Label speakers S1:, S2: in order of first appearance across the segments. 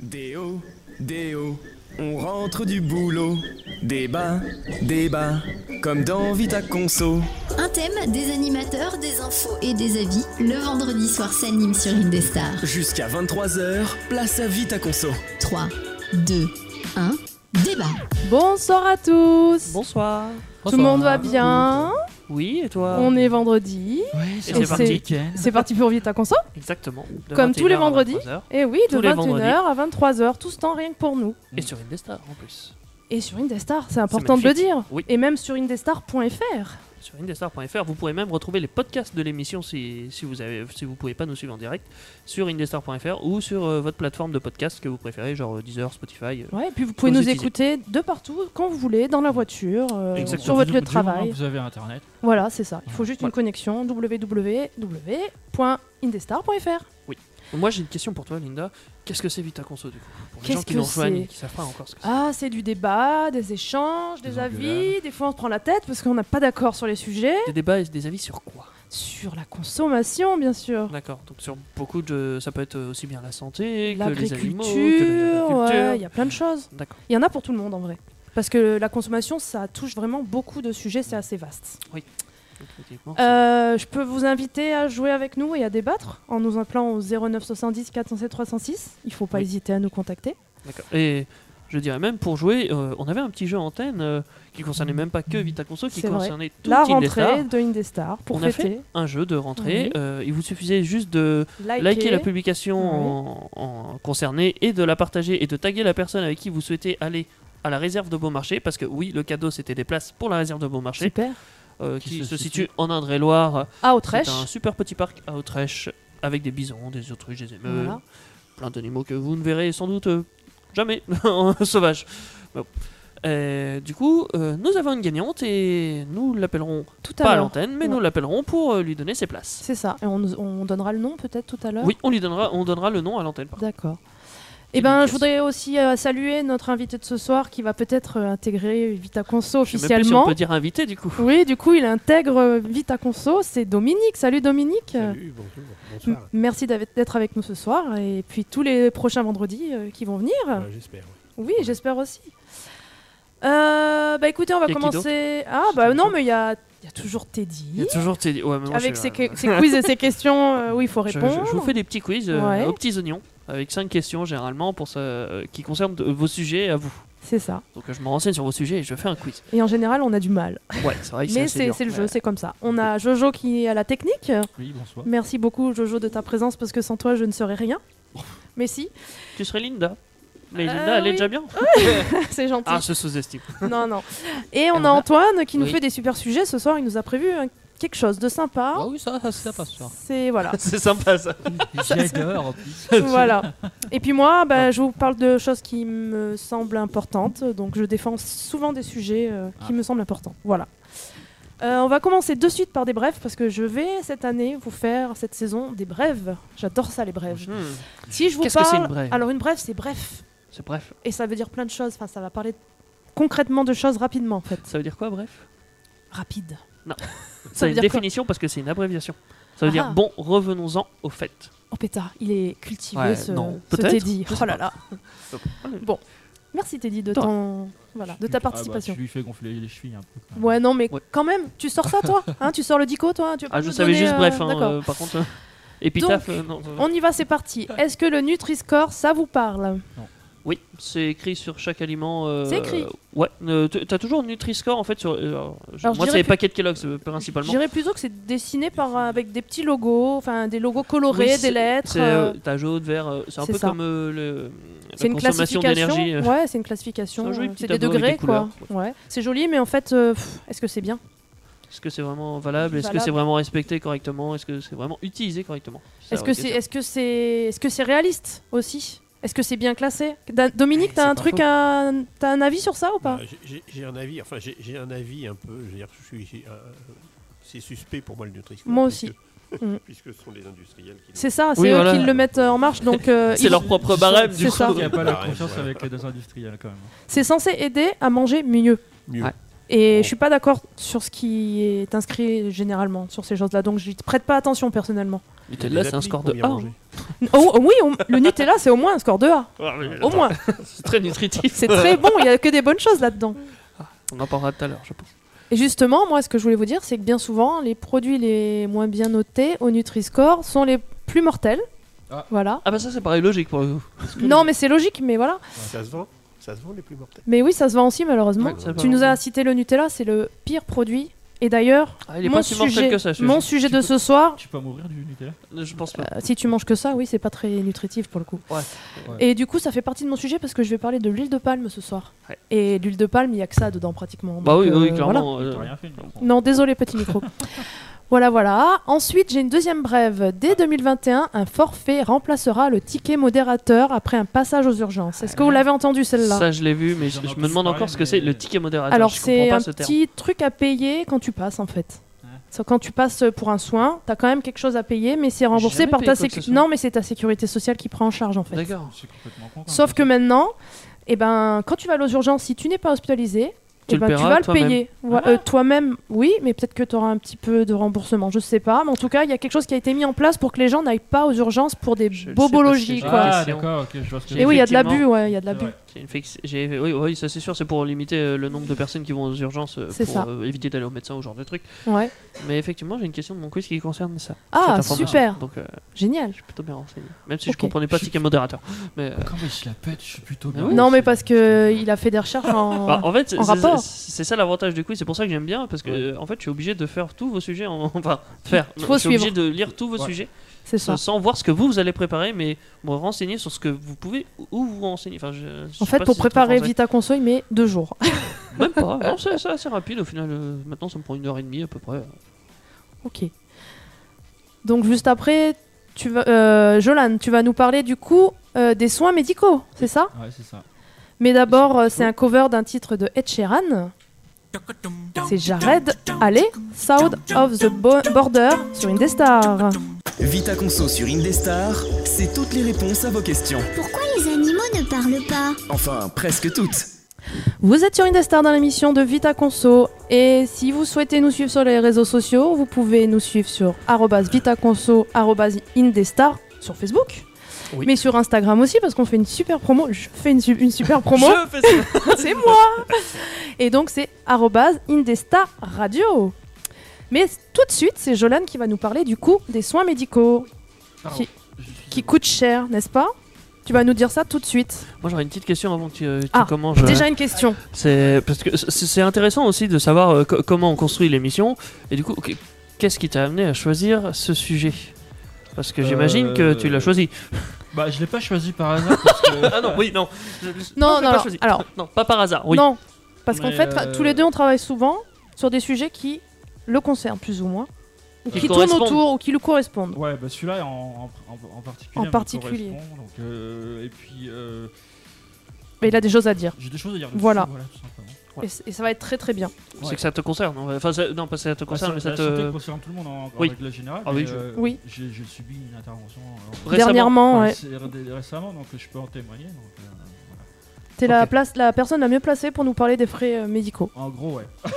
S1: Déo, déo, on rentre du boulot. Débat, débat, comme dans Vita Conso.
S2: Un thème, des animateurs, des infos et des avis. Le vendredi soir s'anime sur Indestar.
S1: Jusqu'à 23h, place à Vita Conso.
S2: 3, 2, 1, débat.
S3: Bonsoir à tous
S4: Bonsoir.
S3: Tout le monde va bien
S4: Oui, et toi
S3: On est vendredi.
S4: Et
S3: Et
S4: c'est parti.
S3: C'est parti pour Vita Conso
S4: Exactement. De
S3: Comme tous les
S4: 21h à
S3: vendredis.
S4: 23h.
S3: Et oui, de
S4: Tous les
S3: 21h à 23h, tout ce temps rien que pour nous.
S4: Et sur Indestar en plus.
S3: Et sur Indestar, c'est important de le
S4: magnifique.
S3: dire.
S4: Oui.
S3: Et même sur indestar.fr.
S4: Sur indestar.fr, vous pourrez même retrouver les podcasts de l'émission si, si vous avez si vous pouvez pas nous suivre en direct sur indestar.fr ou sur euh, votre plateforme de podcast que vous préférez, genre euh, Deezer, Spotify. euh.
S3: Ouais, et puis vous pouvez nous
S4: utiliser.
S3: écouter de partout, quand vous voulez, dans la voiture, euh,
S4: Exactement.
S3: sur votre lieu de
S5: Du moment
S3: travail.
S5: que Vous avez internet.
S3: Voilà, c'est ça. Il faut juste une
S4: Voilà.
S3: connexion www.indestar.fr.
S4: Moi, j'ai une question pour toi, Linda. Qu'est-ce que c'est Vita Conso du coup Pour les
S3: Qu'est-ce
S4: gens qui
S3: que
S4: nous rejoignent et
S3: c'est
S4: qui savent pas encore ce que c'est.
S3: Ah, c'est du débat, des échanges, des,
S5: Des
S3: avis.
S5: engueulades.
S3: Des fois, on se prend la tête parce qu'on n'a pas d'accord sur les sujets.
S4: Des débats et des avis sur quoi
S3: Sur la consommation, bien sûr.
S4: D'accord. Donc sur beaucoup de ça peut être euh, aussi bien la santé que les
S3: L'agriculture,
S4: animaux,
S3: ouais,
S4: que
S3: il
S4: l'agriculture.
S3: y a plein de choses.
S4: D'accord.
S3: Il y en a pour tout le monde en vrai. Parce que la consommation, ça touche vraiment beaucoup de sujets, c'est assez vaste.
S4: Donc, effectivement,
S3: Euh, je peux vous inviter à jouer avec nous et à débattre en nous appelant au 09 70 407 306. Il faut pas
S4: Oui.
S3: hésiter à nous contacter.
S4: D'accord. Et je dirais même pour jouer, euh, on avait un petit jeu antenne euh, qui concernait même pas que Vita Conso,
S3: Mm.
S4: qui
S3: C'est vrai.
S4: concernait tout
S3: la
S4: Indestar.
S3: rentrée de Indestar pour
S4: On a
S3: fêter,
S4: Un jeu de rentrée.
S3: Oui.
S4: euh, il vous suffisait juste de
S3: liker,
S4: liker la publication en- en concernée et de la partager et de taguer la personne avec qui vous souhaitez aller à la réserve de Beaumarchais parce que oui le cadeau c'était des places pour la réserve de Beaumarchais
S3: Super.
S4: euh, qui,
S5: Qui
S4: se,
S5: se
S4: situe en Indre-et-Loire
S3: À
S4: c'est
S3: Autrèche.
S4: un super petit parc à Autrèche avec des bisons des autruches des émeules
S3: Voilà.
S4: plein d'animaux que vous ne verrez sans doute euh, jamais sauvage. du coup, euh, nous avons une gagnante et nous l'appellerons
S3: Tout
S4: pas
S3: à
S4: à
S3: l'heure.
S4: l'antenne, mais
S3: Ouais.
S4: nous l'appellerons pour euh, lui donner ses places.
S3: C'est ça. Et on, nous- on donnera le nom peut-être tout à l'heure.
S4: Oui, on lui donnera, on donnera le nom à l'antenne. par contre.
S3: D'accord.
S4: Et
S3: Eh ben,
S4: donc,
S3: je voudrais aussi euh, saluer notre invité de ce soir qui va peut-être euh, intégrer Vita Conso
S4: Je sais même plus si on
S3: officiellement.
S4: peut dire invité du coup.
S3: Oui, du coup, il intègre euh, Vita Conso. C'est Dominique. Salut Dominique.
S6: Salut, bonjour,
S3: Euh,
S6: bonsoir.
S3: m- Merci d'av- d'être avec nous ce soir et puis tous les prochains vendredis euh, qui vont venir.
S6: Ouais, Bah, J'espère. ouais.
S3: Oui, j'espère aussi. Euh, bah écoutez, on va
S4: Y a qui
S3: commencer. Ah bah non, mais il y a, il y a toujours Teddy
S4: Il y a toujours Teddy. Ouais, mais moi,
S3: avec
S4: je-
S3: ses, que- ses quiz et ses questions euh, où il faut
S4: je, je-
S3: répondre.
S4: je vous fais des petits quiz euh,
S3: Ouais.
S4: aux petits oignons avec cinq questions généralement pour ça, euh, qui concernent de- vos sujets à vous.
S3: C'est ça.
S4: Donc euh, je me renseigne sur vos sujets et je fais un quiz.
S3: Et en général, on a du mal.
S4: Ouais, c'est vrai. que
S3: Mais
S4: assez
S3: c'est
S4: dur.
S3: c'est le
S4: Ouais.
S3: jeu, c'est comme ça. On a Jojo qui est à la technique.
S5: Oui, bonsoir.
S3: Merci beaucoup Jojo de ta présence parce que sans toi je ne serais rien. Mais si,
S4: Tu serais Linda. Mais
S3: Euh,
S4: Linda, elle est
S3: oui.
S4: déjà bien.
S3: c'est gentil.
S4: Ah, ce sous-estime.
S3: Non, non. Et on
S4: on
S3: a
S4: a-
S3: Antoine qui nous
S4: Oui.
S3: fait des super sujets. Ce soir, il nous a prévu hein, quelque chose de sympa.
S4: Oh.
S5: Ah oui, ça, ça, ça passe ça.
S3: Ah, C'est voilà,
S4: C'est sympa ça.
S5: J'adore en plus.
S3: voilà. Et puis moi, bah,
S4: Ah.
S3: je vous parle de choses qui me semblent importantes. Donc je défends souvent des sujets euh, qui
S5: Ah.
S3: me semblent importants. Voilà. Euh, on va commencer de suite par des brèves parce que je vais cette année vous faire cette saison des brèves. J'adore ça les brèves.
S4: Hmm,
S3: Si je vous
S4: Qu'est-ce que c'est
S3: parle,
S4: une brève
S3: alors une brève c'est bref.
S4: C'est bref.
S3: et ça veut dire plein de choses. Enfin, ça va parler concrètement de choses rapidement, en fait.
S4: Ça veut dire quoi, bref
S3: Rapide.
S4: Ça
S3: veut
S4: a une
S3: dire quoi
S4: définition parce que c'est une abréviation. Ça veut
S3: Ah.
S4: dire bon, revenons-en au fait.
S3: Oh pétard, il est cultivé
S4: Ouais,
S3: ce,
S4: non,
S3: ce
S4: peut-être,
S3: Teddy.
S4: je sais
S3: Oh là
S4: pas.
S3: là.
S4: Donc,
S3: Merci Teddy de
S4: Attends.
S3: ton, voilà, de ta participation.
S5: Ah bah, tu lui fais gonfler les chevilles un peu. quand même.
S3: Ouais, non, mais
S4: Ouais.
S3: quand même, tu sors ça toi, hein, tu sors le dico toi. hein, tu vas
S4: Ah,
S3: pas
S4: je
S3: nous
S4: savais
S3: donner,
S4: juste
S3: euh,
S4: bref, hein,
S3: d'accord.
S4: euh, par contre. euh, Épitaphe, euh, non. euh,
S3: On y va, c'est parti. Est-ce que le Nutri-Score, ça vous parle
S4: Oui, c'est écrit sur chaque aliment. euh,
S3: C'est écrit.
S4: Ouais, euh, t- t'as toujours Nutri-Score en fait sur. euh, alors, je-
S3: Alors, je
S4: moi,
S3: dirais
S4: c'est les
S3: que-
S4: paquets de Kellogg's euh, principalement.
S3: J'irais plutôt que c'est dessiné par, euh, avec des petits logos, enfin des logos colorés,
S4: Oui,
S3: des lettres.
S4: C'est, euh,
S3: euh,
S4: t'as jaune, vert. euh, c'est un
S3: c'est
S4: peu
S3: ça.
S4: comme euh, le,
S3: C'est
S4: la
S3: une
S4: consommation
S3: classification.
S4: d'énergie. euh.
S3: Ouais, c'est une classification.
S4: C'est un joli
S3: euh,
S4: petit
S3: C'est des
S4: tableau avec
S3: degrés,
S4: des
S3: quoi.
S4: couleurs,
S3: Ouais. C'est joli, mais en fait, euh, pff, est-ce que c'est bien
S4: Est-ce que c'est vraiment valable Est-ce que
S3: Valable.
S4: c'est vraiment respecté correctement Est-ce que c'est vraiment utilisé correctement C'est
S3: Est-ce
S4: la
S3: que
S4: vraie
S3: c'est
S4: question.
S3: est-ce que c'est est-ce que c'est réaliste aussi Est-ce que c'est bien classé Da- Dominique,
S4: Eh,
S3: t'as
S4: c'est
S3: un
S4: pas
S3: truc,
S4: faux.
S3: à- t'as un avis sur ça ou pas
S6: Bah, j'ai- j'ai- J'ai un avis, enfin j'ai j'ai un avis un peu, je veux dire, je suis- j'ai un- c'est suspect pour moi le nutri
S3: Moi aussi.
S6: Puisque,
S3: Mm.
S6: puisque ce sont les industriels qui...
S3: C'est ça, c'est
S4: Oui,
S3: eux qui
S4: voilà.
S3: le mettent euh, en marche, donc euh,
S4: C'est
S3: ils-
S4: leur propre
S5: Je
S4: barème
S5: sens-
S4: du
S3: c'est
S4: coup.
S3: ça.
S5: Il n'y a pas la
S6: Barème,
S5: confiance
S6: Ah, ouais.
S5: avec les deux industriels quand même.
S3: c'est censé aider à manger mieux.
S6: Mieux.
S4: Ouais.
S3: Et
S6: Bon.
S3: je suis pas d'accord sur ce qui est inscrit généralement sur ces choses-là, donc je prête pas attention personnellement.
S4: Nutella, c'est un hein. score de 1.
S3: Oh, oh oui, on- le Nutella, c'est au moins un score de A. Au moins.
S4: C'est très nutritif.
S3: C'est très bon, il n'y a que des bonnes choses là-dedans.
S4: On en parlera tout à l'heure, je pense.
S3: Et justement, moi, ce que je voulais vous dire, c'est que bien souvent, les produits les moins bien notés au Nutri-Score sont les plus mortels.
S5: Ah.
S3: Voilà.
S4: Ah bah ça, c'est pareil, logique pour vous.
S3: Non, mais c'est logique, mais voilà.
S6: Ça se vend Ça se vend les plus mortels.
S3: Mais oui, ça se vend aussi, malheureusement.
S4: Ouais, ça se
S3: tu
S4: vend.
S3: nous as cité le Nutella, c'est le pire produit. Et d'ailleurs,
S4: Ah, il est
S3: mon,
S4: pas si mortel
S3: sujet,
S4: que ça, celui-ci.
S3: mon sujet de ce soir,
S5: Tu peux mourir du Nutella
S4: Je pense pas.
S3: euh, si tu manges que ça, oui, c'est pas très nutritif pour le coup.
S4: Ouais.
S5: Ouais.
S3: Et du coup, ça fait partie de mon sujet parce que je vais parler de l'huile de palme ce soir.
S4: Ouais.
S3: Et l'huile de palme, il n'y a que ça dedans pratiquement.
S4: Bah
S3: Donc,
S4: oui,
S3: euh,
S4: oui,
S3: voilà.
S4: clairement.
S5: T'as
S4: euh,
S5: rien fait. le micro.
S3: Non, désolé, petit micro. voilà, voilà. Ensuite, j'ai une deuxième brève. Dès 2021, un forfait remplacera le ticket modérateur après un passage aux urgences. Est-ce que vous l'avez entendu celle-là
S4: Ah ça, je l'ai vu, mais je,
S5: J'en ai
S4: je me
S5: entendu
S4: demande
S5: parler,
S4: encore ce que
S5: mais-
S4: c'est le ticket modérateur.
S3: Alors,
S4: je
S3: c'est
S4: comprends
S3: un
S4: pas ce terme.
S3: petit truc à payer quand tu passes, en fait.
S5: Ouais.
S3: So- Quand tu passes pour un soin, t'as quand même quelque chose à payer, mais c'est remboursé
S4: jamais
S3: par
S4: payé
S3: ta
S4: quoi que ce
S3: sécurité.
S4: soit.
S3: Non, mais c'est ta sécurité sociale qui prend en charge, en fait.
S4: D'accord.
S5: C'est complètement con. quand
S3: Sauf
S5: même.
S3: que maintenant, eh ben, quand tu vas aux urgences, si tu n'es pas hospitalisé,
S4: Tu
S3: eh ben,
S4: le
S3: tu
S4: paieras
S3: vas le
S4: toi-même.
S3: payer. Voi- euh, Toi-même, oui, mais peut-être que tu auras un petit peu de remboursement, je sais pas. Mais en tout cas, il y a quelque chose qui a été mis en place pour que les gens n'aillent pas aux urgences pour des
S4: Je le sais parce que
S3: bobologies.
S4: j'ai-
S3: Quoi.
S5: Ah,
S4: Question.
S5: d'accord, ok, je vois ce que
S4: Et
S3: Et oui, il y a de
S4: effectivement,
S3: l'abus, ouais, il y a de l'abus.
S4: J'ai une fixe- j'ai- Oui, oui, ça c'est sûr, c'est pour limiter euh, le nombre de personnes qui vont aux urgences euh,
S3: C'est
S4: pour
S3: ça.
S4: euh, éviter d'aller au médecin ou ce genre de truc.
S3: Ouais.
S4: Mais effectivement, j'ai une question de mon quiz qui concerne ça. cette
S3: Ah,
S4: information.
S3: super,
S4: Donc, euh,
S3: génial.
S4: plutôt bien renseigné. Même si je
S3: Ok.
S4: comprenais pas ticket modérateur. Mais, euh,
S5: Comment il se la pète Je suis plutôt
S4: Mais
S5: bien.
S4: oui.
S3: Non, mais parce que il a fait des recherches en.
S4: bah, en fait, c'est- c'est
S3: rapport.
S4: c'est ça l'avantage du quiz, c'est pour ça que j'aime bien, parce que
S5: Ouais.
S4: euh, en fait, je suis obligé de faire tous vos sujets, en... enfin, de faire. non,
S3: Faut
S4: je suis obligé
S3: suivre.
S4: de lire tous vos
S5: Ouais.
S4: sujets
S3: C'est ça.
S4: sans, sans voir ce que vous vous allez préparer, mais me renseigner sur ce que vous pouvez ou vous renseigner. Enfin, je- je sais
S3: En fait,
S4: pas
S3: pour
S4: si c'est trop
S3: préparer
S4: français.
S3: Vita Console, il met deux jours.
S4: Même pas. Non, c'est c'est assez rapide au final. euh, Maintenant, ça me prend une heure et demie à peu près.
S3: Ok. Donc juste après, tu vas, euh, Jolan, tu vas nous parler du coup euh, des soins médicaux, c'est ça
S5: Ouais, c'est ça.
S3: Mais d'abord, euh, c'est un cover d'un titre de Ed Sheeran. C'est Jared Allez, South of the Bo- Border sur Indestar.
S1: Vita Conso sur Indestar, c'est toutes les réponses à vos questions.
S7: Pourquoi les animaux ne parlent pas
S1: Enfin, presque toutes.
S3: Vous êtes sur Indestar dans l'émission de Vita Conso. Et si vous souhaitez nous suivre sur les réseaux sociaux, vous pouvez nous suivre sur arobase @vitaconso arobase @indestar sur Facebook.
S4: Oui.
S3: Mais sur Instagram aussi, parce qu'on fait une super promo. Je fais une, su- une super promo.
S4: Je fais ça.
S3: c'est moi Et donc c'est arrobase Indestar Radio. Mais tout de suite, c'est Jolane qui va nous parler du coût des soins médicaux, Qui- qui coûtent cher, n'est-ce pas Tu vas nous dire ça tout de suite.
S4: Moi, j'aurais une petite question avant que tu, euh, tu
S3: Ah,
S4: commences. je-
S3: Déjà une question.
S4: C'est parce que c- c'est intéressant aussi de savoir euh, co- comment on construit l'émission et du coup ok, qu'est-ce qui t'a amené à choisir ce sujet parce que j'imagine que tu l'as
S5: Euh,
S4: choisi.
S5: Bah, je l'ai pas choisi par hasard. parce que-
S4: Ah non, oui, non. Je- je-
S3: Non,
S4: je l'ai
S3: non,
S4: pas
S3: alors-
S4: choisi.
S3: alors-
S4: Ah, non, pas par hasard. Oui.
S3: Non, parce qu'en
S5: Mais,
S3: fait, tra-
S5: euh,
S3: tous les deux, on travaille souvent sur des sujets qui le concernent plus ou moins, ou
S4: Qui
S3: qui tournent
S4: correspondent.
S3: autour, ou qui le correspondent.
S5: Ouais, bah celui-là en, en, en- en particulier.
S3: En
S5: me
S3: particulier.
S5: correspond, donc, euh, et puis, euh,
S3: Mais il a des choses à dire.
S5: j'ai des choses à dire. dessus,
S3: Voilà.
S5: voilà tout simplement.
S4: Ouais.
S3: Et, c- et ça va être très très bien.
S4: C'est que ça te concerne. en vrai. Enfin, ça- non, pas ça te concerne,
S5: Bah,
S4: mais
S5: ça,
S4: ça
S5: la santé
S4: te.
S5: concerne tout le monde en, en
S4: Oui.
S5: règle générale.
S4: Ah oui,
S5: mais,
S4: je-
S5: euh,
S3: Oui.
S5: J'ai j'ai subi une intervention euh,
S4: Récemment.
S3: Dernièrement, ouais.
S5: c'est ré- récemment, donc je peux en témoigner. donc, euh, voilà.
S3: T'es la,
S4: Ok.
S3: place, la personne la mieux placée pour nous parler des frais euh, médicaux.
S5: En gros, ouais.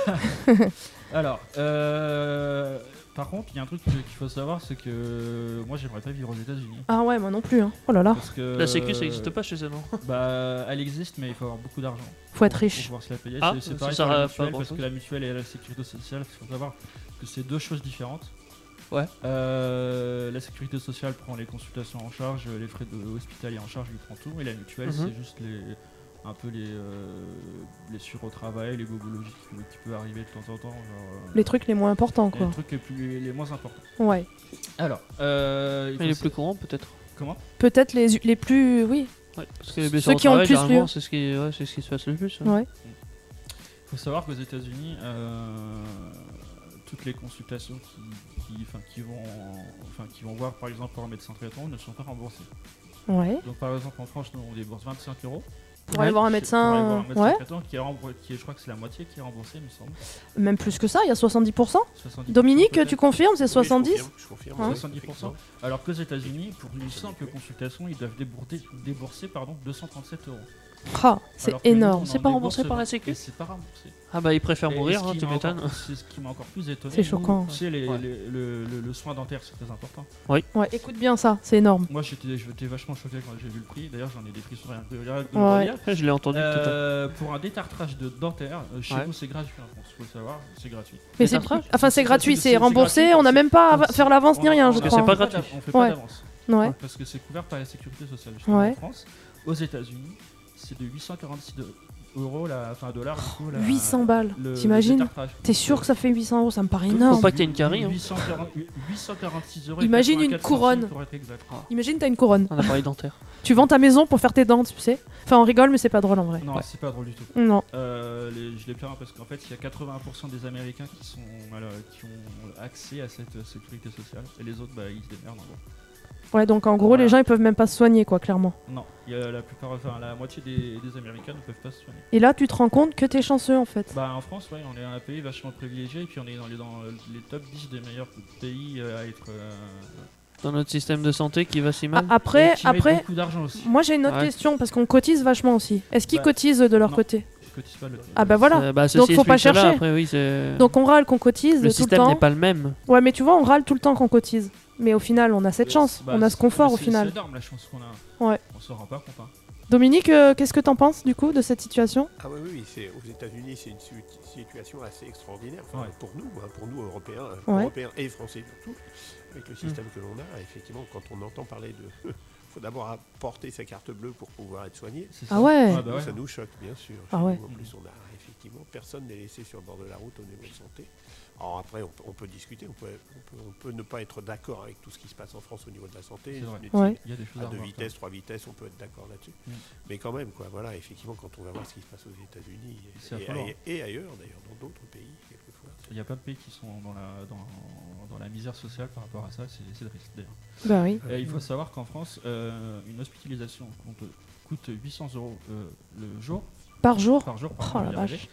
S5: Alors, euh, par contre, il y a un truc que- qu'il faut savoir, c'est que moi, j'aimerais pas vivre aux États-Unis.
S3: Ah ouais, moi non plus. hein. Oh là là,
S5: Parce que,
S4: La sécu, ça n'existe pas chez eux, non
S5: Bah, elle existe, mais il faut avoir beaucoup d'argent.
S3: faut être
S5: pour-
S3: riche.
S5: Pour pouvoir se la payer.
S4: Ah,
S5: C'est-
S4: ça
S5: c'est pareil
S4: sert
S5: pour
S4: à
S5: la
S4: pas
S5: mutuelle, parce
S4: grand-chose.
S5: que la mutuelle et la sécurité sociale, il faut savoir que c'est deux choses différentes.
S4: Ouais.
S5: Euh, la sécurité sociale prend les consultations en charge, les frais de hospitaliers en charge, lui prend tout, et la mutuelle,
S4: Mhm.
S5: c'est juste les un peu les euh, blessures au travail, les bobologies qui, qui peuvent arriver de temps en temps, genre, euh,
S3: Les trucs les moins importants,
S5: les
S3: quoi.
S5: trucs les, plus, les moins importants.
S3: Ouais.
S5: Alors, euh,
S4: Mais
S5: il faut
S4: les
S5: sa-
S4: plus courants, peut-être.
S5: comment
S3: Peut-être les, les plus. Oui.
S4: Ouais, parce que les blessures
S3: Ceux
S4: au
S3: qui ont le
S4: travail,
S3: plus
S4: généralement,
S3: lieu.
S4: c'est ce qui, ouais, c'est ce qui se passe le plus. hein.
S3: Ouais.
S5: faut savoir qu'aux États-Unis, euh, toutes les consultations qui, qui, enfin, qui vont, enfin, qui vont voir par exemple un médecin traitant ne sont pas remboursées.
S3: Ouais.
S5: Donc par exemple en France, nous on débourse 25 euros.
S3: Pour aller voir un
S5: C'est- Pour aller voir un
S3: médecin.
S5: médecin
S3: Ouais.
S5: traitant qui est remboursé, qui est- je crois que c'est la moitié qui est remboursée, il me semble.
S3: Même plus que ça, il y a 70%.
S5: 70%,
S3: Dominique,
S5: peut-être.
S3: tu confirmes, c'est
S6: Oui, je
S3: 70
S6: confirme, Je confirme.
S3: Hein
S6: oui,
S5: 70%. Alors qu'aux États-Unis, pour une simple consultation, ils doivent débourser, débourser pardon, 237 euros.
S3: Ah, c'est
S5: Alors que nous, on
S3: énorme.
S5: en
S4: C'est pas
S5: débourse
S4: remboursé par la
S5: vingt-
S4: sécu
S5: et C'est pas remboursé.
S4: Ah bah, ils préfèrent
S5: Et
S4: mourir,
S5: ce
S4: hein,
S5: qui
S4: tu
S5: m'a
S4: m'étonnes.
S5: encore- C'est ce qui m'a encore plus étonné.
S3: C'est choquant.
S5: Tu sais, les-
S4: Ouais.
S5: les- le, le- le soin dentaire, c'est très important.
S3: Ouais, écoute bien ça, c'est énorme.
S5: Moi, j'étais j'étais vachement choqué quand j'ai vu le prix. D'ailleurs, j'en ai des frissons rien que de rien que de
S3: Ouais.
S5: le dire.
S4: Je l'ai entendu tout à l'heure.
S5: Euh, pour un détartrage de dentaire, euh, chez
S4: Ouais.
S5: vous c'est gratuit en France, faut le savoir, c'est gratuit.
S3: Mais
S4: Mais
S3: c'est
S4: ça marche.
S3: enfin c'est
S5: C'est
S3: gratuit,
S5: gratuit,
S3: c'est
S5: c'est
S3: remboursé,
S5: gratuit,
S3: on n'a même pas à Ah, va- faire l'avance
S5: On-
S3: ni rien,
S5: on-
S3: je
S5: on-
S4: Parce
S3: crois.
S4: que c'est pas
S5: on fait
S4: gratuit.
S5: d'av- On fait
S3: Ouais.
S5: pas d'avance.
S3: Ouais.
S5: Parce que c'est couvert par la sécurité sociale justement,
S3: Ouais.
S5: en France. Aux États-Unis, c'est de 846 de- euros, la, enfin dollars. du coup, la-
S3: 800 balles,
S5: le- le
S3: t'imagines
S5: détartrage.
S3: T'es sûr que ça fait 800 euros, ça me paraît
S4: Faut
S3: énorme.
S4: pas qu'il y ait une carie. hein.
S5: 840 846 euros.
S3: Imagine une couronne. Ah.
S5: Pour être exact.
S3: Imagine t'as une couronne,
S4: Un appareil dentaire.
S3: tu vends ta maison pour faire tes dents, tu sais. Enfin on rigole mais c'est pas drôle en vrai.
S5: Non,
S4: Ouais.
S5: c'est pas drôle du tout.
S3: Non.
S5: Euh, les- je les plains parce qu'en fait, il y a 80% des Américains qui, sont, voilà, qui ont accès à cette euh, sécurité sociale et les autres, bah, ils se démerdent. en gros.
S3: Ouais, donc en gros
S5: Voilà.
S3: les gens ils peuvent même pas se soigner quoi, clairement.
S5: Non, il y a la plupart, enfin, la moitié des, des Américains ne peuvent pas se soigner.
S3: Et là tu te rends compte que t'es chanceux en fait.
S5: Bah, en France, ouais, on est un pays vachement privilégié et puis on est dans les, dans les top 10 des meilleurs pays euh, à être. euh,
S4: Dans notre système de santé qui va si
S3: Ah,
S4: mal.
S5: et
S3: après,
S5: qui mettent
S3: après,
S5: beaucoup d'argent aussi.
S3: moi j'ai une autre
S4: Ouais.
S3: question parce qu'on cotise vachement aussi. Est-ce qu'ils
S5: Bah,
S3: cotisent de leur
S5: non.
S3: côté
S5: Ils cotisent pas le-
S3: Ah bah voilà.
S4: Euh, bah, ceci
S3: Donc, faut pas
S4: explique cela.
S3: chercher.
S4: Après, oui, c'est-
S3: Donc on râle qu'on cotise
S4: le
S3: tout le
S4: système
S3: temps.
S4: n'est pas le même.
S3: Ouais, mais tu vois, on râle tout le temps qu'on cotise. Mais au final, on a cette chance,
S5: Bah,
S3: on a ce
S5: c'est-
S3: confort
S5: c'est-
S3: au final.
S5: C'est énorme la chance qu'on a.
S3: Ouais.
S5: On s'en rend pas compte. hein.
S3: Dominique, euh, qu'est-ce que t'en penses du coup de cette situation
S6: Ah oui, oui, oui, c'est- aux États-Unis, c'est une su- situation assez extraordinaire enfin,
S5: Ouais.
S6: pour nous, hein, pour nous Européens, hein,
S3: Ouais.
S6: Européens et Français surtout, avec le système que l'on a. Effectivement, quand on entend parler de, faut d'abord apporter sa carte bleue pour pouvoir être soigné.
S5: C'est
S3: Ah
S5: ça.
S3: ouais.
S5: bah
S6: Nous,
S5: ouais.
S6: Ça nous choque, bien sûr.
S3: Ah
S6: Chez
S3: ouais.
S6: nous, en plus, on a effectivement personne n'est laissé sur le bord de la route au niveau de santé. Alors après, on, peut- on peut discuter, on peut, on peut- on peut ne pas être d'accord avec tout ce qui se passe en France au niveau de la santé.
S5: C'est vrai.
S6: Médecine
S3: Ouais.
S5: Il y a des choses
S6: à
S5: à
S6: deux
S5: revoir,
S6: vitesses, trois vitesses, on peut être d'accord là-dessus.
S5: Mm.
S6: Mais quand même, quoi, voilà, effectivement, quand on va voir ce qui se passe aux États-Unis
S5: C'est
S6: et, et
S5: affolant.
S6: aille- et ailleurs, d'ailleurs, dans d'autres pays, quelquefois.
S5: Il y a plein de pays qui sont dans la, dans, dans la misère sociale par rapport à ça, c'est c'est triste d'ailleurs.
S3: Bah oui.
S5: Euh, il faut savoir qu'en France, euh, une hospitalisation compte- coûte 800 euros euh, le jour,
S3: Par jour
S5: par jour,
S3: Oh
S5: par
S3: la
S5: mois,
S3: vache.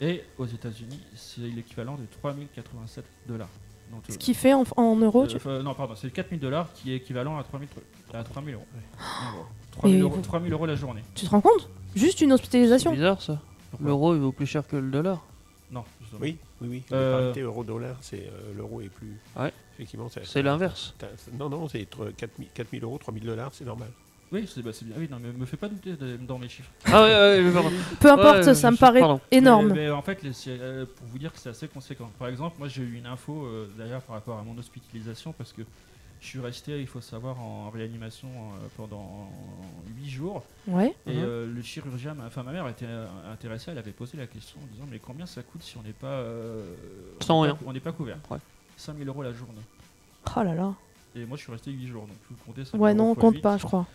S5: et aux États-Unis, c'est l'équivalent de 3087 dollars. Donc,
S3: Ce
S5: euh,
S3: qui fait en, en euros
S5: euh,
S3: tu-
S5: enfin, non, pardon, c'est 4000 dollars qui est équivalent à 3000 à 3000 euros. En gros.
S3: Et
S5: 3000 euros,
S3: Oh. vous-
S5: 3000 euros la journée.
S3: tu te rends compte Juste une
S4: C'est
S3: hospitalisation.
S4: bizarre ça.
S5: Pourquoi
S4: L'euro il vaut plus cher que le dollar.
S5: Non, justement.
S6: Oui, oui, oui.
S5: Euh,
S6: La parité euro-dollar, c'est euh, l'euro est plus.
S4: Ouais.
S6: Effectivement, ça-
S4: C'est l'inverse.
S6: t'as- Non, non, c'est 4000 euros, 3000 dollars, c'est normal.
S5: Oui, c'est bah, c'est bien. Oui, non, mais me fais pas douter de- dans mes chiffres.
S4: Ah ouais, ouais, ouais, pardon.
S3: Peu importe,
S4: Ouais,
S3: ça me
S4: je-
S3: paraît
S4: pardon.
S3: énorme.
S5: Mais- mais Eh ben, en fait, les- c'est, euh, pour vous dire que c'est assez conséquent. Par exemple, moi j'ai eu une info euh, d'ailleurs par rapport à mon hospitalisation parce que je suis resté, il faut savoir, en réanimation euh, pendant 8 jours.
S3: Ouais.
S5: Et
S4: Mhm.
S5: euh, le chirurgien, ma, enfin ma mère était euh, intéressée, elle avait posé la question en disant mais combien ça coûte si on n'est pas, euh, on
S4: Sans
S5: n'est pas-
S4: rien.
S5: on n'est pas couvert.
S4: Ouais.
S5: 5000 euros la journée.
S3: Oh là là.
S5: Et moi je suis resté 8 jours, donc vous comptez 5
S3: Ouais, non, on compte pas, je crois.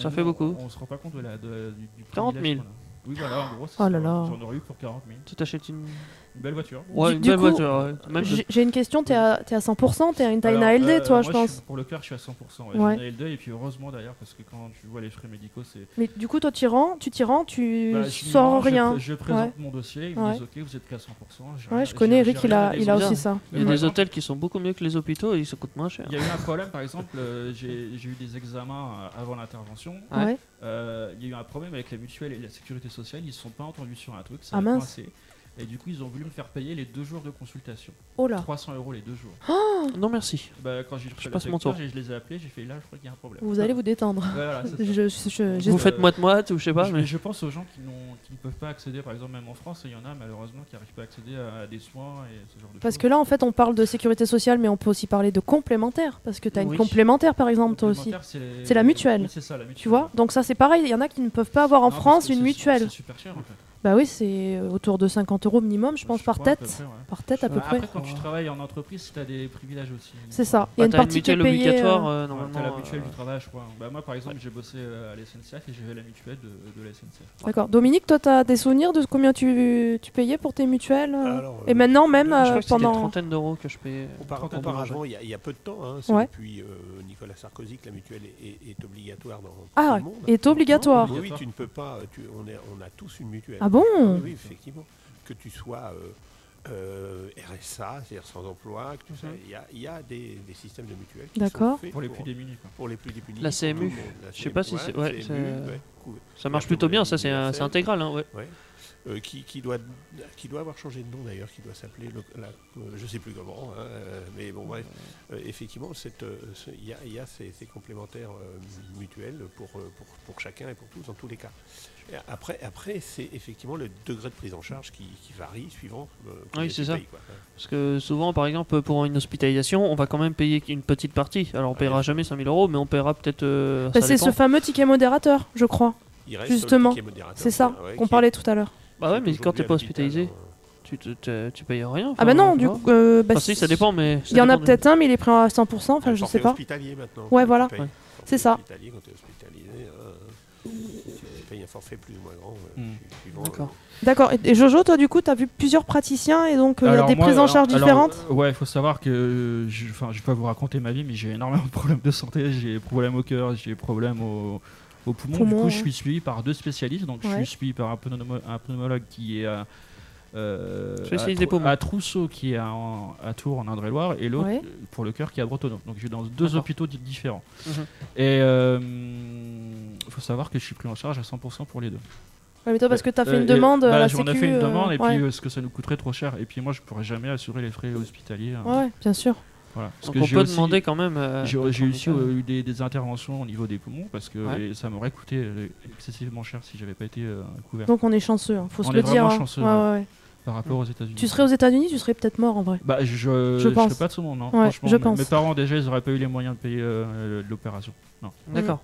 S4: Ça fait beaucoup.
S5: On, se rend pas compte de la, de- du, du
S4: 40 000.
S5: privilège qu'on a. Oui, voilà, en gros, c'est
S3: Oh
S5: ça.
S3: là là.
S5: J'en aurais eu pour 40 000.
S4: Tu t'achètes une.
S5: Une belle voiture.
S4: Ouais,
S3: Du-
S4: une
S3: du
S4: belle
S3: coup,
S4: voiture. ouais. Même de-
S3: J'ai j'ai une question, t'es à, t'es à 100%, t'es à une, t'as une
S5: Alors,
S3: ALD
S5: euh,
S3: toi,
S5: moi,
S3: je pense.
S5: suis- Pour le cœur, je suis à 100%. Ouais.
S3: Ouais.
S5: J'ai une ALD et puis heureusement d'ailleurs, parce que quand tu vois les frais médicaux, c'est.
S3: Mais du coup, toi, tu rends, tu t'y rends, tu
S5: Voilà, Bah, je suis
S3: sors
S5: vivant, je
S3: rien.
S5: pré- Je, présente mon dossier, ils me
S3: Ouais.
S5: disent ok, vous êtes qu'à 100%. j'ai rien-
S3: Ouais, je connais
S5: j'ai-
S3: Eric,
S5: j'ai
S3: il
S5: rien
S3: a,
S5: à
S3: il a
S5: dépenser.
S3: aussi ça.
S4: Il y a
S5: Par
S4: des
S5: exemple,
S4: hôtels qui sont beaucoup mieux que les hôpitaux et ils se coûtent moins cher.
S5: Il y a eu un problème, par exemple, euh, j'ai j'ai eu des examens euh, avant l'intervention.
S4: Ouais.
S3: Ouais.
S5: Euh, il y a eu un problème avec la mutuelle et la sécurité sociale, ils se sont pas entendus sur un truc, ça
S3: Ah,
S5: a
S3: mince.
S5: coincé. Et du coup, ils ont voulu me faire payer les deux jours de consultation.
S3: Oh là.
S5: 300 euros les deux jours.
S3: Oh.
S4: Non merci.
S5: Bah, quand j'ai refait la
S4: passe mon
S5: facture,
S4: tour.
S5: j'ai- je les ai appelés, j'ai fait là, je crois qu'il y a un problème.
S3: Vous allez vous détendre.
S5: Voilà, c'est ça.
S3: Je, je- je-
S5: J'ai-
S4: Vous faites moite-moite ou je sais pas,
S5: je,
S4: mais.
S5: je pense aux gens qui, n'ont- qui ne peuvent pas accéder, par exemple, même en France, il y en a malheureusement qui n'arrivent pas à accéder à, à des soins et ce genre de
S3: Parce
S5: choses.
S3: que là, en fait, on parle de sécurité sociale, mais on peut aussi parler de complémentaire. Parce que tu as une
S4: Oui.
S3: complémentaire, par exemple, toi aussi.
S5: Complémentaire, les-
S3: C'est la mutuelle.
S5: Oui, c'est ça, la mutuelle.
S3: Tu vois Donc ça, c'est pareil. Il y en a qui ne peuvent pas avoir en
S5: Non, parce
S3: France
S5: que
S3: une
S5: c'est-
S3: mutuelle.
S5: C'est super cher en fait.
S3: Bah oui, c'est autour de 50 euros minimum, je pense, par
S5: crois, à
S3: tête.
S5: peu près, ouais.
S3: Par tête, à peu
S5: Bah,
S3: près.
S5: Après, quand tu travailles en entreprise, tu as des privilèges aussi.
S3: C'est ça. Il y a une
S4: Bah, t'as
S3: partie qui est
S4: mutuelle
S3: payée.
S4: obligatoire
S3: euh,
S4: euh,
S5: Ouais, t'as la
S4: normalement.
S5: mutuelle
S4: euh,
S5: du travail, je crois. Bah, moi, par exemple, j'ai bossé euh, à la SNCF et j'avais la mutuelle de, de la SNCF.
S3: D'accord. Dominique, toi, t'as des souvenirs de combien tu, tu payais pour tes mutuelles euh
S6: Alors,
S3: Et
S6: euh,
S3: maintenant, même
S4: Je
S3: euh,
S4: crois que c'était une
S3: pendant.
S4: trentaine d'euros que je payais.
S6: Auparavant,
S4: pour prendre
S6: auparavant,
S4: mon
S6: il y, a- il y a peu de temps, hein, c'est
S3: Ouais.
S6: depuis euh, Nicolas Sarkozy que la mutuelle est, est- est obligatoire dans
S3: Ah,
S6: tout le monde. Ah
S3: est obligatoire.
S6: Oui, oui, tu ne peux pas. tu- on, est- on a tous une mutuelle.
S3: Ah bon
S6: Oui, oui, effectivement. Que tu sois euh, euh, RSA, c'est-à-dire sans emploi, tout ça. Il y a- il y, a des, des systèmes de mutuelles qui
S3: D'accord.
S6: sont faits
S5: Mhm. Pour
S6: pour,
S5: les plus démunis. quoi.
S6: pour les plus dépunis.
S4: La CMU. Je sais pas si c'est- ouais, c'est- Ça marche plutôt bien, ça c'est un- c'est intégral. Hein, ouais.
S6: Euh, qui, qui doit, qui doit avoir changé de nom d'ailleurs, qui doit s'appeler, le- la- euh, je sais plus comment, hein, euh, mais bon bref, Euh, effectivement, cette, euh, ce- il y a, il y a ces, ces complémentaires euh, mutuels pour, euh, pour, pour chacun et pour tous, dans tous les cas. Et après, après c'est effectivement le degré de prise en charge qui, qui varie suivant. euh, combien
S4: Oui, c'est
S6: tu
S4: ça.
S6: payes, quoi.
S4: Parce que souvent, par exemple, pour une hospitalisation, on va quand même payer une petite partie. Alors on
S6: Ouais.
S4: paiera jamais 5000 euros, mais on paiera peut-être. euh,
S3: Bah,
S4: ça
S3: c'est
S4: dépend.
S3: ce fameux ticket modérateur, je crois.
S6: Il reste
S3: Justement,
S6: le ticket modérateur,
S3: C'est ça
S6: ouais,
S3: qu'on
S6: qui-
S3: parlait tout à l'heure.
S4: Bah ouais,
S6: qui
S4: mais
S6: est
S4: quand t'es pas
S6: aujourd'hui à
S4: hospitalisé,
S6: l'hôpital, hein.
S4: tu, tu, tu- tu payes rien.
S3: ah bah non,
S4: enfin,
S3: du
S4: voilà.
S3: coup. euh, bah,
S4: Enfin, Ah, si, ça dépend, mais. ça
S3: Il y en a
S4: dépend de-
S3: peut-être un, mais il est pris à 100%, enfin
S6: Un
S3: je
S6: forfait
S3: sais pas.
S6: Ah, hospitalier maintenant.
S3: Ouais,
S6: que tu
S3: voilà.
S6: payes.
S4: Ouais.
S6: Un
S3: C'est
S6: forfait
S3: ça.
S6: Hospitalier, quand tu es hospitalisé, hein, tu payes un forfait plus ou moins grand. euh,
S5: Hmm.
S6: su- suivant,
S4: D'accord.
S6: euh,
S3: D'accord. Et- Et Jojo, toi, du coup, t'as vu plusieurs praticiens et donc euh,
S5: Alors,
S3: des
S5: moi,
S3: prises en
S5: alors-
S3: charge
S5: alors,
S3: différentes
S5: euh, Ouais, il faut savoir que euh, je, enfin, je vais pas vous raconter ma vie, mais j'ai énormément de problèmes de santé. J'ai des problèmes au cœur, j'ai des problèmes au, au poumon. du
S3: Poumon,
S5: coup,
S3: ouais.
S5: je suis suivi par deux spécialistes. Donc, je
S3: Ouais.
S5: suis suivi par un, pneumo- un pneumologue qui est à, euh,
S4: Spécialiste
S5: à
S4: des
S5: Trou-
S4: poumons.
S5: à Trousseau, qui est à, en- à Tours, en Indre-et-Loire, et l'autre
S3: Ouais.
S5: euh, pour le cœur qui est à Bretonneau. Donc, je suis dans deux
S4: D'accord.
S5: hôpitaux di- différents.
S4: Mhm.
S5: Et euh, faut savoir que je suis pris en charge à 100% pour les deux.
S3: Ouais, mais toi, parce que t'as fait
S5: Euh,
S3: une
S5: et-
S3: demande euh, à
S5: voilà,
S3: la
S5: j'en ai
S3: sécu,
S5: fait une
S3: euh,
S5: demande, et puis
S3: ouais.
S5: euh, parce que ça nous coûterait trop cher. Et puis moi, je pourrais jamais assurer les frais hospitaliers. hein.
S3: Ouais, ouais, bien sûr.
S5: Voilà. Parce
S4: Donc
S5: que
S4: on
S5: j'ai
S4: peut
S5: aussi-
S4: demander quand même. euh,
S5: J'ai j'ai
S4: en effet.
S5: aussi euh, eu des, des interventions au niveau des poumons parce que
S4: Ouais.
S5: et ça m'aurait coûté euh, excessivement cher si j'avais pas été euh, couvert
S3: Donc on est chanceux, hein, faut se
S5: On
S3: le
S5: est
S3: dire.
S5: vraiment
S3: hein.
S5: chanceux,
S3: Ouais,
S5: ouais.
S3: ouais, ouais.
S5: par rapport aux États-Unis.
S3: Tu serais aux États-Unis, tu serais peut-être mort en vrai.
S5: bah, je, je,
S3: pense.
S5: serais pas de ce monde, non.
S3: Ouais,
S5: Franchement,
S3: je
S5: mes-
S3: pense.
S5: mes parents déjà, ils auraient pas eu les moyens de payer euh, le- l'opération.
S4: D'accord.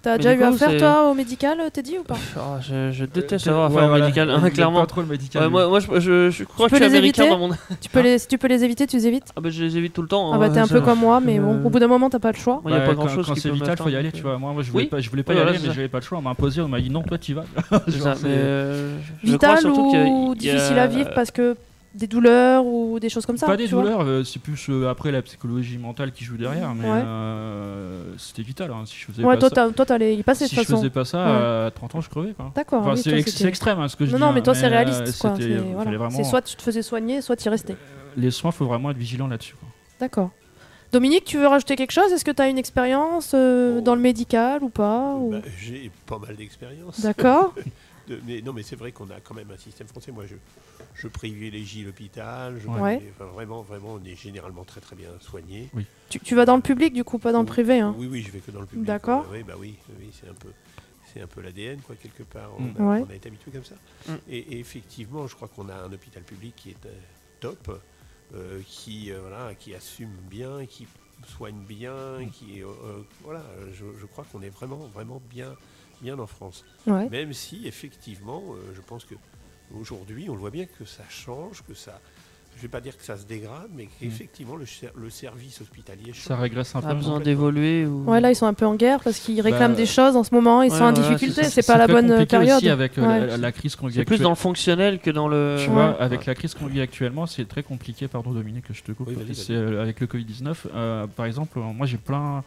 S3: T'as
S4: Mais
S3: déjà
S4: du
S3: eu
S4: coup,
S3: affaire
S4: c'est-
S3: toi au médical, euh, t'es dit ou pas
S4: Pff, ah, je, je déteste
S5: Euh,
S4: avoir
S5: ouais,
S4: affaire au
S5: voilà.
S4: médical, hein,
S5: J'aime
S4: clairement.
S5: Pas trop le médical.
S4: Ouais, moi, moi, je, je- je crois
S3: peux
S4: que je suis
S3: les
S4: américain
S3: éviter
S4: dans
S3: tu
S4: mon.
S5: Hein
S3: peux les, Si tu peux les éviter, tu les évites
S4: Ah bah je les évite tout le temps.
S3: Ah bah
S4: hein,
S5: Oh,
S3: t'es un
S4: ça-
S3: peu comme moi, mais bon,
S5: euh,
S3: au bout d'un moment t'as pas le choix.
S4: Moi, y a
S5: Bah,
S4: pas
S5: quand-
S4: grand chose
S5: quand c'est vital, faut y aller, tu vois. Moi, moi, je voulais
S4: Oui.
S5: pas, je voulais pas y
S4: Ouais, voilà,
S5: aller,
S4: c'est
S5: mais
S4: ça.
S5: j'avais pas le choix. On m'a imposé, on m'a dit non, toi, tu y vas.
S4: C'est ça,
S5: Genre,
S4: mais,
S5: c'est-
S4: euh, je crois
S3: Vital
S4: surtout qu'il y a-
S3: ou
S4: il y a-
S3: difficile à vivre parce que des douleurs ou des choses comme ça
S5: Pas des
S3: tu vois
S5: douleurs, euh, c'est plus euh, après la psychologie mentale qui joue derrière, mais
S3: Ouais.
S5: euh, c'était vital. hein, si je faisais
S3: Ouais,
S5: pas
S3: toi,
S5: ça-
S3: t'as- toi t'allais y passer de
S5: si je
S3: toute façon.
S5: faisais pas ça,
S3: Ouais.
S5: à 30 ans, je crevais. Quoi.
S3: D'accord.
S5: Enfin,
S3: oui,
S5: c'est
S3: toi,
S5: ex- c'est
S3: c'était-
S5: extrême hein, ce que je
S3: Non,
S5: dis.
S3: non,
S5: hein,
S3: mais toi, c'est
S5: euh,
S3: réaliste. quoi.
S5: c'était-
S3: C'est
S5: fallait
S3: voilà.
S5: vraiment-
S3: C'est soit tu te faisais soigner, soit tu y restais.
S5: Les soins, faut vraiment être vigilant là-dessus. quoi.
S3: D'accord. Dominique, tu veux rajouter quelque chose Est-ce que tu as une expérience euh,
S6: Oh.
S3: dans le médical ou pas ou-
S6: bah, J'ai pas mal d'expérience.
S3: Oh. D'accord.
S6: De- mais non, mais c'est vrai qu'on a quand même un système français. Moi, je, je privilégie l'hôpital. Je
S3: Ouais.
S6: privilégie- enfin, vraiment, vraiment, on est généralement très, très bien soigné.
S3: tu, tu vas dans le public, du coup, pas dans le privé. Hein.
S6: Oui, oui, je vais que dans le public.
S3: D'accord.
S6: Euh, Oui, bah oui, oui, c'est un peu, c'est un peu l'ADN quoi quelque part. On,
S5: Mm.
S6: a,
S3: Ouais.
S6: on a été habitué comme ça.
S4: Mm.
S6: Et, et effectivement, je crois qu'on a un hôpital public qui est euh, top, euh, qui euh, voilà, qui assume bien, qui soigne bien,
S5: Mm.
S6: qui euh, euh, voilà. Je, je crois qu'on est vraiment, vraiment bien, bien en France.
S3: Ouais.
S6: Même si effectivement, euh, je pense que aujourd'hui, on le voit bien que ça change, que ça. Je ne vais pas dire que ça se dégrade, mais qu'effectivement, le, ser- le service hospitalier change.
S5: Mm. Ça régresse un peu.
S4: Pas besoin
S6: complètement.
S4: d'évoluer ou.
S3: Ouais, là, ils sont un peu en guerre parce qu'ils réclament
S5: Bah,
S3: des choses en ce moment. Ils
S4: ouais,
S3: sont en
S4: ouais,
S3: difficulté.
S4: c'est ça,
S3: C'est pas la
S5: très
S3: bonne euh,
S5: compliqué
S3: période.
S5: aussi avec euh,
S3: Ouais.
S5: la, la crise qu'on vit
S4: C'est plus dans
S5: actuellement.
S4: le fonctionnel que dans le.
S3: Euh,
S5: Tu vois, avec la crise qu'on vit actuellement, c'est très compliqué. Pardon, Dominique, que je te coupe.
S6: Oui,
S5: parce
S6: vas-y,
S5: que
S6: vas-y.
S5: c'est, euh, avec le Covid 19, par exemple, euh, moi j'ai plein,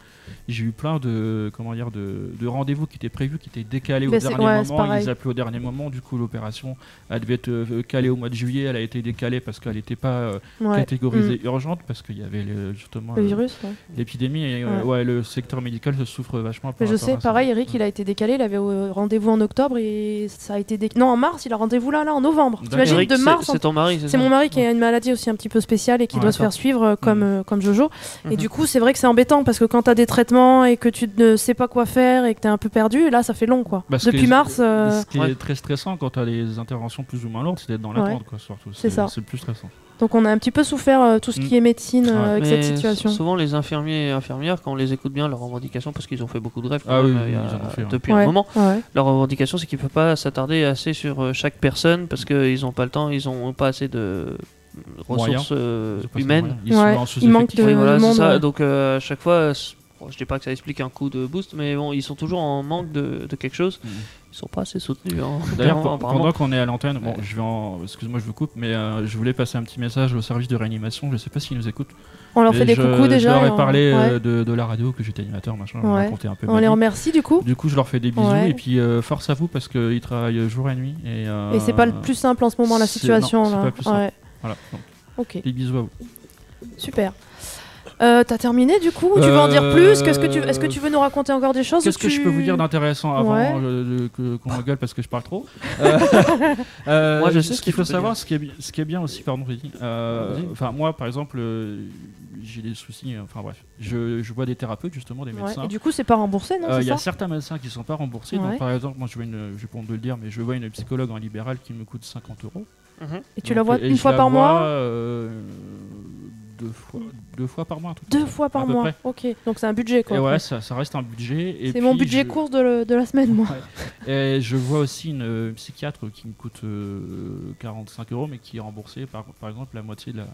S5: j'ai eu plein de comment dire de, de rendez-vous qui étaient prévus, qui étaient décalés
S3: Mais
S5: au
S3: c'est-
S5: dernier
S3: ouais, c'est
S5: moment.
S3: pareil.
S5: Ils appelaient au dernier moment. Du coup, l'opération, elle devait être euh, calée au mois de juillet. Elle a été décalée parce qu'elle n'était pas euh,
S3: Ouais. Mm.
S5: catégorisée urgente parce qu'il y avait le- justement
S3: Le
S5: euh,
S3: virus. ouais.
S5: l'épidémie. Et, euh,
S3: Ouais.
S5: ouais, le secteur médical se souffre vachement. par
S3: Mais je
S5: rapport
S3: sais,
S5: à ça.
S3: pareil, Eric, il a été décalé. Il avait euh, rendez-vous en octobre et ça a été décalé. Non, en mars, il a rendez-vous là, là, en novembre.
S5: D'accord.
S3: T'imagines
S4: Eric,
S3: de
S4: c'est-
S3: mars en
S4: C'est ton mari, c'est
S3: C'est
S4: ça
S3: mon mari qui a une maladie aussi un petit peu spéciale et qui
S5: Ouais,
S3: doit se
S4: d'accord.
S3: faire suivre euh, comme, euh, comme Jojo.
S4: Mhm.
S3: Et du coup, c'est vrai que c'est embêtant parce que quand t'as des traitements et que tu ne sais pas quoi faire et que t'es un peu perdu, là, ça fait long quoi.
S5: Parce
S3: Depuis
S5: que-
S3: mars, euh,
S5: Ce qui
S4: Ouais.
S5: est très stressant quand tu as des interventions plus ou moins lourdes, c'est d'être dans l'attente, quoi, surtout.
S3: C'est ça.
S5: C'est le plus stressant.
S3: donc on a un petit peu souffert euh, tout ce qui est médecine euh,
S5: Ouais.
S3: avec
S4: Mais
S3: cette situation.
S4: Souvent, les infirmiers et infirmières, quand on les écoute bien, leurs revendications, parce qu'ils ont fait beaucoup de grèves quand
S5: Ah
S4: même,
S5: oui,
S4: euh, il y a-
S5: ils en ont fait, ouais.
S4: depuis
S3: Ouais,
S4: un moment,
S3: ouais.
S4: leur revendication, c'est qu'ils ne peuvent pas s'attarder assez sur euh, chaque personne parce qu'ils n'ont pas le temps, ils n'ont pas assez de ressources euh,
S5: C'est pas ça,
S4: humaines.
S5: moyen. Ils sont
S3: Ouais,
S5: en
S3: il manque
S5: sous-effectif.
S3: de-
S4: Oui, voilà,
S3: monde,
S4: c'est ça.
S3: ouais.
S4: Donc euh, à chaque fois, c'est- bon, je dis pas que ça explique un coup de boost, mais bon, ils sont toujours en manque de, de quelque chose.
S5: Mhm.
S4: Ils sont pas assez soutenus. hein,
S5: D'ailleurs,
S4: clairement,
S5: pe-
S4: apparemment.
S5: pendant qu'on est à l'antenne, bon,
S4: Ouais.
S5: je vais en... excuse-moi, je vous coupe, mais euh, je voulais passer un petit message au service de réanimation. Je sais pas s'ils nous écoutent.
S3: On leur
S5: Mais
S3: fait des
S5: je-
S3: coucous déjà.
S5: Je leur
S3: et
S5: ai
S3: on-
S5: parlé
S3: ouais.
S5: euh, de, de la radio, que j'étais animateur, machin. je
S3: Ouais.
S5: racontais un peu
S3: On
S5: ma
S3: les
S5: vie.
S3: remercie du coup.
S5: Du coup, je leur fais des bisous
S3: Ouais.
S5: et puis euh, force à vous parce qu'ils travaillent jour et nuit. Et, euh,
S3: Et c'est pas le plus simple en ce moment la
S5: c'est-
S3: situation
S5: non, c'est
S3: là.
S5: pas le plus simple.
S3: Ouais.
S5: Voilà, donc
S3: Ok,
S5: des bisous à vous.
S3: super. Euh, T'as terminé du coup Ou Tu veux en dire plus Qu'est-ce que tu Est-ce que tu veux nous raconter encore des choses ou
S5: Qu'est-ce que je peux vous dire
S3: tu-
S5: d'intéressant avant
S3: Ouais.
S5: euh, de- que- qu'on m'engueule parce que je parle trop Euh, euh,
S4: Moi, je sais
S5: ce
S4: ce
S5: qu'il
S4: que
S5: faut
S4: tu peux
S5: savoir, ce qui, est, bi- ce qui est bien aussi, pardon, j'ai dit. euh,
S4: Vas-y.
S5: Enfin, moi, par exemple, euh, j'ai des soucis. euh, Enfin bref, je, je vois des thérapeutes justement, des
S3: Ouais,
S5: médecins.
S3: Et du coup, c'est pas remboursé, non
S5: Euh,
S3: c'est
S5: Il y a
S3: ça
S5: certains médecins qui ne sont pas remboursés.
S3: Ouais.
S5: Donc, par exemple, moi, je vois une, je vais pas honte de le dire, mais je vois une psychologue en libéral qui me coûte 50 euros.
S3: Et tu
S5: Donc,
S3: la vois
S5: et
S3: une
S5: je
S3: fois
S5: la
S3: par
S5: vois,
S3: mois
S5: euh, Deux fois, deux fois par mois. un truc comme
S3: Deux
S5: ça,
S3: fois
S5: à
S3: par
S5: peu
S3: mois.
S5: près.
S3: Ok, donc c'est un budget quoi.
S5: Et
S3: en
S5: ouais,
S3: fait.
S5: ça, ça reste un budget. et
S3: c'est mon
S5: puis,
S3: budget
S5: je-
S3: course de, le- de la semaine, moi.
S5: Et je vois aussi une euh, psychiatre qui me coûte euh, 45 euros, mais qui est remboursée par, par exemple la moitié de la.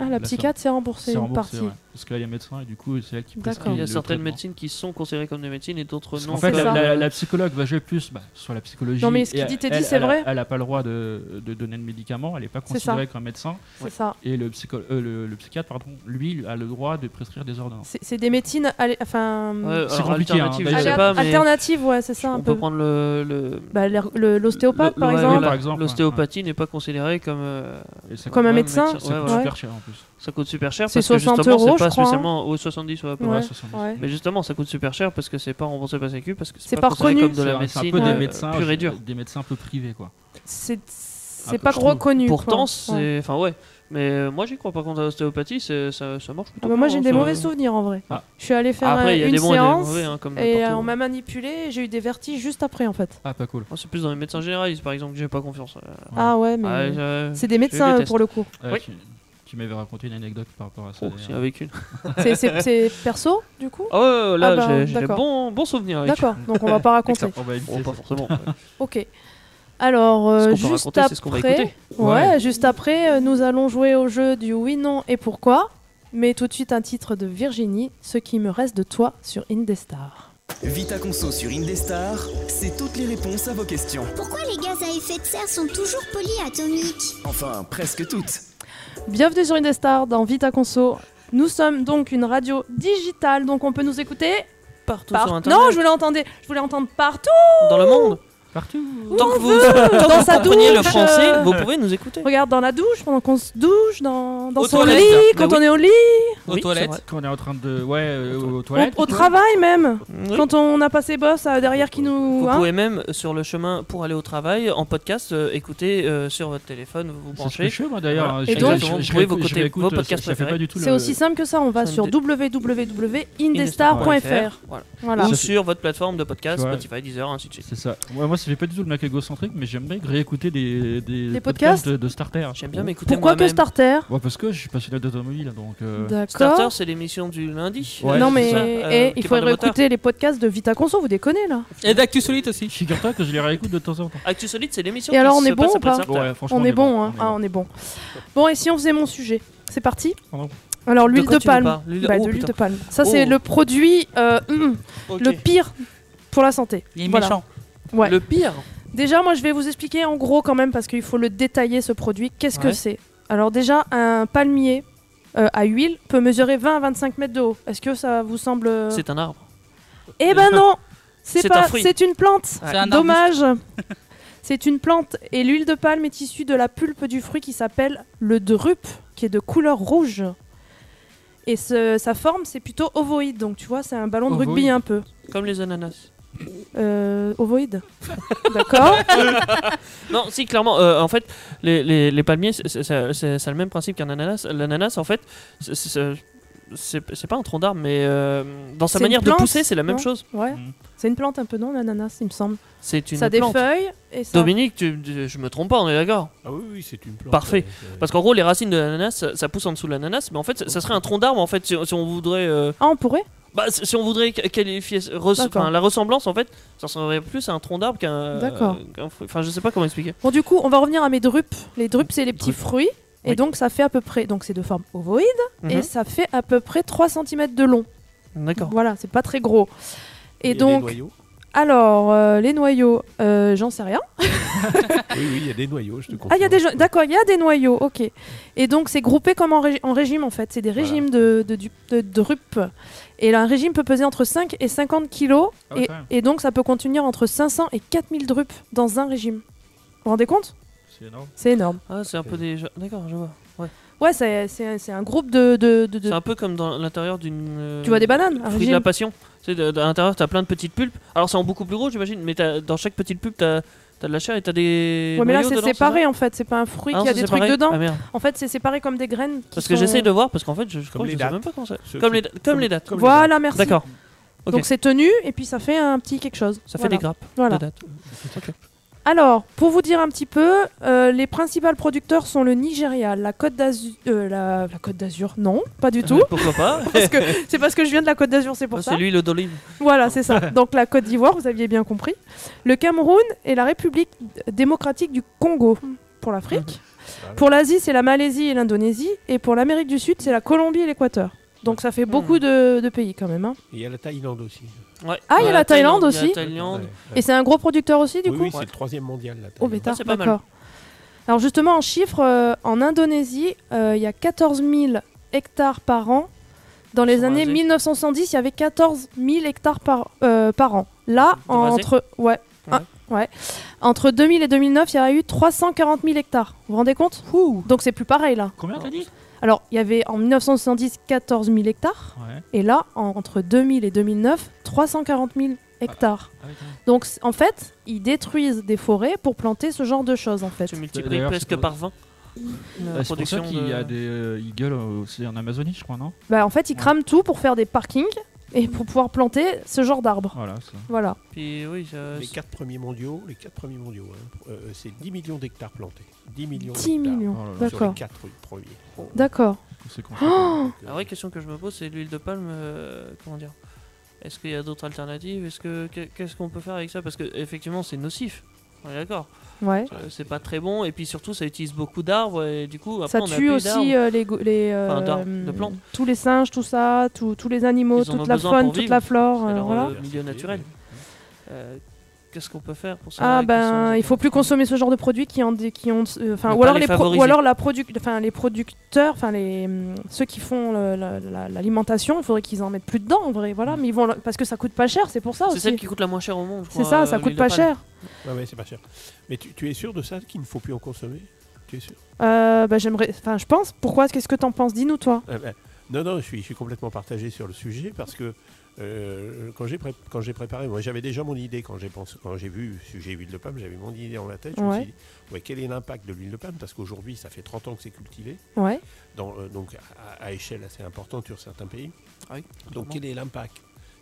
S3: Ah,
S5: de
S3: la
S5: somme.
S3: psychiatre, c'est remboursé
S5: c'est
S3: une
S5: remboursé.
S3: partie.
S5: ouais. Parce qu'elle est médecin et du coup, c'est elle qui
S3: D'accord.
S5: prescrit
S4: Il y a
S5: le
S4: certaines
S5: traitement.
S4: médecines qui sont considérées comme des médecines et d'autres
S5: Parce
S4: non.
S5: qu'en fait,
S4: comme,
S5: la,
S4: euh,
S5: la- la psychologue va jouer plus bah, sur la psychologie.
S3: Non, mais ce
S5: et
S3: qui
S5: elle-
S3: dit, t'es dit,
S5: elle-
S3: c'est
S5: elle a-
S3: vrai.
S5: Elle n'a pas le droit de, de donner de médicaments, elle n'est pas
S3: ça.
S5: considérée comme médecin.
S3: C'est ça.
S5: Et le, psycho- euh, le, le psychiatre, pardon, lui, a le droit de prescrire des ordonnances.
S3: C'est c'est des médecines allez, enfin,
S4: ouais, alors,
S5: c'est compliqué, hein,
S4: alternative, je
S5: d'ailleurs.
S4: sais
S3: aller-
S4: pas, mais
S3: alternatives, ouais, c'est ça un
S4: on
S3: peu.
S4: peut prendre le. le-
S3: Bah, l'er- le- L'ostéopathe,
S4: le-
S3: par
S4: ouais,
S3: exemple.
S4: la-
S5: Par exemple, ouais.
S4: L'ostéopathie n'est pas considérée comme. euh,
S5: Et ça
S3: Comme un
S4: ouais,
S3: médecin,
S5: coûte-
S4: ouais,
S5: ça coûte
S4: ouais.
S5: super cher en plus.
S4: Ça coûte super cher
S3: C'est
S4: parce que
S3: 60
S4: justement,
S3: euros,
S4: c'est
S3: je
S4: pas
S3: crois, hein.
S4: spécialement. ouais, 70 ouais, à peu
S3: Ouais.
S4: près.
S5: Ouais, 70.
S3: Ouais.
S4: Mais justement, ça coûte super cher parce que c'est pas remboursé par Sécu, parce que
S3: C'est
S4: c'est
S3: pas
S4: pas, considéré
S3: reconnu.
S4: comme de la
S5: C'est un
S4: médecine
S5: peu des
S4: euh,
S5: médecins,
S4: pure et dure.
S5: des médecins un peu privés quoi.
S3: C'est c'est
S5: Ah,
S3: pas
S5: je trouve.
S3: reconnu. quoi.
S4: Pourtant,
S3: Ouais.
S4: c'est. Enfin, ouais. Mais euh, moi, j'y crois pas contre à l'ostéopathie, c'est- ça, ça marche plutôt.
S3: Ah bah, moi,
S4: bien,
S3: j'ai
S4: hein,
S3: des
S4: ça-
S3: mauvais souvenirs en vrai.
S5: Ah.
S3: Je suis allée faire
S4: Après, il y
S3: euh,
S4: a
S3: une
S4: des bons et des
S3: séance
S4: mauvais, hein, comme
S3: et
S4: n'importe
S3: euh,
S4: où.
S3: on m'a manipulée et j'ai eu des vertiges juste après en fait.
S5: Ah pas cool.
S4: Moi, c'est plus dans les médecins généralistes, par exemple, que j'ai pas confiance. euh.
S3: Ah ouais, mais
S4: Ah, je-
S3: c'est des médecins euh,
S4: déteste.
S3: pour le coup.
S5: Ah,
S4: Oui.
S5: Tu, tu m'avais raconté une anecdote par rapport à ça.
S4: Oh,
S5: d'ailleurs.
S4: c'est avec une.
S3: C'est- C'est c'est perso du coup
S4: Ah ouais, ouais, là,
S3: Ah bah,
S4: j'ai- j'ai des
S3: d'accord.
S4: bons, bons souvenirs avec.
S3: D'accord, donc on va pas raconter.
S5: On va éviter
S4: Bon, pas
S5: ça.
S4: forcément.
S3: Ok. Alors, euh,
S4: Ce qu'on peut
S3: juste
S4: raconter,
S3: après,
S4: c'est ce qu'on va écouter.
S3: Ouais,
S5: Ouais.
S3: juste après, euh, nous allons jouer au jeu du oui, non et pourquoi. Mais tout de suite, un titre de Virginie, Ce qui me reste de toi sur Indestar.
S1: Vita Conso sur Indestar, c'est toutes les réponses à vos questions.
S7: Pourquoi les gaz à effet de serre sont toujours polyatomiques
S1: Enfin, presque toutes.
S3: Bienvenue sur Indestar dans Vita Conso. Nous sommes donc une radio digitale, donc on peut nous écouter
S4: Partout
S3: par-
S4: sur Internet,
S3: Non, je voulais entendre, je voulais entendre partout.
S4: dans le monde.
S5: Partout.
S4: Tant que vous, tant que
S3: Dans
S4: vous
S3: sa
S4: compreniez le
S3: douche,
S4: français,
S3: euh,
S4: vous pouvez nous écouter.
S3: Regarde dans la douche pendant qu'on se douche, dans, dans
S4: Aux
S3: son
S4: toilettes.
S3: lit,
S4: Bah
S3: quand
S4: oui.
S3: on est au lit,
S4: Aux
S5: Oui,
S4: toilettes.
S5: c'est vrai. Quand on est en train de ouais euh,
S4: Aux
S5: aux
S3: au-
S5: toilettes.
S3: au,
S5: quoi.
S3: travail même.
S4: Oui.
S3: Quand on a pas ses boss euh, derrière qui nous.
S4: Vous
S3: hein.
S4: pouvez même euh, sur le chemin pour aller au travail en podcast euh, écouter euh, sur votre téléphone, vous vous
S5: C'est ce que
S4: branchez.
S5: je fais, moi d'ailleurs.
S4: Voilà.
S5: hein.
S4: Et
S5: Je-
S3: donc,
S5: je-
S4: vous
S5: je
S4: pouvez vos
S5: réécoute- je
S4: côtés-
S5: réécoute,
S4: vos
S5: ça-
S4: podcasts
S5: ça fait
S4: préférés.
S5: pas du tout
S3: C'est
S5: le-
S3: aussi simple que ça, on va
S4: Ça
S3: sur
S4: me dé-
S3: www.indestar.fr.
S4: Voilà.
S3: Voilà.
S4: Ou
S5: Ça, c'est-
S4: sur votre plateforme de podcast,
S5: Tu vois.
S4: Spotify, Deezer, ainsi de suite.
S5: C'est ça. Ouais, moi, ça fait pas du tout le mec égocentrique, mais j'aime bien réécouter des, des,
S3: Des podcasts
S5: de, de Starter.
S4: J'aime bien m'écouter
S3: Pourquoi que
S4: moi-même.
S3: Starter
S5: Ouais, parce que je suis passionné d'automobile, donc. euh,
S4: Starter,
S3: D'accord.
S4: c'est l'émission du lundi.
S5: Ouais,
S3: non
S5: c'est
S3: mais
S4: ça.
S3: eh,
S4: Euh,
S3: il
S4: qui
S3: faut
S4: parle de
S3: réécouter les podcasts de Vita Conso, vous déconnez là.
S8: Et d'Actu Solite aussi.
S5: Figure-toi que je les réécoute de temps en temps.
S4: Actu Solide, c'est l'émission
S3: Et
S4: qui
S3: alors, on
S4: se
S3: est bon
S4: passe
S3: ou
S4: après
S3: pas
S4: Starter.
S5: Ouais, franchement,
S3: On est bon, hein.
S5: on est
S3: Ah, on est bon. Bon, et si on faisait mon sujet C'est parti
S5: Pardon.
S3: Alors, l'huile
S4: quoi
S3: de,
S4: tu nous
S3: palme.
S4: parles L'huile-
S3: Bah,
S4: oh,
S3: de l'huile
S4: putain.
S3: de palme. Ça, c'est
S4: Oh.
S3: le produit euh, hum,
S4: Ok.
S3: le pire pour la santé.
S8: Il est
S3: Voilà.
S8: méchant.
S3: Ouais.
S4: Le pire.
S3: Déjà, moi, je vais vous expliquer en gros quand même, parce qu'il faut le détailler, ce produit. Qu'est-ce que
S4: Ouais.
S3: c'est Alors déjà, un palmier euh, à huile peut mesurer 20 à 25 mètres de haut. Est-ce que ça vous semble... euh,
S4: C'est un arbre.
S3: Eh ben non C'est
S4: C'est
S3: pas...
S4: un fruit.
S3: C'est une plante
S8: C'est un
S3: Dommage C'est une plante et l'huile de palme est issue de la pulpe du fruit qui s'appelle le drupe, qui est de couleur rouge. Et ce- sa forme, c'est plutôt ovoïde, donc tu vois, c'est un ballon de rugby
S5: Ovoïde.
S3: un peu.
S4: Comme les ananas.
S3: Euh, ovoïde D'accord
S4: Non, si, clairement, euh, en fait, les, les, les palmiers, c'est- c'est c'est- c'est- c'est le même principe qu'un ananas. L'ananas, en fait, c'est- c'est c'est- c'est pas un tronc d'arbre, mais euh, dans sa
S3: C'est une
S4: manière
S3: plante,
S4: de pousser, c'est la même
S3: non
S4: chose.
S3: Ouais.
S5: Mhm.
S3: C'est une plante un peu, non, l'ananas, il me semble.
S4: Mm. C'est une
S3: ça a des
S4: plante.
S3: feuilles et ça.
S4: Dominique, tu- tu- je me trompe pas, on est d'accord
S6: Ah oui, oui, c'est une plante.
S4: Parfait.
S6: euh,
S4: Parce qu'en gros, les racines de l'ananas, ça, ça pousse en dessous de l'ananas, mais en fait, ça, ça serait un tronc d'arbre, en fait, si, si on voudrait... euh,
S3: Ah, on pourrait
S4: bah, si si on voudrait ca- qualifier... res-
S3: D'accord.
S4: enfin, la ressemblance, en fait, ça ressemblerait plus à un tronc d'arbre qu'un...
S3: D'accord.
S4: euh, qu'un fruit. Enfin, je sais pas comment expliquer.
S3: Bon, du coup, on va revenir à mes drupes. Les drupes, c'est les petits fruits. Et
S4: Oui.
S3: donc, ça fait à peu près. Donc, c'est de forme ovoïde. Et
S4: Mhm.
S3: ça fait à peu près 3 cm de long.
S4: D'accord.
S3: Voilà, c'est pas très gros. Et
S6: il y a des
S3: donc,
S6: noyaux.
S3: alors, euh, les noyaux, euh, j'en sais rien.
S6: Oui, oui, il y a des noyaux, je te confirme.
S3: Ah, il y a des gens. D'accord, il y a des noyaux, ok. Et donc, c'est groupé comme en, régi- en régime, en fait. C'est des régimes de, de, du- de drupes. Et là, un régime peut peser entre 5 et 50 kilos.
S5: Ah ouais,
S3: et,
S5: quand même.
S3: et donc, ça peut contenir entre 500 et 4000 drupes dans un régime. Vous vous rendez compte
S5: C'est énorme.
S3: C'est énorme.
S4: Ah, c'est un peu des... D'accord, je vois. Ouais.
S3: Ouais, c'est c'est- c'est un groupe de. de, de- de-
S4: C'est un peu comme dans l'intérieur d'une. euh,
S3: Tu vois des bananes un
S4: Fruit de la
S3: régime.
S4: passion. Tu sais, de- à l'intérieur, t'as plein de petites pulpes. Alors, c'est en beaucoup plus gros, j'imagine, mais t'as- dans chaque petite pulpe, t'as as de la chair et t'as des.
S3: Ouais, mais là
S4: noyaux
S3: c'est
S4: dedans, ça
S3: séparé en fait, c'est pas un fruit
S4: Ah non,
S3: qui a
S4: c'est
S3: des trucs
S4: séparé
S3: dedans.
S4: Ah, merde.
S3: En fait, c'est séparé comme des graines. qui
S4: Parce que
S3: sont-
S4: j'essaye de voir, parce qu'en fait, je, je crois que
S6: les
S4: je sais
S6: dates.
S4: même pas comment ça.
S6: Ceux
S4: Comme
S6: qui-
S4: les, da- comme les dates.
S6: comme les
S3: Voilà, merci.
S4: D'accord, ok.
S3: Donc c'est tenu et puis ça fait un petit quelque chose.
S4: ça fait
S3: Voilà.
S4: des grappes
S3: Voilà.
S4: de dates.
S3: Alors, pour vous dire un petit peu, euh, les principaux producteurs sont le Nigeria, la Côte d'Azur, euh, la, la Côte d'Azur, non, pas du tout.
S4: Euh, Pourquoi pas
S3: Parce que c'est parce que je viens de la Côte d'Azur, c'est pour
S4: Ah,
S3: ça.
S4: C'est lui Ah. le d'olive.
S3: Voilà, c'est ça. Donc la Côte d'Ivoire, vous aviez bien compris. Le Cameroun et la République d- démocratique du Congo pour l'Afrique.
S4: Mmh.
S3: Pour l'Asie, c'est la Malaisie et l'Indonésie. Et pour l'Amérique du Sud, c'est la Colombie et l'Équateur.
S4: Mmh.
S3: Donc ça fait beaucoup de, de pays quand même. hein.
S6: Et Il y a la Thaïlande aussi.
S4: Ouais.
S3: Ah, il y a la Thaïlande
S4: il y a
S3: aussi.
S4: la Thaïlande.
S6: Ouais.
S3: Et c'est un gros producteur aussi, du
S6: oui,
S3: coup
S6: oui, c'est le troisième mondial. La
S3: Oh,
S6: Thaïlande.
S3: bêtard,
S4: Ah, c'est pas mal.
S3: d'accord. Alors, justement, en chiffres, euh, en Indonésie, euh, il y a 14 000 hectares par an. Dans les
S4: sont
S3: années
S4: rasés.
S3: 1970, il y avait 14 000 hectares par, euh, par an. Là,
S4: Ils sont
S3: en-
S4: rasés
S3: entre, ouais,
S4: Ah
S3: un-
S4: Ouais.
S3: ouais. entre 2000 et 2009, il y a eu 340 000 hectares. Vous vous rendez compte Donc, c'est plus pareil, là.
S5: Combien t'as dit
S3: Alors, il y avait en 1970 14 000 hectares.
S5: Ouais.
S3: Et là, en- entre 2000 et 2009, 340 000 hectares.
S5: Ah oui, quand même.
S3: Donc, c- en fait, ils détruisent des forêts pour planter ce genre de choses, en fait.
S4: Tu multiplies
S5: D'ailleurs,
S4: presque
S5: c'est pour-
S4: par 20. la
S5: Bah, c'est pour ça
S4: production
S5: qu'il y a
S4: de-
S5: des euh, ils gueulent euh, aussi en Amazonie, je crois, non
S3: Bah, en fait, ils
S5: Ouais.
S3: crament tout pour faire des parkings et pour pouvoir planter ce genre d'arbres.
S5: Voilà, ça.
S3: Voilà.
S4: Puis oui, ça-
S6: Les quatre premiers mondiaux, les quatre premiers mondiaux, hein, euh, c'est 10 millions d'hectares plantés. 10 millions.
S3: 10
S6: d'hectares
S3: millions.
S5: Oh là là,
S6: Sur les
S3: D'accord.
S6: quatre premiers.
S3: D'accord.
S5: c'est con.
S4: La vraie question Oh, ah que je me pose, c'est l'huile de palme. euh, comment dire Est-ce qu'il y a d'autres alternatives Est-ce que que- qu'est-ce qu'on peut faire avec ça Parce que effectivement, c'est nocif. On est d'accord.
S3: Ouais.
S4: Euh, c'est pas très bon. Et puis surtout, ça utilise beaucoup d'arbres. Et du coup, après,
S3: Ça
S4: on a
S3: tue
S4: plus d'arbres.
S3: aussi euh, les, go- les euh,
S4: Enfin, d'arbres, de plantes.
S3: tous les singes, tout ça, tout- tous les animaux,
S4: Ils en ont
S3: toute la
S4: besoin
S3: faune,
S4: pour
S3: toute
S4: vivre.
S3: la flore.
S4: C'est
S3: euh,
S4: leur,
S3: voilà.
S6: Ah,
S4: euh, milieu naturel. Euh, Qu'est-ce qu'on peut faire pour
S3: Ah
S4: ça Quels
S3: ben,
S4: sont-
S3: il faut plus consommer ce genre de produits qui ont, des- qui ont, euh, enfin,
S4: Ne
S3: ou
S4: pas
S3: alors
S4: les
S3: les, pro- ou
S4: favoriser.
S3: alors la produc- enfin les producteurs, enfin les hum, ceux qui font le- la- la- l'alimentation, il faudrait qu'ils en mettent plus dedans en vrai, voilà. Mais ils vont le- parce que ça coûte pas cher, c'est pour ça
S4: C'est celle
S3: aussi.
S4: qui coûte la moins chère au monde. je
S3: C'est
S4: crois,
S3: ça, ça
S4: euh,
S3: coûte
S4: l'huile
S3: pas
S4: de palme.
S3: cher.
S6: Ouais, ouais, c'est pas cher. Mais tu, tu es sûr de ça qu'il ne faut plus en consommer Tu es sûr
S3: Euh, bah, j'aimerais, enfin je pense. Pourquoi Qu'est-ce que t'en penses Dis-nous toi.
S6: Ah ben, Non, non, je suis, je suis complètement partagé sur le sujet parce que euh, quand j'ai pré- quand j'ai préparé, moi j'avais déjà mon idée quand j'ai pensé, quand j'ai vu sujet huile de palme, j'avais mon idée dans la tête. Je me
S3: Ouais.
S6: suis dit, ouais, quel est l'impact de l'huile de palme Parce qu'aujourd'hui, ça fait 30 ans que c'est cultivé,
S3: Ouais.
S6: dans, euh, donc à, à échelle assez importante sur certains pays.
S4: Ah oui,
S6: donc
S4: clairement.
S6: quel est l'impact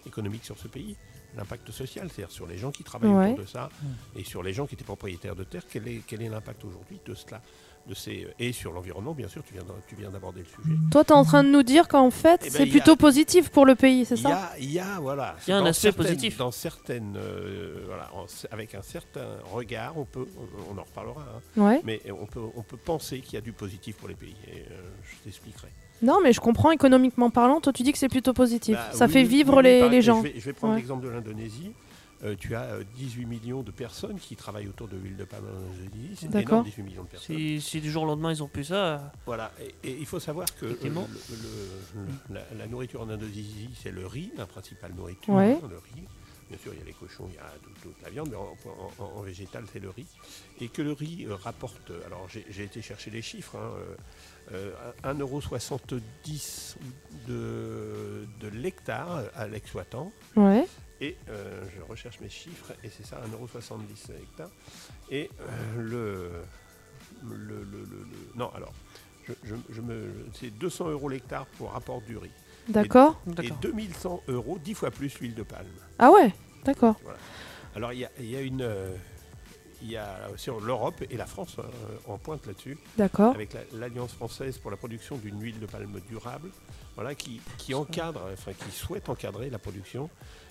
S6: économique sur ce pays L'impact social, c'est-à-dire sur les gens qui travaillent
S3: Ouais.
S6: autour de ça
S4: Mmh.
S6: et sur les gens qui étaient propriétaires de terres, quel est, quel est l'impact aujourd'hui de cela de ces, et sur l'environnement, bien sûr, tu viens d'en- tu viens d'aborder le sujet.
S3: Toi, t'es en train de nous dire qu'en fait,
S6: Eh ben,
S3: c'est
S6: il y a-
S3: plutôt positif pour le pays, c'est
S6: Il y
S3: ça
S6: a, il y a, voilà.
S4: Il y a un
S6: Dans
S4: aspect
S6: certaines-
S4: positif.
S6: Dans certaines, euh, voilà, en- avec un certain regard, on peut, on, on en reparlera, hein,
S3: Ouais.
S6: mais on peut, on peut penser qu'il y a du positif pour les pays. Et, euh, je t'expliquerai.
S3: Non, mais je comprends économiquement parlant. Toi, tu dis que c'est plutôt positif.
S6: Bah,
S3: ça
S6: oui,
S3: fait
S6: oui,
S3: vivre
S6: oui,
S3: les,
S6: pareil,
S3: les
S6: mais
S3: gens.
S6: Je vais, je vais prendre
S3: Ouais.
S6: l'exemple de l'Indonésie. Euh, tu as euh, 18 millions de personnes qui travaillent autour de l'huile de palme en Indonésie. C'est
S3: D'accord.
S6: énorme, 18 millions de personnes.
S4: Si, si du jour au lendemain ils ont plus ça, euh,
S6: Voilà, et, et il faut savoir que euh,
S4: Effectivement.
S6: le- le- le- la, la nourriture en Indonésie, c'est le riz, la principale nourriture,
S3: Ouais.
S6: hein, le riz. Bien sûr, il y a les cochons, il y a tout- toute la viande, mais en, en- en- en végétal, c'est le riz. Et que le riz euh, rapporte, euh, alors j'ai j'ai été chercher les chiffres, hein, euh, euh, 1,70€ de, de l'hectare à l'exploitant,
S3: Ouais.
S6: et euh, je recherche mes chiffres, et c'est ça, 1,70€ hectare. Et euh, le, le, le- le- le- Non, alors, je, je- je me, c'est 200 euros l'hectare pour rapport du riz.
S3: D'accord.
S6: Et
S4: d'accord.
S6: 2100 euros, 10 fois plus l'huile de palme.
S3: Ah ouais. D'accord.
S6: Alors, il y a, il y a une. euh, il y a sur l'Europe et la France hein, en pointe là-dessus,
S3: D'accord.
S6: avec la- l'Alliance française pour la production d'une huile de palme durable, voilà, qui, qui encadre, enfin qui souhaite encadrer la production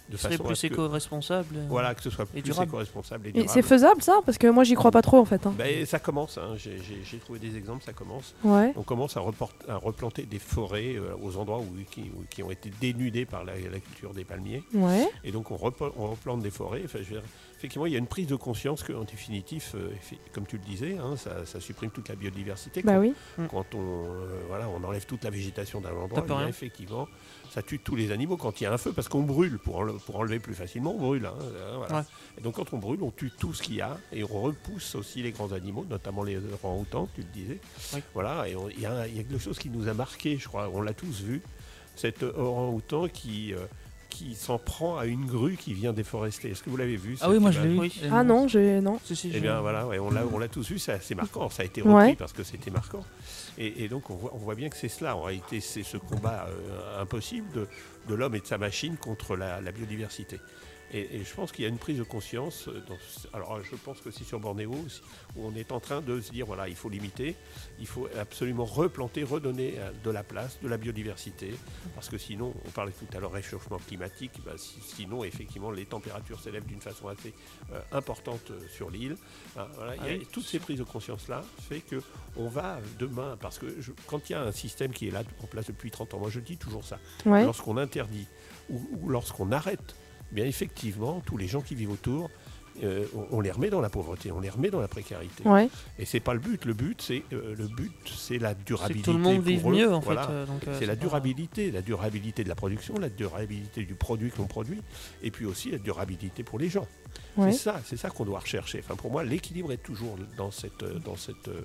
S6: de
S4: tu serais
S6: façon à
S4: plus
S6: ce que-
S4: éco-responsable.
S6: voilà, que ce soit
S4: Et
S6: plus
S4: durable.
S6: éco-responsable et
S3: Et
S6: durable.
S3: c'est faisable ça Parce que moi, j'y crois pas trop en fait. hein.
S6: Ben, ça commence, hein. j'ai j'ai- j'ai trouvé des exemples, ça commence.
S3: Ouais.
S6: On commence à, report- à replanter des forêts euh, aux endroits où, qui, où- qui ont été dénudés par la, la culture des palmiers.
S3: Ouais.
S6: Et donc on, repo- on replante des forêts. Enfin, je veux dire, effectivement, il y a une prise de conscience qu'en définitif, euh, effi- comme tu le disais, hein, ça, ça supprime toute la biodiversité.
S3: Bah
S6: Quand-
S3: oui.
S6: Quand on, euh, voilà, on enlève toute la végétation d'un endroit,
S4: T'as
S6: eh
S4: pas
S6: bien,
S4: rien.
S6: effectivement, ça tue tous les animaux quand il y a un feu parce qu'on brûle pour, enle- pour enlever plus facilement, on brûle. hein, euh, voilà.
S4: Ouais.
S6: Et donc quand on brûle, on tue tout ce qu'il y a et on repousse aussi les grands animaux, notamment les orang-outans, tu le disais.
S4: Oui.
S6: Voilà, et on- il y, a il y a quelque chose qui nous a marqué, je crois, on l'a tous vu, cet orang-outan qui, euh, qui s'en prend à une grue qui vient déforester. Est-ce que vous l'avez vu
S8: Ah
S6: cette
S8: oui, moi je
S6: image
S8: l'ai eu.
S4: Oui.
S3: Ah non, je... non.
S4: Si, si,
S6: eh
S4: je-
S6: bien voilà, ouais, on l'a on l'a tous vu, ça, c'est marquant, ça a été
S3: Ouais.
S6: repris parce que c'était marquant. Et, et donc on voit, on voit bien que c'est cela, en réalité c'est ce combat euh, impossible de, de l'homme et de sa machine contre la, la biodiversité. Et, et je pense qu'il y a une prise de conscience, euh, dans ce- alors je pense que c'est sur Bornéo aussi, où on est en train de se dire, voilà, il faut limiter, il faut absolument replanter, redonner euh, de la place, de la biodiversité, parce que sinon, on parlait tout à l'heure réchauffement climatique, bah, si- sinon effectivement les températures s'élèvent d'une façon assez euh, importante euh, sur l'île. Hein, voilà, il y a-
S4: oui.
S6: toutes ces prises de conscience là fait que on va demain, parce que je- quand il y a un système qui est là en place depuis 30 ans, moi je dis toujours ça,
S3: Ouais.
S6: lorsqu'on interdit ou, ou lorsqu'on arrête, eh bien effectivement tous les gens qui vivent autour, euh, on, on les remet dans la pauvreté, on les remet dans la précarité.
S3: Ouais.
S6: Et c'est pas le but. Le but, c'est euh, le but, c'est la
S4: c'est que
S6: durabilité.
S4: tout le monde vive
S6: pour eux.
S4: mieux en
S6: Voilà.
S4: fait. euh, donc, euh,
S6: C'est la
S4: pas-
S6: durabilité, la durabilité de la production, la durabilité du produit qu'on produit, et puis aussi la durabilité pour les gens.
S3: Ouais.
S6: C'est ça, c'est ça qu'on doit rechercher. Enfin, pour moi, l'équilibre est toujours dans cette, euh, dans cette, euh,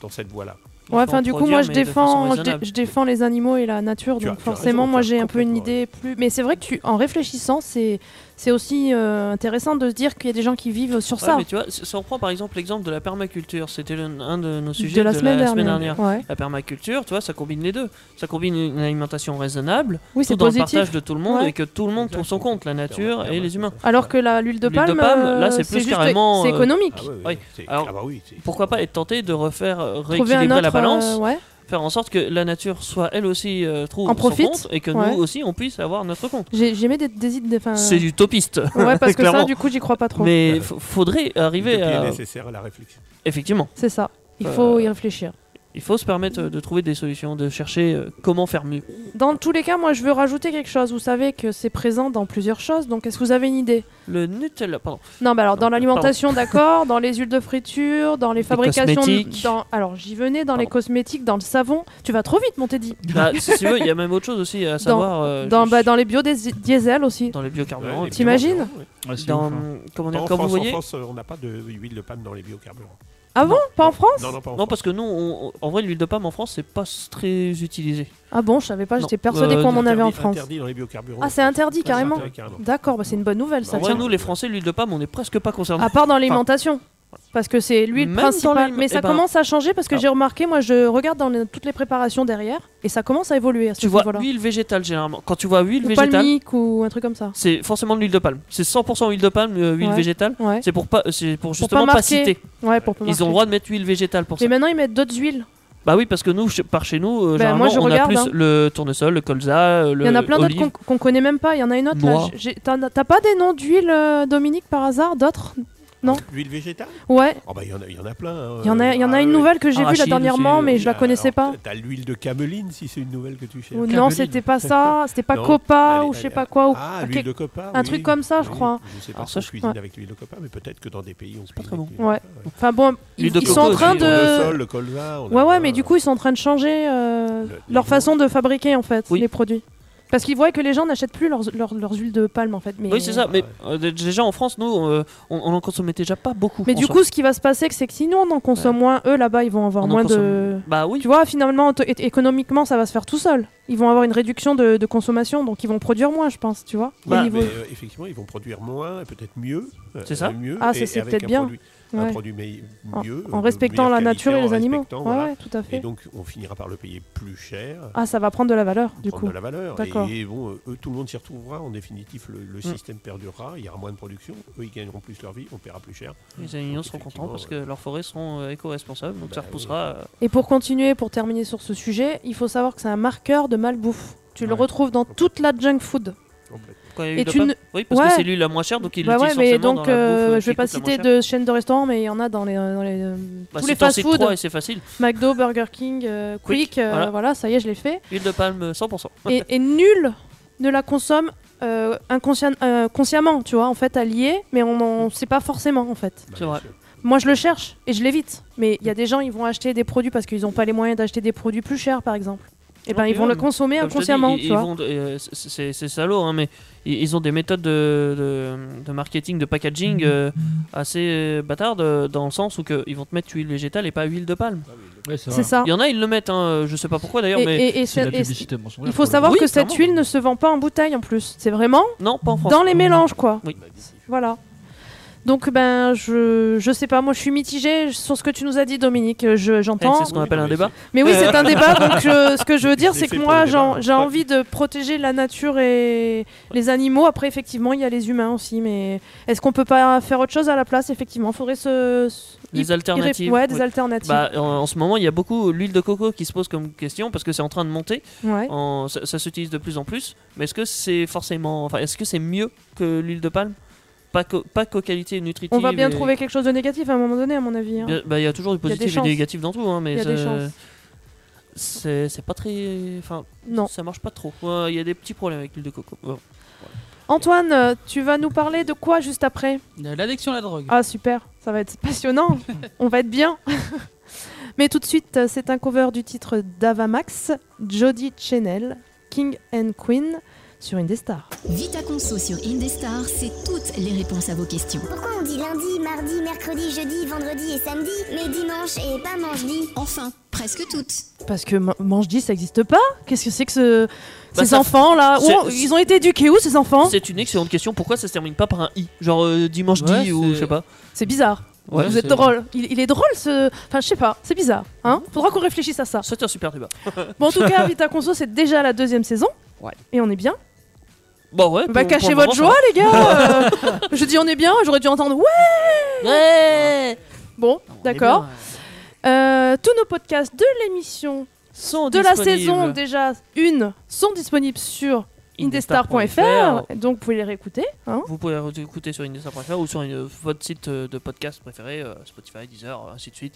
S6: dans cette voie-là.
S3: Ouais,
S4: faut
S3: enfin
S4: en
S3: du coup,
S4: produire,
S3: moi je
S4: mais de façon
S3: défends, je, dé-
S4: raisonnable.
S3: je défends les animaux et la nature,
S6: Tu as-
S3: donc
S6: tu as
S3: forcément,
S6: raison,
S3: moi
S6: tu as
S3: j'ai un peu une
S6: complètement
S3: idée plus. Mais c'est vrai que tu, en réfléchissant, c'est c'est aussi euh, intéressant de se dire qu'il y a des gens qui vivent sur
S4: Ouais,
S3: ça
S4: mais tu vois, si si on reprend par exemple l'exemple de la permaculture, c'était l'un un de nos sujets
S3: de la semaine dernière. Ouais.
S4: La permaculture, tu vois, ça combine les deux. Ça combine une alimentation raisonnable,
S3: Oui,
S4: tout
S3: c'est
S4: dans le
S3: positif.
S4: partage de tout le monde
S3: Ouais.
S4: et que tout le monde trouve son compte, la nature et les humains.
S3: Alors que la- l'huile de
S4: L'huile de
S3: palme,
S4: palme,
S3: euh,
S4: là, c'est plus
S3: juste-
S4: carrément,
S3: c'est
S4: euh,
S3: économique.
S6: Ah, ouais, ouais,
S4: Oui.
S6: c'est-
S4: Alors,
S6: ah bah oui. c'est-
S4: Pourquoi pas être tenté de refaire euh,
S3: Trouver
S4: rééquilibrer
S3: un autre,
S4: la balance,
S3: euh, ouais.
S4: faire en sorte que la nature soit elle aussi euh, trouve
S3: En
S4: son
S3: profite,
S4: compte et que
S3: ouais. Euh.
S4: nous aussi on puisse avoir notre compte.
S3: J'ai- J'aimais des, des idées. enfin,
S4: C'est utopiste.
S3: Ouais, parce que ça,
S4: clairement.
S3: du coup, j'y crois pas trop.
S4: Mais fa- faudrait arriver
S6: L'utopie
S3: euh,
S6: est
S4: à
S6: nécessaire à la réflexion.
S4: effectivement,
S3: C'est ça. Il
S4: Euh,
S3: faut y réfléchir.
S4: il faut se permettre euh, de trouver des solutions, de chercher euh, comment faire mieux.
S3: Dans tous les cas, moi, je veux rajouter quelque chose. Vous savez que c'est présent dans plusieurs choses, donc est-ce que vous avez une idée
S4: Le Nutella, pardon.
S3: Non, bah alors
S4: Non,
S3: dans
S4: pardon.
S3: l'alimentation, d'accord, dans les huiles de friture, dans les fabrications,
S4: cosmétiques.
S3: dans alors j'y venais, dans les
S4: Pardon.
S3: cosmétiques, dans le savon. Tu vas trop vite, Montédi.
S4: Bah, si tu veux, il y a même autre chose aussi à savoir euh,
S3: dans
S4: je-
S3: bah, dans les biodiesel aussi.
S4: dans les biocarburants.
S6: Ouais,
S4: et
S6: les
S4: puis
S3: T'imagines
S6: biocarburants, ouais.
S5: Ouais, c'est
S4: dans-
S5: ouf, hein.
S4: comment
S6: Pas
S4: dire,
S6: En
S4: comme
S6: France,
S4: vous
S6: en
S4: voyez,
S6: France, euh, on n'a pas de huile de palme dans les biocarburants.
S3: Ah bon Pas en France
S6: Non, non, pas en
S4: Non,
S6: France.
S4: parce que nous, on- on- en vrai, l'huile de palme en France, c'est pas s- très utilisé.
S3: Ah bon, je savais pas.
S4: Non.
S3: J'étais persuadée
S4: Euh,
S3: qu'on en avait en
S6: Interdit-
S3: France.
S6: Interdit dans les biocarburants.
S3: Ah, c'est interdit
S6: Ouais, c'est
S3: carrément.
S6: interdit, carrément.
S3: D'accord, bah, c'est une bonne nouvelle, ça
S4: En vrai,
S3: tiens.
S4: nous, les Français, l'huile de palme, on est presque pas concernés.
S3: À part dans l'alimentation. Parce que c'est l'huile
S4: Même dans
S3: principale.
S4: l'alime-
S3: Mais ça
S4: eh ben-
S3: commence à changer parce que
S4: Ah.
S3: j'ai remarqué, moi je regarde dans les- toutes les préparations derrière et ça commence à évoluer à ce
S4: tu vois
S3: niveau-là.
S4: huile végétale généralement. Quand tu vois huile
S3: Ou
S4: végétale,
S3: palmique ou un truc comme ça.
S4: c'est forcément de l'huile de palme. C'est 100% huile de palme, euh, huile
S3: Ouais.
S4: végétale.
S3: Ouais,
S4: C'est pour pas, c'est pour justement pas,
S3: marquer
S4: citer.
S3: ouais pour pas
S4: Ils
S3: marquer.
S4: ont le droit de mettre huile végétale pour ça.
S3: Mais maintenant ils mettent d'autres huiles.
S4: Bah oui, parce que nous, che- par chez nous, euh,
S3: Bah,
S4: généralement,
S3: moi, je
S4: on
S3: regarde,
S4: a plus
S3: hein.
S4: le tournesol, le colza, euh, le.
S3: Il y en a plein d'autres
S4: olive.
S3: qu'on qu'on connaît même pas. Il y en a une autre. là.
S4: Noix.
S3: J'ai- T'as t'as pas des noms d'huile, euh, Dominique, par hasard D'autres Non.
S6: L'huile végétale
S3: Ouais.
S6: Ah bah, Il y en a- il y en a plein. hein.
S3: Il y en a, il y en
S6: Ah,
S3: a une
S6: oui.
S3: nouvelle que j'ai vue là
S4: Arachide
S3: dernièrement,
S4: aussi,
S3: mais
S4: euh,
S3: je la
S6: Ah,
S3: connaissais
S6: alors,
S3: pas.
S6: T'as l'huile de cameline si c'est une nouvelle que tu cherches.
S3: Ou non,
S5: Cameline.
S3: c'était pas ça. C'était pas
S6: Non.
S3: Copa
S6: Allez,
S3: ou je sais
S6: allez,
S3: pas quoi. Ou...
S6: Ah,
S3: un
S6: l'huile
S3: quelque-
S6: de copa.
S3: un
S6: oui.
S3: truc comme ça, je
S6: Oui,
S3: crois.
S6: Je sais pas
S4: Alors
S6: si
S4: ça,
S6: on
S4: je-
S6: cuisine
S3: ouais.
S6: avec l'huile de copa, mais peut-être que dans des pays, on se
S4: pas très bon.
S3: Ouais. Enfin bon,
S4: L'huile
S3: ils,
S4: de
S3: ils sont en
S4: coco
S3: train
S4: aussi,
S6: Le
S3: de.
S6: sol, le colza. on a
S3: Ouais, ouais,
S6: plein,
S3: mais du coup, ils sont en train de changer euh,
S6: Le-
S3: leur
S6: les-
S3: façon de fabriquer en fait
S4: Oui.
S3: les produits. Parce qu'ils voient que les gens n'achètent plus leurs, leurs, leurs huiles de palme en fait. Mais...
S4: Oui, c'est ça. Mais
S6: Ouais.
S4: euh, déjà en France, nous, euh, on, on en consommait déjà pas beaucoup.
S3: Mais
S4: en
S3: du
S4: soi.
S3: coup, ce qui va se passer, c'est que si nous on en consomme moins, eux là-bas, ils vont avoir
S4: On en
S3: moins de.
S4: consomme- Bah oui.
S3: Tu vois, finalement, auto- é- économiquement, ça va se faire tout seul. Ils vont avoir une réduction de, de consommation, donc ils vont produire moins, je pense, tu vois. au
S6: Bah,
S3: niveau-
S6: mais, euh, effectivement, ils vont produire moins, et peut-être mieux. euh,
S4: C'est ça
S6: mieux,
S3: Ah, ça,
S6: et
S3: c'est
S6: avec
S3: peut-être
S6: un
S3: bien.
S6: Produit, Un
S3: ouais.
S6: produit mei-
S3: En-
S6: mieux.
S3: En
S6: de
S3: respectant la
S6: meilleure
S3: nature et
S6: qualité,
S3: les
S6: en
S3: animaux.
S6: respectant,
S3: Ouais,
S6: voilà.
S3: ouais, tout à fait.
S6: Et donc, on finira par le payer plus cher.
S3: Ah, ça va prendre de la valeur, du
S6: prendre
S3: coup.
S6: de la valeur.
S3: D'accord. Mm.
S6: Et, et bon, euh, eux, tout le monde s'y retrouvera. En définitif, le, le système perdurera. Il y aura moins de production. Eux, ils gagneront plus leur vie. On paiera plus cher.
S4: Les animaux seront contents parce que leurs forêts seront euh, éco-responsables, donc ça
S6: Bah
S4: repoussera. euh,
S3: Et pour continuer, pour terminer sur ce sujet, il faut savoir que c'est un marqueur de malbouffe. Tu le
S5: Ouais.
S3: retrouves dans toute la junk food.
S6: Complètement.
S4: Quand il y a eu
S3: Et
S4: de
S3: tu
S4: la
S3: ne-
S4: pâte. Oui, parce
S3: Ouais.
S4: que c'est lui la moins chère, donc il
S3: bah ouais,
S4: l'utilise
S3: mais
S4: forcément
S3: donc
S4: dans la bouffe,
S3: euh,
S4: euh,
S3: je vais
S4: qui
S3: pas
S4: coûte la
S3: citer
S4: moins chère.
S3: de chaînes de restaurants, mais il y en a dans les, dans les, euh,
S4: Bah,
S3: tous
S4: si
S3: les
S4: t'en cites
S3: fast-food,
S4: trois et c'est facile.
S3: McDo, Burger King, euh, Quick, euh,
S4: voilà.
S3: voilà. ça y est, je l'ai fait.
S4: Huile de palme 100%.
S3: et, et nul ne la consomme euh, inconscien- euh, consciemment, tu vois, en fait, alliée, mais on ne sait pas forcément, en fait.
S6: Bah,
S4: C'est
S6: bien
S4: vrai.
S6: sûr.
S3: Moi, je le cherche et je l'évite, mais il y a des gens, ils vont acheter des produits parce qu'ils n'ont pas les moyens d'acheter des produits plus chers, par exemple. Et ben ils vont le consommer
S4: Comme je te dis,
S3: inconsciemment,
S4: ils-
S3: tu
S4: ils
S3: vois.
S4: vont- euh, c'est- c'est c'est salaud, hein, mais ils, ils ont des méthodes de, de- de marketing, de packaging
S3: Mm.
S4: euh, assez euh, bâtardes, euh, dans le sens où que ils vont te mettre huile végétale et pas huile de palme.
S3: C'est ça.
S4: Il y en a, ils le mettent, hein, je sais pas pourquoi d'ailleurs,
S3: Ah. Et-
S4: mais
S3: et- et
S5: C'est la
S3: c'est- et-
S5: publicité mensongère.
S3: il faut savoir
S4: Oui,
S3: que cette
S4: clairement.
S3: huile ne se vend pas en bouteille en plus. C'est vraiment
S4: non, pas en France.
S3: dans les mélanges, quoi.
S4: Oui.
S3: Voilà. Donc ben je je sais pas moi je suis mitigée sur ce que tu nous as dit Dominique Euh, je
S4: Eh,
S3: j'entends
S4: c'est ce qu'on appelle un
S6: Oui,
S4: débat.
S3: mais oui c'est un débat donc je- ce que je veux dire
S6: C'est
S3: c'est
S6: fait
S3: que
S6: pour
S3: moi
S6: le débat,
S3: j'en-
S6: hein.
S3: j'ai
S6: Ouais.
S3: envie de protéger la nature et les animaux après effectivement il y a les humains aussi mais est-ce qu'on peut pas faire autre chose à la place effectivement faudrait se, se- y-
S4: Les
S3: y ré-
S4: alternatives.
S3: ouais des
S4: oui.
S3: alternatives
S4: Bah, en, en ce moment, il y a beaucoup l'huile de coco qui se pose comme question parce que c'est en train de monter.
S3: ouais.
S4: En- ça ça s'utilise de plus en plus. Mais est-ce que c'est forcément, enfin, est-ce que c'est mieux que l'huile de palme Pas qu'aux pas qu'aux qualités nutritives.
S3: on va bien
S4: et-
S3: trouver quelque chose de négatif à un moment donné à mon avis hein.
S4: Bien- bah, Il y a toujours du
S3: Il y a des
S4: positif et
S3: chances.
S4: du négatif dans tout, hein, mais
S3: Il y a des
S4: ça-
S3: chances.
S4: c'est c'est pas très, enfin,
S3: non
S4: ça marche pas trop. Ouais, Il y a des petits problèmes avec l'huile de coco. Bon.
S3: Antoine euh, tu vas nous parler de quoi juste après
S8: L'addiction à la drogue.
S3: Ah super, ça va être passionnant, on va être bien. Mais tout de suite, euh, c'est un cover du titre d'Avamax, Jody Channel, King and Queen sur Indestar.
S2: Vita Conso sur Indestar, c'est toutes les réponses à vos questions.
S7: Pourquoi on dit lundi, mardi, mercredi, jeudi, vendredi et samedi, mais dimanche et pas mangedi
S2: Enfin, presque toutes.
S3: Parce que ma- mange dit ça existe pas Qu'est-ce que c'est que ce-
S4: Bah,
S3: ces
S4: ça-
S3: enfants là
S4: c'est-
S3: Où- Ils ont été éduqués où ces enfants
S4: C'est une excellente question. Pourquoi ça se termine pas par un i Genre euh, dimanche
S8: Ouais,
S4: 10 ou
S8: c'est-
S4: je sais pas.
S3: C'est bizarre.
S4: Ouais,
S3: Vous êtes
S8: c'est-
S3: drôle. Il, il est drôle ce. Enfin, je sais pas, c'est bizarre. Hein Faudra qu'on réfléchisse à ça.
S4: C'est un super débat.
S3: Bon, en tout cas, Vita Conso, c'est déjà la deuxième saison.
S4: Ouais.
S3: Et on est bien.
S4: Bon ouais.
S3: Bah,
S4: pour- pour
S3: cachez
S4: le
S3: votre
S4: moment,
S3: joie, les gars euh, Je dis on est bien, j'aurais dû entendre ouais
S4: ça va. Ouais.
S3: Bon,
S4: On est
S3: d'accord.
S4: bien,
S3: Euh, tous nos podcasts de l'émission
S4: euh, sont
S3: de la
S4: disponibles.
S3: saison déjà une sont disponibles sur indestar.fr. Donc vous pouvez les réécouter. hein.
S4: Vous pouvez les écouter sur indestar.fr ou sur une- votre site euh, de podcast préféré, euh, Spotify, Deezer, euh, ainsi de suite.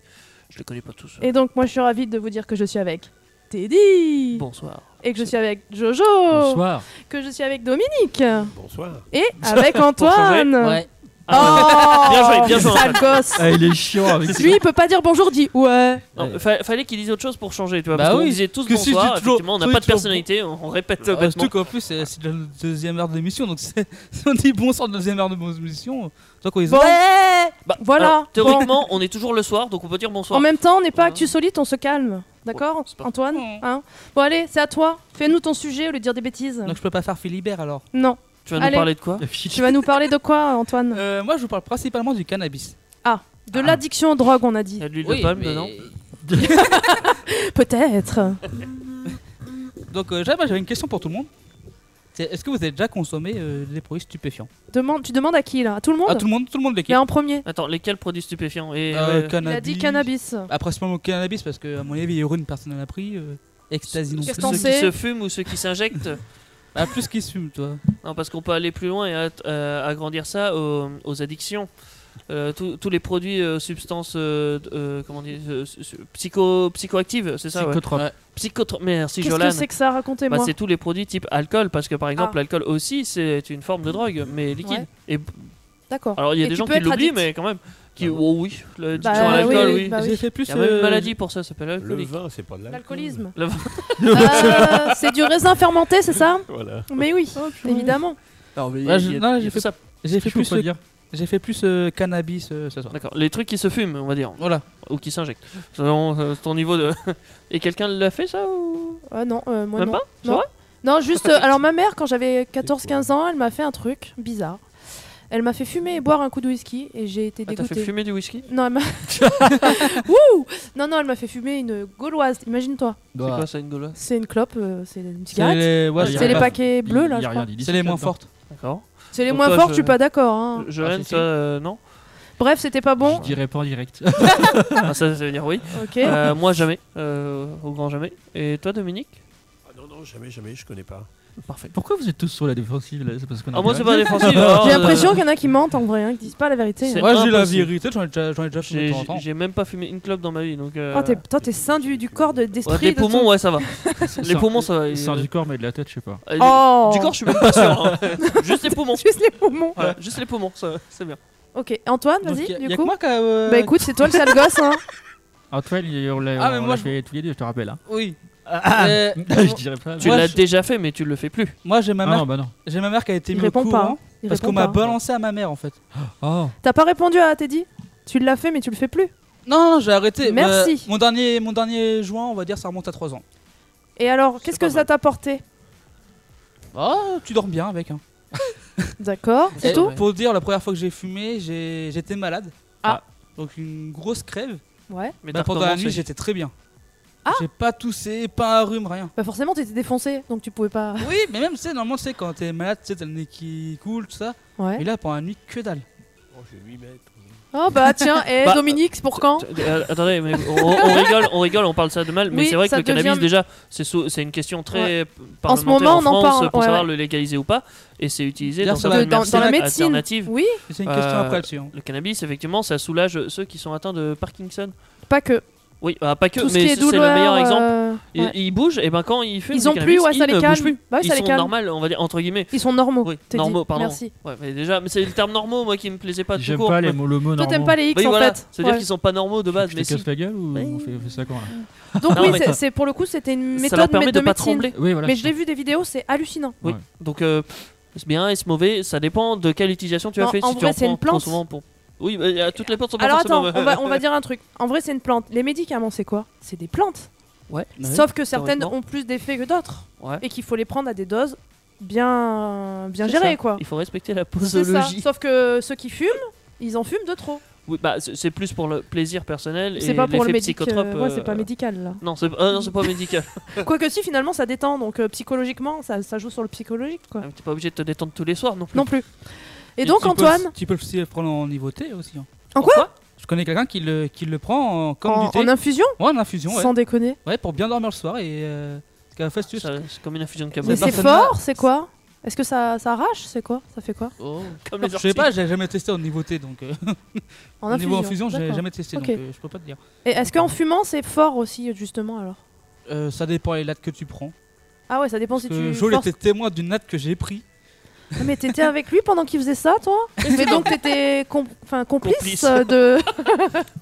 S4: Je les connais pas tous. euh.
S3: Et donc moi je suis ravie de vous dire que je suis avec Teddy
S4: Bonsoir.
S3: et que je suis avec Jojo,
S8: Bonsoir.
S3: que je suis avec Dominique
S6: Bonsoir.
S3: et avec Antoine.
S8: Ouais.
S3: Oh,
S4: Ah, Bien joué, bien joué,
S3: sale gosse.
S5: Ah, il est chiant avec
S3: Lui il peut pas dire bonjour, dit ouais.
S4: Non,
S8: Ouais.
S4: fa- fallait qu'ils disent autre chose pour changer, tu vois.
S8: Bah
S4: parce qu'on
S8: oui,
S4: disait tous
S8: que si je
S4: bonsoir,
S8: dis toujours-
S4: effectivement, on n'a
S8: tous
S4: pas de
S8: toujours-
S4: personnalité, on, on répète euh,
S8: Euh,
S4: bêtement.
S8: Surtout qu'en plus, c'est c'est la deuxième heure de l'émission, donc c'est- si on dit bonsoir de deuxième heure de l'émission, toi quand ils ont.
S3: Ouais.
S4: Bah,
S3: Voilà,
S4: alors,
S3: bon.
S4: théoriquement, on est toujours le soir, donc on peut dire
S3: En
S4: bonsoir.
S3: même temps, on n'est pas
S4: Ouais.
S3: actu solide, on se calme. D'accord,
S4: Ouais, c'est pas-
S3: Antoine hein Bon, allez, c'est à toi. Fais-nous ton sujet au lieu de dire des bêtises.
S8: Donc je peux pas faire Philibert alors.
S3: Non.
S4: Tu vas nous
S3: Allez.
S4: parler de quoi
S3: Tu vas nous parler de quoi, Antoine
S8: Euh, moi je vous parle principalement du cannabis.
S4: Euh,
S3: De
S4: ah.
S3: l'addiction aux drogues, on a dit.
S4: Il y a de l'huile de palme dedans. Euh.
S3: Peut-être.
S8: Donc euh, j'avais j'avais une question pour tout le monde. C'est, Est-ce que vous avez déjà consommé euh, des produits stupéfiants
S3: Demande, tu demandes à qui là À tout le monde
S8: Ah tout le monde, tout le monde
S3: Mais
S8: l'équipe.
S3: en premier.
S4: Attends, lesquels produits stupéfiants et,
S8: Euh,
S4: euh,
S3: Oh. Il
S8: cannabis.
S3: a dit cannabis.
S8: Ah, principalement cannabis parce que à mon avis, héroïne personne n'en a pris. Euh, ecstasy non
S4: ceux
S8: plus.
S3: Qu'est-ce que t'en
S4: qui
S3: sais
S4: se fument ou ceux qui s'injectent
S8: Ah plus qui se fume toi.
S4: Non, parce qu'on peut aller plus loin et at- euh, agrandir ça aux, aux addictions. Euh, tous tous les produits, euh, substances, euh, d- euh, comment dire, euh, su- su- psycho, psychoactives, c'est ça ouais. Psychotrope. Merci,
S3: Qu'est-ce
S4: Jolan.
S3: que c'est que ça Racontez-moi.
S4: Bah, c'est tous les produits type alcool, parce que par exemple,
S3: Ah.
S4: l'alcool aussi, c'est une forme de drogue, mais liquide.
S3: Ouais.
S4: Et
S3: D'accord.
S4: Alors il y a
S3: Et
S4: des
S3: tu
S4: gens
S3: peux
S4: qui
S3: être
S4: l'oublient,
S3: addict.
S4: mais quand même. Qui... Oh oui, l'addiction
S3: Bah,
S4: à l'alcool,
S3: oui,
S4: oui.
S3: oui, bah
S8: J'ai fait plus.
S4: Il y a même
S8: euh,
S4: une maladie pour ça, ça s'appelle
S6: Le
S4: alcoolique.
S6: vin, c'est pas de l'alcool.
S3: L'alcoolisme.
S4: Le vin.
S3: Euh, c'est du raisin fermenté, c'est ça
S6: Voilà.
S3: Mais oui,
S4: Oh,
S3: évidemment.
S5: Bah,
S8: ouais, je- non,
S4: Il y
S8: j'ai
S4: a
S8: fait,
S4: ça.
S8: j'ai fait
S5: Je peux
S8: plus.
S5: pas
S8: euh,
S5: dire.
S8: J'ai fait plus euh, cannabis euh, ce soir.
S4: D'accord, les trucs qui se fument, on va dire,
S8: Voilà.
S4: ou qui s'injectent, selon euh, ton niveau de. Et quelqu'un l'a fait ça ou
S3: Ah non, euh, moi
S4: même
S3: non.
S4: pas C'est
S3: Non.
S4: vrai
S3: Non, juste. euh, alors, ma mère, quand j'avais 14-15 ans, elle m'a fait un truc bizarre. Elle m'a fait fumer et boire un coup de whisky et j'ai été
S4: Ah, T'as fait
S3: dégoûtée.
S4: fumer du whisky
S3: non, elle m'a. Wouh non, non, elle m'a fait fumer une gauloise. Imagine-toi.
S4: C'est
S5: Bah.
S4: quoi ça, une gauloise
S3: C'est une clope, euh, c'est une
S8: C'est
S3: cigarette.
S8: les, ouais,
S4: C'est
S8: c'est
S3: C'est
S8: les
S3: les
S8: pas-
S3: paquets bleus
S5: Ah, Il-
S3: là,
S5: il y
S3: je
S5: a
S3: crois.
S5: rien d'illicite
S8: c'est les moins
S5: là-dedans.
S8: fortes.
S4: D'accord.
S3: C'est les
S4: Donc
S3: moins
S4: toi,
S3: forts,
S4: je-
S3: je suis pas d'accord. hein.
S4: Johan,
S5: si, si.
S4: toi, euh, non
S3: Bref, c'était pas bon.
S5: Je dirais pas en direct.
S4: Ah, Ça, ça veut dire oui.
S3: Ok.
S4: Euh, moi, jamais. Euh, au grand jamais. Et toi, Dominique
S6: Ah non, non, jamais, jamais, je connais pas.
S4: Parfait.
S5: Pourquoi vous êtes tous sur la défensive là C'est parce qu'on a
S4: Ah, moi,
S5: bien-
S4: c'est pas défensif. alors,
S3: J'ai
S4: euh,
S3: l'impression qu'il y en a qui mentent en vrai, hein, qui disent pas la vérité.
S4: C'est-
S3: hein.
S8: Moi j'ai la
S4: impossible.
S8: vérité, j'en ai déjà, j'en ai déjà fumé
S4: j'ai-
S8: de temps en temps.
S4: J'ai même pas fumé une clope dans ma vie, donc. euh,
S3: Oh, t'es- toi, t'es sain du, du corps de, des
S4: Ouais,
S3: stries
S4: les
S3: de ton-
S4: poumons, ouais, ça va. les
S5: sort-
S4: poumons, ça va.
S5: Il
S4: ils-
S5: sort du corps mais de la tête, je sais pas.
S4: euh,
S3: Oh
S4: Du corps, je suis même pas sûr. hein. Juste les poumons.
S3: Juste les poumons.
S4: Voilà, juste les poumons, ça- c'est bien.
S3: Ok, Antoine,
S8: Donc, y
S3: vas-y,
S8: a-
S3: du
S8: y a
S3: coup.
S8: que moi qui a, euh,
S3: Bah écoute, c'est toi le sale gosse, hein.
S5: Antoine, il- on l'a
S8: Ah, mais
S5: on
S8: moi,
S5: l'a
S8: je-
S5: fait tous les deux, je te rappelle. hein.
S8: Oui. Ah, euh,
S5: je dirais pas.
S4: Tu
S8: Moi,
S4: l'as
S8: je-
S4: déjà fait, mais tu le fais plus.
S8: Moi, j'ai ma
S5: Ah
S8: mère.
S5: non, bah non.
S8: J'ai ma mère qui a été
S3: Il
S8: mise au
S3: répond pas.
S8: courant
S3: hein. Il
S8: parce qu'on
S3: répond
S8: m'a
S3: pas.
S8: balancé à ma mère en fait.
S5: Oh.
S3: T'as pas répondu à Teddy Tu l'as fait, mais tu le fais plus.
S8: Non, non, j'ai arrêté. Euh,
S3: Merci.
S8: mon dernier, mon dernier joint, on va dire, ça remonte à 3 ans.
S3: Et alors, qu'est-ce que
S4: pas
S3: ça t'a apporté
S8: Ah, tu dors bien avec. Hein.
S3: D'accord,
S4: Eh,
S3: c'est
S8: Et
S3: tout
S8: Pour dire, la première fois que j'ai fumé, j'ai- j'étais malade.
S4: Ah.
S8: Donc une grosse crève.
S3: Ouais.
S4: Mais
S8: Bah,
S4: t'as
S8: pendant la
S4: recommencé.
S8: nuit, j'étais très bien.
S3: Ah.
S8: J'ai pas toussé, pas un rhume, rien.
S3: Bah forcément, t'étais défoncé, donc tu pouvais pas.
S8: Oui, mais même, tu sais, normalement, tu sais, quand t'es malade, tu sais, t'as le nez qui coule, tout ça. Mais
S3: Ouais.
S8: là, pendant la nuit, que dalle.
S6: Oh, je vais m'y mettre.
S3: Oh bah tiens, et
S4: Bah,
S3: Dominique, c'est pour quand
S4: T- euh, Attendez, mais on, on rigole, on rigole, on parle ça de mal, mais
S3: Oui,
S4: c'est vrai que
S3: ça
S4: le cannabis
S3: devient-
S4: déjà, c'est sou- c'est une question très parlementaire
S3: En ce moment,
S4: en
S3: on en
S4: France
S3: parle,
S4: pour
S3: ouais,
S4: savoir
S3: ouais.
S4: le légaliser ou pas, et c'est utilisé
S8: D'ailleurs,
S4: dans,
S8: ça
S4: certaines
S8: va-
S3: dans- dans la
S4: médecines
S3: médecine.
S4: alternatives.
S3: Oui,
S8: C'est une question
S4: Euh,
S8: après là-dessus. hein.
S4: Le cannabis, effectivement, ça soulage ceux qui sont atteints de Parkinson.
S3: pas que.
S4: Oui, bah, pas que,
S3: Tout ce
S4: mais
S3: qui est
S4: c'est le
S3: douleur.
S4: meilleur exemple.
S3: euh,
S4: Ils,
S3: ouais.
S4: ils bougent, et ben quand ils fument,
S3: Ils ont
S4: du
S3: plus, ouais,
S4: cannabis,
S3: ça
S4: ils
S3: les
S4: ne
S3: calme.
S4: bougent plus.
S3: Bah oui,
S4: ils
S3: ça les
S4: sont
S3: calme.
S4: normaux, on va dire entre guillemets.
S3: Ils sont normaux.
S4: Oui,
S3: Teddy.
S4: normaux, pardon.
S3: Merci.
S4: Ouais, mais déjà, mais c'est le terme normaux, moi, qui me plaisait pas tout
S5: Oh, J'aime
S4: court.
S5: pas les
S4: Oui,
S5: mots, le mot
S3: Toi, t'aimes
S5: normalement.
S3: pas les X en
S4: Euh, voilà,
S3: fait.
S4: c'est-à-dire
S3: Ouais.
S4: qu'ils sont pas normaux de
S5: Tu veux que
S4: base,
S5: Je
S4: mais
S5: te
S4: si.
S5: casse la gueule ou
S4: Ouais.
S5: on fait, on fait ça quand là
S3: Donc
S4: Non,
S3: oui,
S4: mais-
S3: c'est- c'est pour le coup, c'était une
S4: Ça leur
S3: méthode
S4: permet
S3: mé-
S4: de
S3: de
S4: pas
S3: médecine.
S4: trembler.
S5: Oui, voilà.
S3: Mais je l'ai vu des vidéos, c'est hallucinant.
S4: Oui.
S5: Ouais.
S4: Donc, euh, est-ce bien, est-ce mauvais Ça dépend de quelle utilisation tu as
S3: Non,
S4: fait.
S3: en
S4: si tu
S3: vrai,
S4: en
S3: c'est une
S4: prends trop
S3: plante.
S4: souvent pour. Oui, mais, euh, toutes les plantes sont pas
S3: Alors attends,
S4: forcément
S3: on va, on va dire un truc. En vrai, c'est une plante. Les médicaments, c'est quoi C'est des plantes.
S4: Ouais.
S5: Bah
S3: Sauf que certaines
S4: Bah théoriquement.
S3: ont plus d'effets que d'autres.
S4: Ouais.
S3: Et qu'il faut les prendre à des doses bien, bien
S4: C'est
S3: gérées,
S4: ça.
S3: quoi.
S4: Il faut respecter la
S3: C'est ça.
S4: posologie.
S3: Sauf que ceux qui fument, ils en fument de trop.
S4: Oui, bah, c'est c'est plus pour le plaisir personnel et
S3: C'est pas pour le
S4: l'effet
S3: médic. euh,
S4: psychotrope.
S3: ouais,
S4: euh,
S3: c'est pas médical, là.
S4: Non, c'est ah, non, c'est pas médical.
S3: Quoique si, finalement, ça détend. Donc euh, psychologiquement, ça, ça joue sur le psychologique, quoi.
S4: Ah, mais T'es pas obligé de te détendre tous les soirs non plus.
S3: Non plus. Et donc,
S8: tu peux-
S3: Antoine,
S8: Tu peux aussi le prendre en niveau thé aussi. hein.
S3: En quoi
S4: Pourquoi
S8: Je connais quelqu'un qui le, qui le prend en- comme
S3: en,
S8: du thé.
S3: en infusion
S8: Ouais, en infusion, ouais.
S3: Sans déconner.
S8: Ouais, pour bien dormir le soir et. euh, ce qu'elle a fait, c'est juste-
S4: Ça- C'est comme une infusion de
S3: Mais
S4: camomille.
S8: Bah,
S3: c'est
S8: personnellement-
S3: fort, c'est quoi Est-ce que ça, ça arrache C'est quoi Ça fait quoi
S4: Oh, comme les
S8: Je sais
S4: orties.
S8: pas, j'ai jamais testé en niveau thé donc. euh,
S3: En
S8: au niveau infusion,
S3: infusion,
S8: j'ai
S3: d'accord.
S8: jamais testé
S3: Ok.
S8: donc euh, je peux pas te dire.
S3: Et est-ce qu'en fumant, c'est fort aussi, justement, alors
S8: Euh, ça dépend les lattes que tu prends.
S3: Ah ouais, ça dépend si
S8: Euh,
S3: tu.
S8: Joel
S3: forces.
S8: était témoin d'une natte que j'ai pris.
S3: Ah, Mais t'étais avec lui pendant qu'il faisait ça, toi Mais donc t'étais com- enfin, complice,
S4: Complice.
S3: euh, de.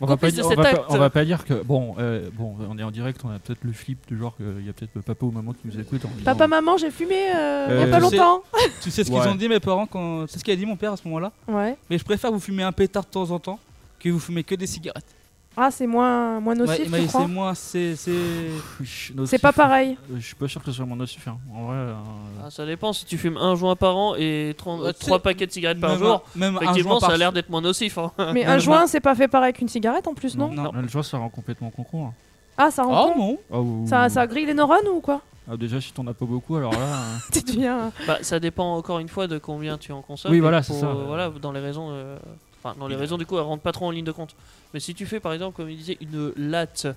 S5: On va, pas
S4: Complice de
S5: dire, on,
S4: cet
S5: va
S4: acte.
S5: pas, on va pas dire que. Bon, euh, bon, on est en direct, on a peut-être le flip du genre qu'il y a peut-être papa ou maman qui nous écoute. en disant-
S3: Papa, maman, j'ai fumé euh, il y a
S5: Euh,
S3: pas
S8: tu sais-
S3: longtemps.
S8: Tu sais ce
S5: Ouais.
S8: qu'ils ont dit mes parents quand. C'est ce qu'a dit mon père à ce moment-là.
S3: Ouais.
S8: Mais je préfère vous fumer un pétard de temps en temps que vous fumez que des cigarettes.
S3: Ah, c'est moins, moins
S8: Ouais,
S3: nocif,
S8: mais
S3: tu
S8: c'est
S3: crois
S8: moi, c'est. c'est-
S5: Chut, nocif.
S3: C'est pas pareil.
S5: Euh, Je suis pas sûr que ce soit mon nocif. hein. En vrai. euh,
S4: Ah, ça dépend si tu fumes un joint par an et
S8: Bah,
S4: 3,
S8: tu sais,
S4: paquets de cigarettes par
S8: Même un-
S4: jour.
S8: Même un
S4: Effectivement,
S8: joint
S4: ça a
S8: par-
S4: l'air d'être moins nocif. hein.
S3: Mais
S8: Non,
S3: un
S8: je
S3: joint, c'est pas fait pareil qu'une cigarette en plus, non,
S8: Non.
S5: Le joueur, ça rend complètement concours. hein.
S3: Ah, ça rend
S8: Oh
S3: con.
S8: non
S5: Ah, ou-
S3: Ça, ça grille les neurones ou quoi
S5: Ah, déjà, si t'en as pas beaucoup, alors là. hein.
S3: Tu deviens.
S4: Bah, ça dépend encore une fois de combien tu en consommes.
S5: Oui,
S4: et
S5: voilà, c'est
S4: pour,
S5: ça.
S4: euh, voilà, dans les raisons. euh, Enfin, dans les raisons du coup, elles rentrent pas trop en ligne de compte. Mais si tu fais par exemple, comme il disait, une latte.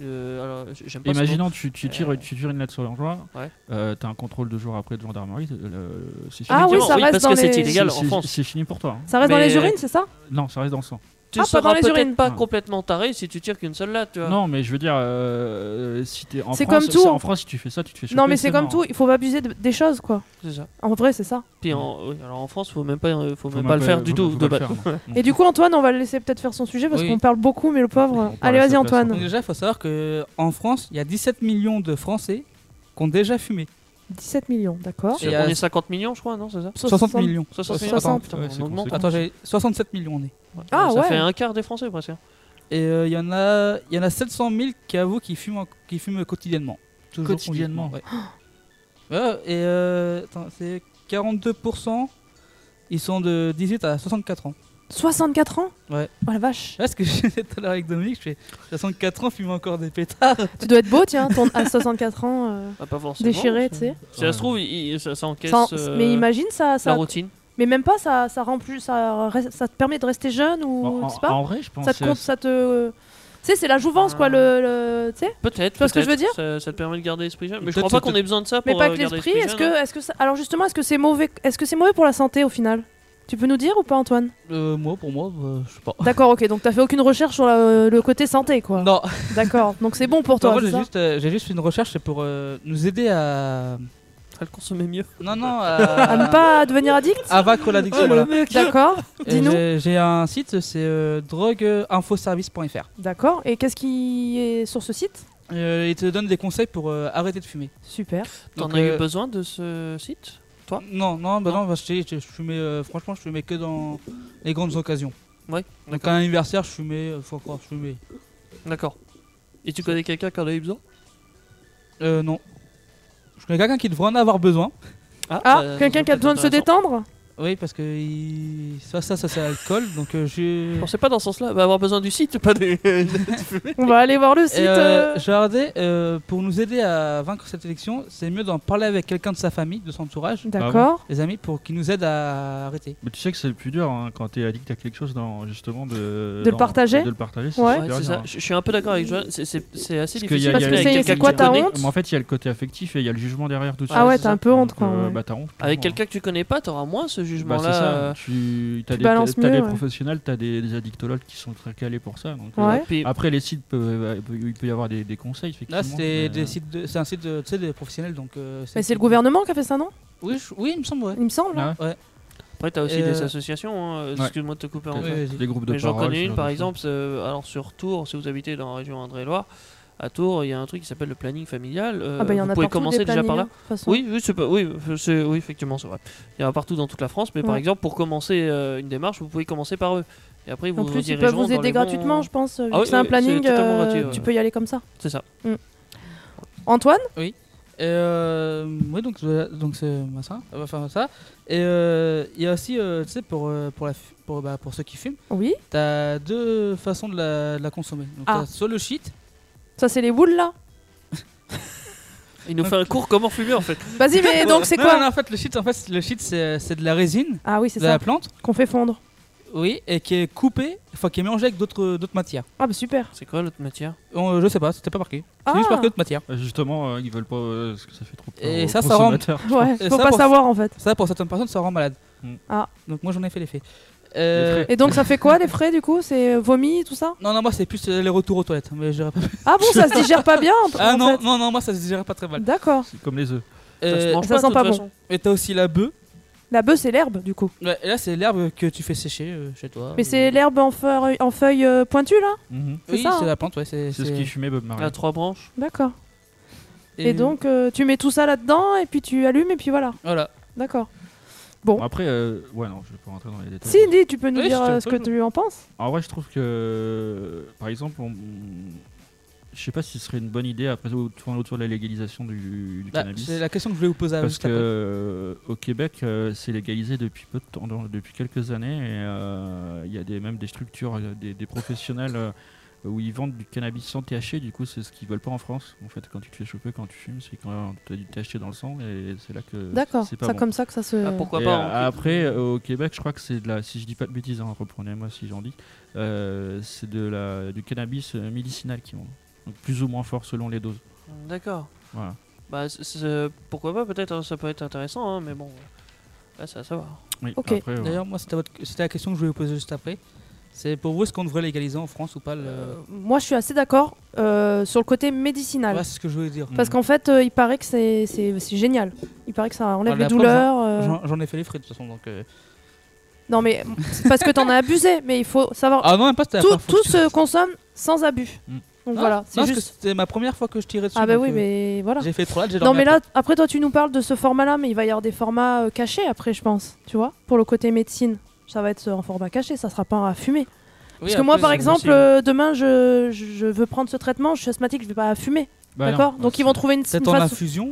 S4: euh, alors, j- j'aime pas ce mot.
S5: Imaginons, tu, tu,
S3: Euh.
S5: tires, tu tires une lettre sur l'endroit,
S4: Ouais.
S5: euh, t'as un contrôle de jours après de gendarmerie, euh, le- c'est
S3: Ah
S5: fini.
S3: oui,
S4: Effectivement,
S3: ça reste
S4: parce
S3: dans
S4: que
S3: les-
S4: c'est illégal
S5: C'est-
S4: en
S5: c'est-
S4: France.
S5: C'est fini pour toi. hein.
S3: Ça reste dans
S4: Mais-
S3: les urines, c'est ça
S5: Non, ça reste dans le sang.
S4: Tu
S3: Ah, pas dans
S4: seras
S3: les
S4: peut-être
S3: urines.
S4: pas
S5: Non.
S4: complètement taré si tu tires qu'une seule latte, tu vois.
S5: Non, mais je veux dire, euh, si t'es en
S3: C'est
S5: France,
S3: comme tout.
S5: en France, si tu fais ça, tu te fais choper.
S3: Non, mais c'est comme
S5: mort.
S3: tout, il faut pas abuser de- des choses, quoi.
S4: C'est ça.
S3: En vrai, c'est ça.
S4: Puis en, oui, alors en France, faut même pas, euh, faut
S5: Faut
S4: même pas le faire
S5: faut-
S4: du
S5: faut
S4: tout.
S5: pas
S4: de
S5: le
S4: base.
S5: faire, non.
S3: Et du coup, Antoine, on va le laisser peut-être faire son sujet parce
S8: Oui.
S3: qu'on parle beaucoup, mais le pauvre.
S5: On parle
S3: Allez,
S5: à sa
S3: vas-y,
S5: place,
S3: Antoine.
S8: Donc déjà, il faut savoir que en France, il y a 17 millions de Français qui ont déjà fumé.
S3: 17 millions, d'accord.
S8: Et,
S4: on
S8: euh,
S4: est 50 millions, je crois, non, c'est ça
S8: 60 millions.
S4: 60 millions.
S3: 60.
S4: Attends, putain,
S5: Ouais,
S4: on
S5: c'est
S4: augmente.
S5: conséquent.
S8: Attends, j'ai 67 millions on est.
S4: Ouais,
S3: Ah,
S4: ça
S3: ouais.
S4: fait un quart des Français presque. hein.
S8: Et euh, il y en a, il y en a 700 000 qui avouent qu'ils fument, en- qu'ils fument quotidiennement. Toujours
S5: Quotidiennement.
S8: conjointement, ouais. Ouais, et euh, attends, c'est 42%. Ils sont de 18 à 64 ans.
S3: 64 ans
S8: Ouais.
S3: Oh la vache.
S8: Là, ce que j'ai fait tout à l'heure avec Dominique, je fais 64 ans, fume encore des pétards.
S3: Tu dois être beau, tiens, ton, à 64 ans, euh,
S4: Ah, pas forcément.
S3: déchiré,
S4: ça-
S3: tu sais.
S4: Si ça se trouve, il- il- ça, ça encaisse
S3: Sans-
S4: euh,
S3: Mais imagine, ça.
S4: la
S3: ça
S4: routine.
S3: mais même pas, ça, ça rend plus. Ça, reste- ça te permet de rester jeune ou.
S5: En,
S3: tu sais pas
S5: en vrai, je pense.
S3: Ça te compte, ça te. Tu sais, c'est la jouvence,
S4: Ah.
S3: quoi, le. le- tu sais
S4: Peut-être.
S3: vois ce que je
S4: peut-être.
S3: veux dire
S4: ça, ça te permet de garder l'esprit jeune. Mais je
S8: Peut-être
S4: crois pas
S8: que
S4: qu'on
S8: t'es-
S4: ait besoin de ça pour
S3: Mais pas
S4: euh,
S3: que
S4: garder
S3: l'esprit,
S4: l'esprit
S3: est-ce
S4: jeune,
S3: que, est-ce que ça... Alors justement, est-ce que c'est mauvais Est-ce que c'est mauvais pour la santé au final Tu peux nous dire ou pas Antoine
S8: Euh, moi, pour moi, bah, je sais
S4: Oh.
S8: pas.
S3: D'accord, ok, donc t'as fait aucune recherche sur la- le côté santé quoi.
S8: Non,
S3: D'accord, donc c'est bon pour
S4: Bah,
S8: en
S3: toi.
S8: fait,
S3: c'est
S8: j'ai
S3: ça
S8: juste, euh, j'ai juste fait une recherche c'est pour euh, nous aider à.
S4: hein. À le consommer mieux.
S8: Non, non,
S3: À
S4: Ah.
S3: ne pas devenir addict
S8: à vaincre
S3: Ah,
S4: Oh,
S8: l'addiction. voilà.
S3: D'accord,
S8: Et
S3: dis-nous.
S8: j'ai- J'ai un site, c'est euh, drogueinfoservice.fr.
S3: D'accord, et qu'est-ce qui est sur ce site
S8: Euh, il te donne des conseils pour euh, arrêter de fumer.
S3: Super.
S4: T'en
S8: Donc,
S4: as eu
S8: euh,
S4: besoin de ce site toi
S8: Non, non, bah
S4: Non.
S8: non, parce que je, je- je fumais, euh, franchement, je fumais que dans les grandes occasions.
S4: Ouais,
S8: Donc à
S4: d'accord.
S8: un anniversaire, je fumais, euh, faut croire, je fumais.
S4: D'accord. Et tu connais quelqu'un qui en a eu besoin
S8: Euh, non. Je connais quelqu'un qui devrait en avoir besoin.
S3: Ah,
S4: bah,
S3: quelqu'un
S4: ça
S3: qui a
S4: peut
S3: besoin de
S4: être
S3: se
S4: intéressant.
S3: détendre
S8: Oui, parce que il- ça, ça, ça, c'est l'alcool. Donc euh,
S4: Je
S8: j'ai.
S4: pensais pas dans ce sens-là. Bah, avoir besoin du site, pas des.
S3: On va aller voir le site.
S8: Et,
S3: euh,
S8: euh, j'ai regardé, euh, pour nous aider à vaincre cette élection, c'est mieux d'en parler avec quelqu'un de sa famille, de son entourage,
S5: Ah
S3: D'accord.
S8: les amis, pour qu'ils nous aident à arrêter.
S5: Mais tu sais que c'est le plus dur hein, quand t'es addict à quelque chose, dans, justement, de,
S3: De le
S5: dans-
S3: partager
S5: De le partager, c'est
S3: Ouais.
S5: super
S4: Ouais, c'est
S5: dur,
S4: ça.
S5: hein.
S4: Je je suis un peu d'accord avec Joanne. C'est- C'est c'est assez
S5: Parce que
S4: difficile.
S5: y a- y a-
S4: parce
S5: C'est-
S4: qu'avec
S5: c'est
S4: quelqu'un
S5: quoi
S4: que tu
S3: ta
S4: connais-
S3: honte
S5: Mais en fait, il y a le côté affectif et il y a le jugement derrière tout
S4: Ah
S5: ça.
S4: ouais,
S5: c'est
S3: t'as
S5: ça.
S3: un peu honte,
S5: Donc,
S3: quoi,
S5: euh,
S3: ouais.
S5: bah, t'as honte,
S4: Avec
S5: hein.
S4: quelqu'un que tu connais pas, t'auras moins ce
S5: Bah, c'est
S4: jugement-là.
S5: ça.
S4: euh,
S5: Tu as
S3: tu
S5: des,
S3: balances
S5: t'as
S3: mieux,
S5: des
S3: ouais.
S5: professionnels, tu as des, des addictologues qui sont très calés pour ça. donc, euh,
S3: Ouais.
S4: puis-
S5: Après, les sites, peuvent- euh, il peut y avoir des, des conseils.
S8: Là,
S5: effectivement,
S8: c'est
S5: mais,
S8: des
S5: euh,
S8: sites de- c'est un site de, tu sais, des professionnels, donc. euh,
S3: Mais c'est le gouvernement qui a fait ça, non
S8: Oui, je- oui, il me semble. Ouais.
S3: Il me semble. hein.
S5: Ah,
S4: Après, t'as aussi
S8: Euh,
S4: des associations. hein. Euh,
S5: ouais.
S4: Excuse-moi de te couper en
S8: Ouais, vas-y.
S5: des groupes de
S4: Mais j'en
S5: parole, ce
S4: connais une,
S5: genre
S4: par
S5: de
S4: exemple. c'est- Alors, sur Tours, si vous habitez dans la région André-Loire, à Tours, il y a un truc qui s'appelle le planning familial. Euh,
S3: Ah bah il y en
S4: vous
S3: a
S4: pouvez
S3: partout
S4: commencer
S3: des
S4: déjà par
S3: plannings,
S4: là.
S3: hein, de toute façon.
S4: Oui, oui, c'est pas, oui, c'est- oui, effectivement, c'est vrai. Il y en a partout dans toute la France, mais par
S3: Ouais.
S4: exemple, pour commencer euh, une démarche, vous pouvez commencer par eux. Et après, ils vous
S3: En plus, ils peuvent
S4: redirigeront
S3: vous
S4: dans les
S3: aider
S4: bons-
S3: gratuitement, je pense. vu
S4: Ah
S3: que
S4: oui,
S3: c'est un
S4: oui,
S3: planning,
S4: c'est totalement
S3: euh,
S4: gratuit, ouais.
S3: tu peux y aller comme ça.
S4: C'est ça.
S3: Antoine
S8: Euh, oui, donc euh, donc c'est bah, ça. On va faire ça. Et euh, il y a aussi, euh, tu sais, pour euh, pour la fu- pour bah, pour ceux qui fument,
S3: Oui.
S8: t'as deux façons de la, de la consommer. Donc,
S3: Ah.
S8: t'as soit le shit.
S3: Ça, c'est les boules, là
S4: Il nous fait un cours comment fumer en fait.
S3: Vas-y, mais donc, c'est
S8: Non,
S3: quoi
S8: non, non, En fait, le shit, en fait, le shit, c'est euh, c'est de la résine,
S3: Ah oui, c'est
S8: de la
S3: ça,
S8: plante,
S3: qu'on fait fondre.
S8: oui, et qui est coupée, enfin qui est mélangée avec d'autres d'autres matières.
S3: Ah bah super.
S4: C'est quoi l'autre matière
S8: On- euh, je sais pas, c'était pas marqué. C'est
S3: Ah.
S8: juste marqué d'autres matières.
S5: choses. Justement, euh, ils veulent pas euh, parce que ça fait trop peur
S8: Et
S5: aux
S8: ça, ça rend-
S5: consommateurs.
S3: Ouais,
S8: Et
S3: faut
S8: ça,
S3: pas
S8: pour-
S3: savoir en fait.
S8: Ça, pour certaines personnes, ça rend malade.
S5: Mm.
S3: Ah.
S8: Donc moi, j'en ai fait l'effet. Euh,
S5: Les frais.
S3: Et donc ça fait quoi les frais du coup C'est vomi tout ça
S8: Non, non, moi, c'est plus euh, les retours aux toilettes. Mais j'irai pas.
S3: Ah bon, ça se digère pas bien en,
S8: Ah
S3: en
S8: non,
S3: fait.
S8: non, non, moi, ça se digère pas très mal.
S3: D'accord.
S5: C'est comme les œufs.
S4: Ça se
S8: Euh,
S4: mange
S3: ça
S4: pas, de
S3: sent
S4: toute
S3: pas bon.
S4: façon.
S8: et t'as aussi la bœuf.
S3: La bœuf c'est l'herbe du coup.
S8: Ouais, et là, c'est l'herbe que tu fais sécher euh, chez toi.
S3: Mais c'est l'herbe en feuille, en feuille euh, pointue là
S5: Mhm.
S3: c'est
S8: Oui,
S3: ça,
S8: c'est
S3: hein.
S8: la plante, ouais. C'est
S5: C'est ce
S8: c'est-
S5: qui fumait Bob Marley.
S4: À trois branches.
S3: D'accord. Et, donc euh, tu mets tout ça là-dedans et puis tu allumes et puis voilà.
S8: Voilà.
S3: D'accord.
S5: Bon, après, euh, ouais, non, je vais pas rentrer dans les détails.
S3: Si, dis, tu peux nous
S8: Oui,
S3: dire
S8: je te
S3: euh, ce que
S8: peux-
S3: tu en penses
S5: En vrai, je trouve que, par exemple, on- je sais pas si ce serait une bonne idée après autour, autour de la légalisation du, du
S8: Bah,
S5: cannabis.
S8: c'est la question que je voulais vous poser
S3: Euh,
S8: à
S5: Parce que euh, au Québec, euh, c'est légalisé depuis peu de temps, dans- depuis quelques années, et euh, il y a des, même des structures, euh, des, des professionnels euh, où ils vendent du cannabis sans THC. Du coup, c'est ce qu'ils veulent pas en France. En fait, quand tu te fais choper, quand tu fumes, c'est quand tu as du THC dans le sang, et c'est là que
S3: D'accord.
S5: c'est
S3: C'est
S5: pas bon.
S3: comme ça que ça se.
S4: Ah, pourquoi
S5: Et,
S4: pas
S5: euh,
S4: en-
S5: après, euh, au Québec, je crois que c'est de la, si je dis pas de bêtises, hein, reprenez-moi si j'en dis, euh, c'est de la, du cannabis euh, médicinal qui vendent. Donc plus ou moins fort selon les doses.
S4: D'accord.
S5: Voilà.
S4: Bah, c'est- c'est- pourquoi pas, peut-être, hein, ça peut être intéressant, hein, mais bon. euh, Là, ça va savoir.
S5: Oui,
S3: Ok.
S5: après, euh, voilà.
S8: D'ailleurs, moi, c'était votre- c'était la question que je voulais vous poser juste après. C'est pour vous, est-ce qu'on devrait légaliser en France ou pas le...
S3: Euh, Moi je suis assez d'accord euh, sur le côté médicinal.
S8: Voilà, c'est ce que je voulais dire.
S3: ah, Parce qu'en fait, euh, il paraît que c'est c'est- c'est génial. Il paraît que ça enlève
S8: Ah,
S3: les
S8: la preuve,
S3: douleurs. euh,
S8: J'en j'en ai fait les frais de toute façon. Donc, euh,
S3: Non, mais c'est parce que t'en as abusé, mais il faut savoir.
S8: Ah non, même pas, c'était la
S3: Oh, tout
S8: première fois
S3: tout
S8: que je tirais
S3: se consomme sans abus.
S5: Mm.
S3: Donc
S8: Non,
S3: voilà,
S8: non,
S3: c'est
S8: parce que
S3: juste.
S8: C'était ma première fois que je tirais dessus.
S3: Ah bah
S8: donc,
S3: oui,
S8: euh,
S3: mais voilà.
S8: J'ai fait trop là, j'ai
S3: Non,
S8: dormi
S3: mais
S8: après.
S3: là, après, toi, tu nous parles de ce format-là, mais il va y avoir des formats euh, cachés après, je pense. Tu vois Pour le côté médecine, ça va être euh, en format caché, ça sera pas à fumer.
S8: Oui,
S3: parce que
S8: après,
S3: moi, par
S8: c'est
S3: exemple,
S8: possible.
S3: euh, demain, je, je- je veux prendre ce traitement, je suis asthmatique, je vais pas fumer.
S5: Bah, non,
S3: D'accord
S5: ouais,
S3: Donc, ils
S5: c'est-
S3: vont trouver une, une
S8: Peut-être en
S3: façon
S8: infusion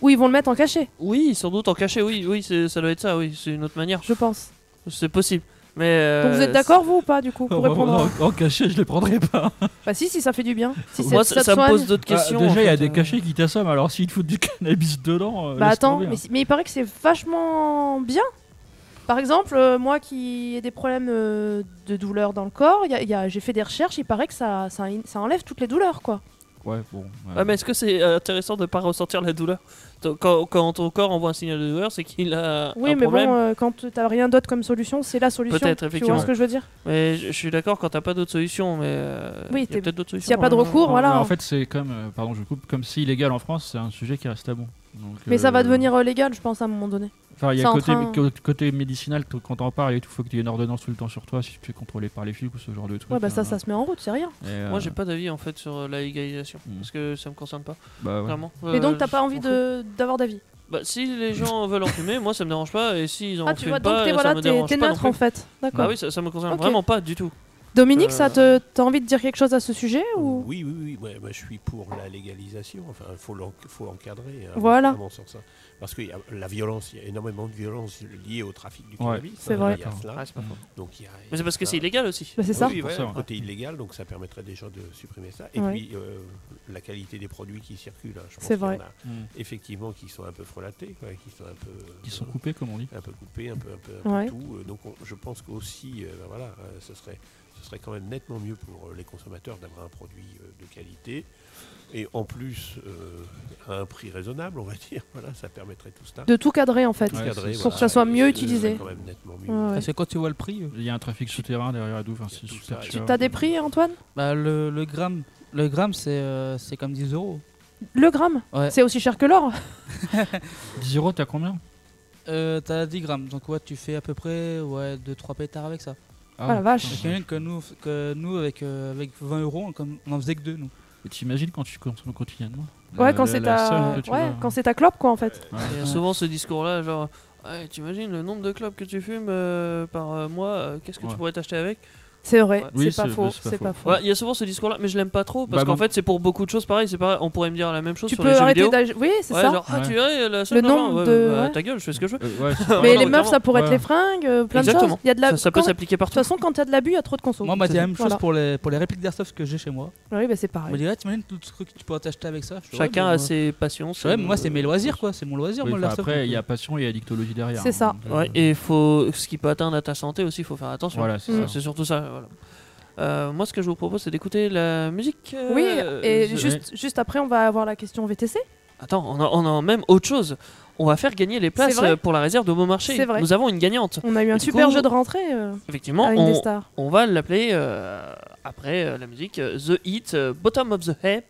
S3: où ils vont le mettre en cachet,
S4: Oui, sans doute en cachet, oui, oui, c'est- ça doit être ça, oui, c'est une autre manière.
S3: je pense.
S4: C'est possible. Mais. euh,
S3: Donc, vous êtes d'accord, vous, ou pas, du coup
S5: Oh,
S3: Pour répondre. à-
S5: en- en cachet, je les prendrai pas.
S3: Bah, si, si, ça fait du bien. Si
S4: Moi,
S3: c'est-
S4: ça, ça
S3: te
S4: me
S3: soigne.
S4: pose d'autres questions.
S5: Ah, déjà,
S4: en
S5: il y a
S4: fait,
S5: des
S4: euh.
S5: cachets qui t'assomment. Alors, s'ils te foutent du cannabis dedans, euh,
S3: Bah
S5: laisse
S3: attends,
S5: tomber, hein.
S3: mais, c'est- mais il paraît que c'est vachement bien. Par exemple, euh, moi qui ai des problèmes euh, de douleur dans le corps, il y a- il y a- j'ai fait des recherches, il paraît que ça, ça, in- ça enlève toutes les douleurs, quoi.
S5: hein. Ouais, bon. ouais.
S4: Ah, mais est-ce que c'est euh, intéressant de pas ressentir la douleur Donc, quand, quand ton corps envoie un signal de douleur, c'est qu'il a
S3: Oui,
S4: un
S3: mais
S4: problème.
S3: bon, euh, quand t'as rien d'autre comme solution, c'est la solution.
S4: Peut-être,
S3: Tu vois
S4: effectivement.
S3: ce que je veux dire
S4: Mais je, je suis d'accord quand t'as pas d'autre solution, mais euh,
S3: Oui,
S4: il y a
S3: t'es-
S4: peut-être d'autres
S3: S'il n'y
S4: solutions.
S3: a pas de
S4: hein.
S3: recours,
S5: Non, mais
S3: voilà.
S5: En fait, c'est comme, euh, pardon, je coupe, comme si illégal en France, c'est un sujet qui reste tabou. Donc,
S3: Mais ça va
S5: euh,
S3: devenir euh, légal, je pense, à un moment donné.
S5: Enfin, il y a
S3: ça en
S5: côté,
S3: train-
S5: co- côté médicinal, t- quand t'en parles et tout, faut que tu aies une ordonnance tout le temps sur toi si tu es contrôlé par les flics ou ce genre de truc.
S3: Ouais, bah ça,
S5: hein.
S3: ça se met en route, c'est rien.
S5: Et, euh,
S4: Moi, j'ai pas d'avis en fait sur euh, la légalisation
S5: Mm.
S4: parce que ça me concerne pas
S5: bah ouais.
S4: vraiment.
S3: Mais
S4: Euh,
S3: donc, t'as pas
S4: je
S3: envie
S4: m'en fous.
S3: de- d'avoir d'avis.
S4: Bah, si les gens veulent en fumer, moi ça me dérange pas et s'ils en
S3: Ah, tu
S4: fument
S3: vois, donc
S4: pas,
S3: t'es
S4: ça
S3: voilà,
S4: me
S3: t'es-
S4: dérange
S3: t'es
S4: pas non
S3: neutre en
S4: plus.
S3: fait.
S5: Mm.
S4: Bah
S3: D'accord.
S4: oui, ça, ça me concerne
S3: Ok.
S4: vraiment pas du tout.
S3: Dominique, ça
S4: Euh,
S3: te t'as envie de dire quelque chose à ce sujet ou
S6: Oui, oui, oui. ouais, moi, je suis pour la légalisation. Enfin, il faut, l'en- faut encadrer. hein,
S3: Voilà.
S6: à mon sens, hein. Parce que la violence, il y a énormément de violence liée au trafic du
S5: Ouais.
S6: cannabis.
S3: C'est
S6: hein,
S3: vrai.
S6: il y a cela.
S4: Ah, c'est pas faux.
S6: Donc, il y a-
S4: Mais c'est parce que
S6: ça.
S4: c'est illégal aussi.
S3: Bah, C'est ça.
S6: Oui,
S5: Pour
S6: voilà,
S5: ça, hein.
S6: le
S5: ouais.
S6: côté illégal, donc ça permettrait déjà de supprimer ça. Et
S3: Ouais.
S6: puis, euh, la qualité des produits qui circulent. hein, Je pense
S3: C'est
S6: qu'il y en
S3: vrai.
S6: a
S5: Mm.
S6: effectivement qui sont un peu frelatés, quoi, qui sont un peu.
S5: Ils sont
S6: euh,
S5: coupés, comme on dit.
S6: un peu coupé, un peu, un peu, un peu
S3: Ouais.
S6: tout. Euh, Donc on- je pense qu'aussi, euh, ben voilà, euh, ce serait, ce serait quand même nettement mieux pour euh, les consommateurs d'avoir un produit euh, de qualité. Et en plus, euh, à un prix raisonnable, on va dire, voilà, ça permettrait tout ça.
S3: de tout cadrer en fait
S5: Ouais.
S6: Cadrer,
S5: c'est-
S3: pour que ça soit
S6: et
S3: mieux
S6: ce-
S3: utilisé.
S6: ce serait quand même nettement mieux.
S3: Ouais, ouais.
S8: Parce que quand tu vois le prix, euh,
S5: Il y a un trafic souterrain derrière la douve, hein, c'est
S6: Tout
S5: super
S6: ça,
S5: cher.
S3: T'as des prix, Antoine
S8: bah, le, le gramme, le gramme c'est euh, c'est comme 10 euros.
S3: Le gramme
S8: Ouais.
S3: C'est aussi cher que l'or
S5: 10 euros, t'as combien
S8: Euh, T'as 10 grammes, donc ouais, tu fais à peu près ouais, 2-3 pétards avec ça.
S5: Ah,
S3: Oh la vache.
S5: putain.
S8: Parce qu'il y en a que nous, que nous avec, euh, avec 20 euros, on, comme- on en faisait que deux, nous.
S5: Et T'imagines quand tu consommes quotidiennement
S4: Ah,
S3: Ouais,
S5: La-
S3: quand
S5: la-
S3: c'est
S5: la
S3: ta...
S5: somme que tu hein.
S3: Ouais,
S4: hein.
S5: vas-
S3: quand c'est ta clope quoi en fait.
S4: Il y a
S8: Ouais.
S4: euh, souvent ce discours-là, genre, ouais, t'imagines le nombre de clopes que tu fumes euh, par euh, mois, euh, qu'est-ce que
S5: Ouais.
S4: tu pourrais t'acheter avec
S3: C'est vrai,
S4: Ouais.
S5: Oui,
S3: c'est pas
S5: c'est-
S3: faux,
S5: c'est pas
S3: c'est
S5: faux.
S3: pas faux.
S4: Ouais, Il y a souvent ce discours-là, mais je l'aime pas trop parce
S5: Bah,
S4: qu'en
S5: bon.
S4: fait, c'est pour beaucoup de choses pareil. C'est pareil, on pourrait me dire la même chose
S3: Tu
S4: sur
S3: peux
S4: les jeux
S3: arrêter
S4: vidéo.
S3: d'agir. Oui, c'est
S4: ouais,
S3: ça.
S4: genre, ah,
S5: Ouais.
S4: tu verrais la
S3: Le
S4: somme d'argent,
S3: nombre
S4: ouais,
S3: de-
S4: bah,
S3: ouais.
S4: Ta gueule, je fais ce que je veux.
S5: Euh, ouais, c'est-
S3: Mais
S4: non,
S3: les
S4: mais
S3: meufs, ça
S4: clairement.
S3: pourrait être
S5: Ouais.
S3: les fringues, euh, plein de choses.
S4: Exactement.
S3: Il y a de la.
S4: Ça, ça peut
S3: quand- De
S4: s'appliquer
S3: toute
S4: partout.
S3: façon, quand il y a de l'abus, il y a trop de conso.
S8: Moi, moi c'est la même chose
S3: Voilà.
S8: pour, les, pour les répliques d'airsoft que j'ai chez moi.
S3: Oui, bah, c'est
S8: On me
S3: pareil.
S8: dit, ah, t'imagines tout ce truc que tu pourrais t'acheter avec ça Je fais, ouais,
S4: Chacun
S8: mais
S4: a
S8: moi-
S4: ses passions. ses-
S8: Ouais, mais moi, c'est mes loisirs, quoi. C'est mon loisir,
S5: Oui,
S8: moi,
S5: enfin,
S8: l'airsoft.
S5: après,
S8: donc,
S5: il y
S8: euh,
S5: a passion et addictologie derrière.
S3: C'est
S5: hein,
S3: ça.
S5: donc, euh,
S4: Ouais, et faut ce qui peut atteindre à ta santé aussi, il faut faire attention.
S5: Voilà, c'est
S3: Mm.
S5: ça.
S4: C'est surtout ça. voilà. Euh, moi, ce que je vous propose, c'est d'écouter la musique. euh,
S3: Oui,
S4: je-
S3: et juste, juste après, on va avoir la question VTC.
S4: Attends, on a, on a même autre chose. On va faire gagner les places
S3: C'est vrai
S4: euh, pour la réserve de Beaumarchais.
S3: C'est vrai.
S4: Nous avons une gagnante.
S3: On a eu un
S4: du
S3: super
S4: coup,
S3: jeu de rentrée euh,
S4: Effectivement,
S3: à
S4: on,
S3: Indestar.
S4: on va l'appeler euh, après euh, la musique euh, The Hit, euh, Bottom of the Heap.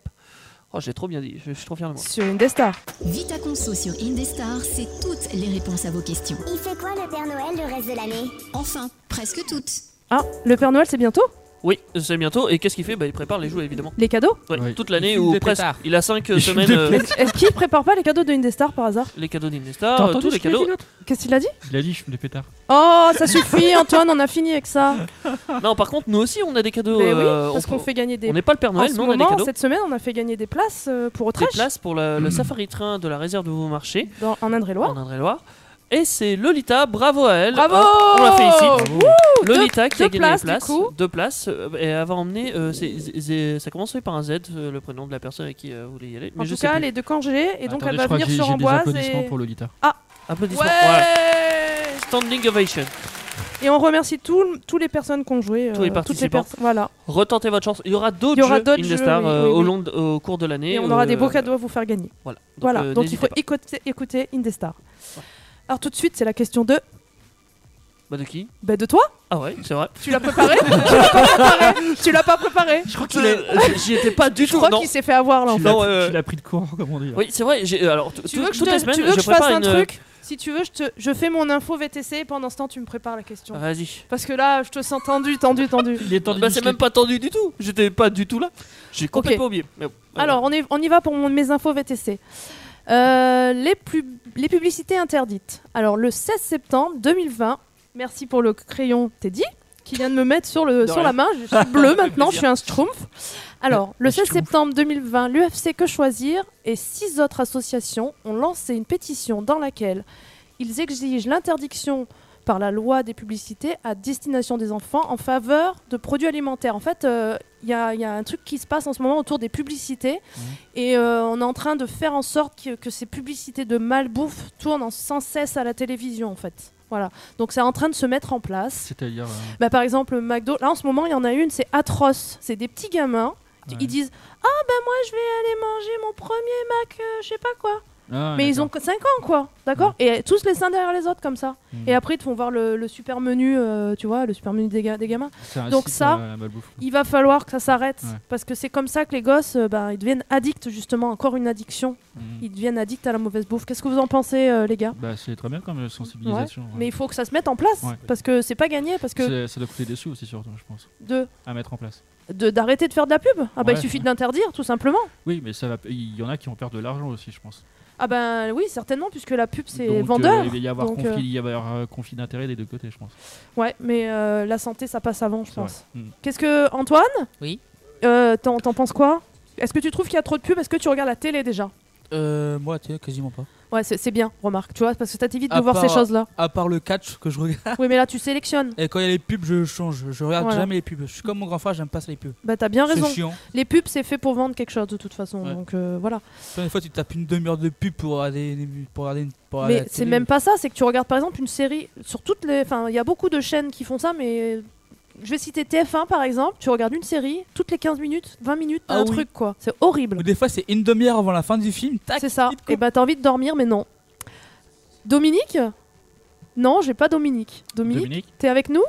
S4: Oh, j'ai trop bien dit, je, je suis trop fier de moi.
S3: Sur Indestar.
S2: Vita Conso sur Indestar, c'est toutes les réponses à vos questions.
S7: Il fait quoi le Père Noël le reste de l'année
S2: Enfin, presque toutes.
S3: Ah, le Père Noël, c'est bientôt
S4: Oui, c'est bientôt. Et qu'est-ce qu'il fait bah, Il prépare les jouets, évidemment.
S3: Les cadeaux
S4: Ouais,
S5: Oui.
S4: Toute
S8: Il
S4: l'année
S8: fume
S4: ou
S8: des
S4: presque.
S8: pétards.
S4: Il a 5
S5: Il fume
S4: semaines.
S5: des
S4: euh,
S3: Est-ce est-ce qu'il prépare pas les cadeaux de Indestar par hasard
S4: les cadeaux
S5: T'as
S4: d'Indestar,
S5: entendu
S4: Ah, tous
S5: ce
S4: les
S5: qu'il a dit,
S4: cadeaux.
S5: l'autre
S3: Qu'est-ce qu'il a dit
S5: Il a dit, je fume des pétards.
S3: Oh, ça suffit, Antoine, on a fini avec ça.
S4: Non, par contre, nous aussi, on a des cadeaux.
S3: Mais oui,
S4: euh,
S3: parce
S4: on-
S3: qu'on fait gagner des.
S4: On n'est pas le Père
S3: en
S4: Noël,
S3: ce
S4: mais on a des
S3: moment,
S4: cadeaux.
S3: cette semaine, on a fait gagner des places euh, pour
S4: Des
S3: Autrèche,
S4: places pour la-
S3: Hmm.
S4: le safari train de la réserve de Beaumarchais
S3: dans, en Indre-et-Loire.
S4: en Indre-et-Loire. Et c'est Lolita, bravo à elle.
S3: Bravo
S4: Hop, on l'a fait ici. Lolita qui a
S3: deux
S4: gagné
S3: places,
S4: une
S3: du
S4: place,
S3: coup.
S4: deux places. euh, Et elle va emmener. euh, c'est- c'est- c'est- ça commence par un Z, euh, le prénom de la personne avec qui euh, vous voulez y aller. Mais
S3: En
S4: je
S3: tout
S4: sais
S3: cas,
S4: plus.
S3: les deux congés, et donc
S5: Attendez,
S3: elle
S5: je
S3: va
S5: crois que
S3: venir
S5: j'ai-
S3: sur
S5: j'ai des
S3: Amboise.
S5: applaudissements
S3: et...
S5: pour Lolita.
S4: Applaudissements.
S3: Ouais
S4: Voilà. Standing ovation.
S3: Et on remercie tous tous les personnes qui ont joué. euh,
S4: Tous les
S3: toutes
S4: participants.
S3: personnes, Voilà.
S4: Retentez votre chance. Il y aura d'autres
S3: Il y aura
S4: jeux
S3: d'autres
S4: Indestar
S3: jeux, oui,
S4: euh,
S3: oui,
S4: au,
S3: oui.
S4: long de- au cours de l'année.
S3: Et on aura
S4: euh,
S3: des beaux cadeaux à vous faire gagner.
S4: Voilà. Donc,
S3: voilà,
S4: euh,
S3: donc il
S4: n'hésitez
S3: faut
S4: pas.
S3: écouter, écouter Indestar. Alors tout de suite, c'est la question de...
S4: Bah, de qui
S3: Bah de toi
S4: Ah ouais, c'est vrai.
S3: Tu l'as préparé Tu l'as pas préparé Tu l'as pas préparé
S4: Je crois qu'il est. J'y étais pas du
S3: Je
S4: tout.
S3: crois
S4: non.
S3: qu'il s'est fait avoir là. en
S5: Tu
S3: fait.
S5: l'as-
S4: Non, euh,
S5: tu l'as pris de court, comme on dit.
S4: Oui, c'est vrai. j'ai- Alors, tu
S3: veux que je
S4: toutes
S3: te-
S4: les semaines,
S3: tu veux que je fasse
S4: prépare
S3: un
S4: une- euh,
S3: truc Si tu veux, je, te, je fais mon info VTC et pendant ce temps, tu me prépares la question.
S4: euh, Vas-y.
S3: Parce que là, je te sens tendu, tendu, tendu.
S5: Il est temps de
S4: Bah, c'est même pas tendu du tout. J'étais pas du tout là. J'ai complètement oublié. Mais bon, voilà.
S3: Alors, on, est- on y va pour mon- mes infos VTC. Euh, les, pub- les publicités interdites. Alors, le 16 septembre 2020, merci pour le crayon Teddy qui vient de me mettre sur, le,
S4: De
S3: sur
S4: rien.
S3: la main. Je suis bleu maintenant, je suis un schtroumpf. Alors, le 16
S5: schtroumpf.
S3: septembre 2020, l'UFC Que Choisir et six autres associations ont lancé une pétition dans laquelle ils exigent l'interdiction par la loi des publicités à destination des enfants en faveur de produits alimentaires. En fait, euh, il y, a- il y a un truc qui se passe en ce moment autour des publicités
S4: Mmh.
S3: et euh, on est en train de faire en sorte que, que ces publicités de malbouffe tournent en- sans cesse à la télévision, en fait. Voilà. Donc c'est en train de se mettre en place.
S5: C'est-à-dire. euh,
S3: Bah, par exemple, McDo, là en ce moment, il y en a une, c'est atroce. C'est des petits gamins.
S5: Ouais.
S3: Ils disent Ah, bah moi je vais aller manger mon premier Mac, euh, je sais pas quoi.
S5: Ah,
S3: mais ils ont
S5: d'accord.
S3: 5 ans, quoi, d'accord Et tous les uns derrière les autres, comme ça.
S5: Mm.
S3: Et après, ils te font voir le, le super menu, euh, tu vois, le super menu des, ga- des gamins.
S5: C'est un
S3: donc
S5: site,
S3: ça,
S5: euh, la malbouffe.
S3: Il va falloir que ça s'arrête,
S5: Ouais.
S3: parce que c'est comme ça que les gosses, euh, bah, ils deviennent addicts, justement, encore une addiction.
S5: Mm.
S3: Ils deviennent addicts à la mauvaise bouffe. Qu'est-ce que vous en pensez, euh, les gars
S5: Bah, c'est très bien comme euh, sensibilisation. ouais.
S3: Mais il faut que ça se mette en place,
S5: Ouais.
S3: parce que c'est pas gagné, parce que
S5: C'est- Ça doit coûter des sous aussi, surtout, je pense,
S3: de
S5: à mettre en place.
S3: de- d'arrêter de, faire de la pub, ah bah, il
S5: Ouais.
S3: suffit d'interdire, tout simplement.
S5: Oui, mais ça va. Il y en a qui vont perdre de l'argent aussi, je pense.
S3: Ah ben oui, certainement, puisque la pub, c'est
S5: Donc, euh,
S3: vendeur.
S5: il va y avoir
S3: donc,
S5: conflit,
S3: euh,
S5: il va y avoir euh, conflit d'intérêt des deux côtés, je pense.
S3: Ouais, mais euh, la santé, ça passe avant, je
S5: C'est vrai.
S3: pense.
S5: Mm.
S3: Qu'est-ce que Antoine
S8: Oui.
S3: Euh, T'en t'en penses quoi Est-ce que tu trouves qu'il y a trop de pubs Est-ce que tu regardes la télé déjà
S8: Euh, moi, tu sais, quasiment pas.
S3: Ouais, c'est c'est bien, remarque, tu vois, parce que ça t'évite de
S8: À
S3: voir ces
S8: part-
S3: choses-là.
S8: À part le catch que je regarde.
S3: Oui, mais là, tu sélectionnes.
S8: Et quand il y a les pubs, je change. Je regarde
S3: Voilà.
S8: jamais les pubs. Je suis comme mon grand frère, j'aime pas ça, les pubs.
S3: Bah, t'as bien raison.
S8: C'est chiant.
S3: Les pubs, c'est fait pour vendre quelque chose, de toute façon.
S8: Ouais.
S3: Donc, euh, voilà.
S8: Des fois, tu tapes une demi-heure de pub pour regarder, une- pour regarder une. Pour regarder
S3: mais
S8: la
S3: c'est
S8: télé.
S3: même pas ça, c'est que tu regardes, par exemple, une série sur toutes les. Enfin, il y a beaucoup de chaînes qui font ça, mais. Je vais citer TF1 par exemple, tu regardes une série, toutes les 15 minutes, 20 minutes, t'as
S8: Ah
S3: un
S8: oui.
S3: truc quoi. C'est horrible.
S8: Ou Des fois, c'est une demi-heure avant la fin du film. Tac.
S3: C'est ça.
S8: petite coupe.
S3: Et bah t'as envie de dormir, mais non. Dominique Non, j'ai pas Dominique. Dominique,
S5: Dominique
S3: t'es avec nous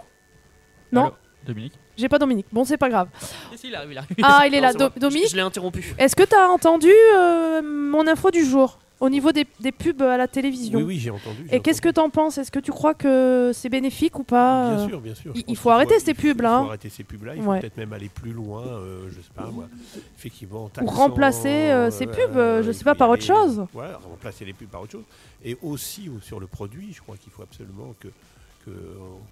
S3: Non.
S5: Allô Dominique
S3: J'ai pas Dominique. Bon, c'est pas grave.
S8: Si, il arrive, il arrive.
S3: Ah, il est
S4: Non,
S3: là.
S4: c'est
S3: Do-
S4: moi. Je-
S3: Dominique,
S4: Je l'ai interrompu.
S3: est-ce que t'as entendu euh, mon info du jour au niveau des, des pubs à la télévision
S6: Oui, oui, j'ai entendu. j'ai
S3: Et qu'est-ce que
S6: entendu.
S3: t'en penses Est-ce que tu crois que c'est bénéfique ou pas
S6: Bien
S3: euh,
S6: sûr, bien sûr.
S3: il-
S6: Je
S3: il
S6: pense
S3: faut
S6: qu'il
S3: arrêter
S6: il
S3: ces
S6: il
S3: pubs, là,
S6: Il
S3: hein.
S6: faut arrêter ces pubs-là. Il faut
S3: Ouais.
S6: peut-être même aller plus loin, euh, je sais pas moi. Effectivement,
S3: Ou
S6: taxant,
S3: remplacer euh, ces
S6: euh,
S3: pubs, euh, je
S6: il
S3: sais
S6: faut
S3: pas,
S6: y
S3: par autre
S6: aller-
S3: chose.
S6: Ouais, remplacer les pubs par autre chose. Et aussi ou sur le produit, je crois qu'il faut absolument que que, euh,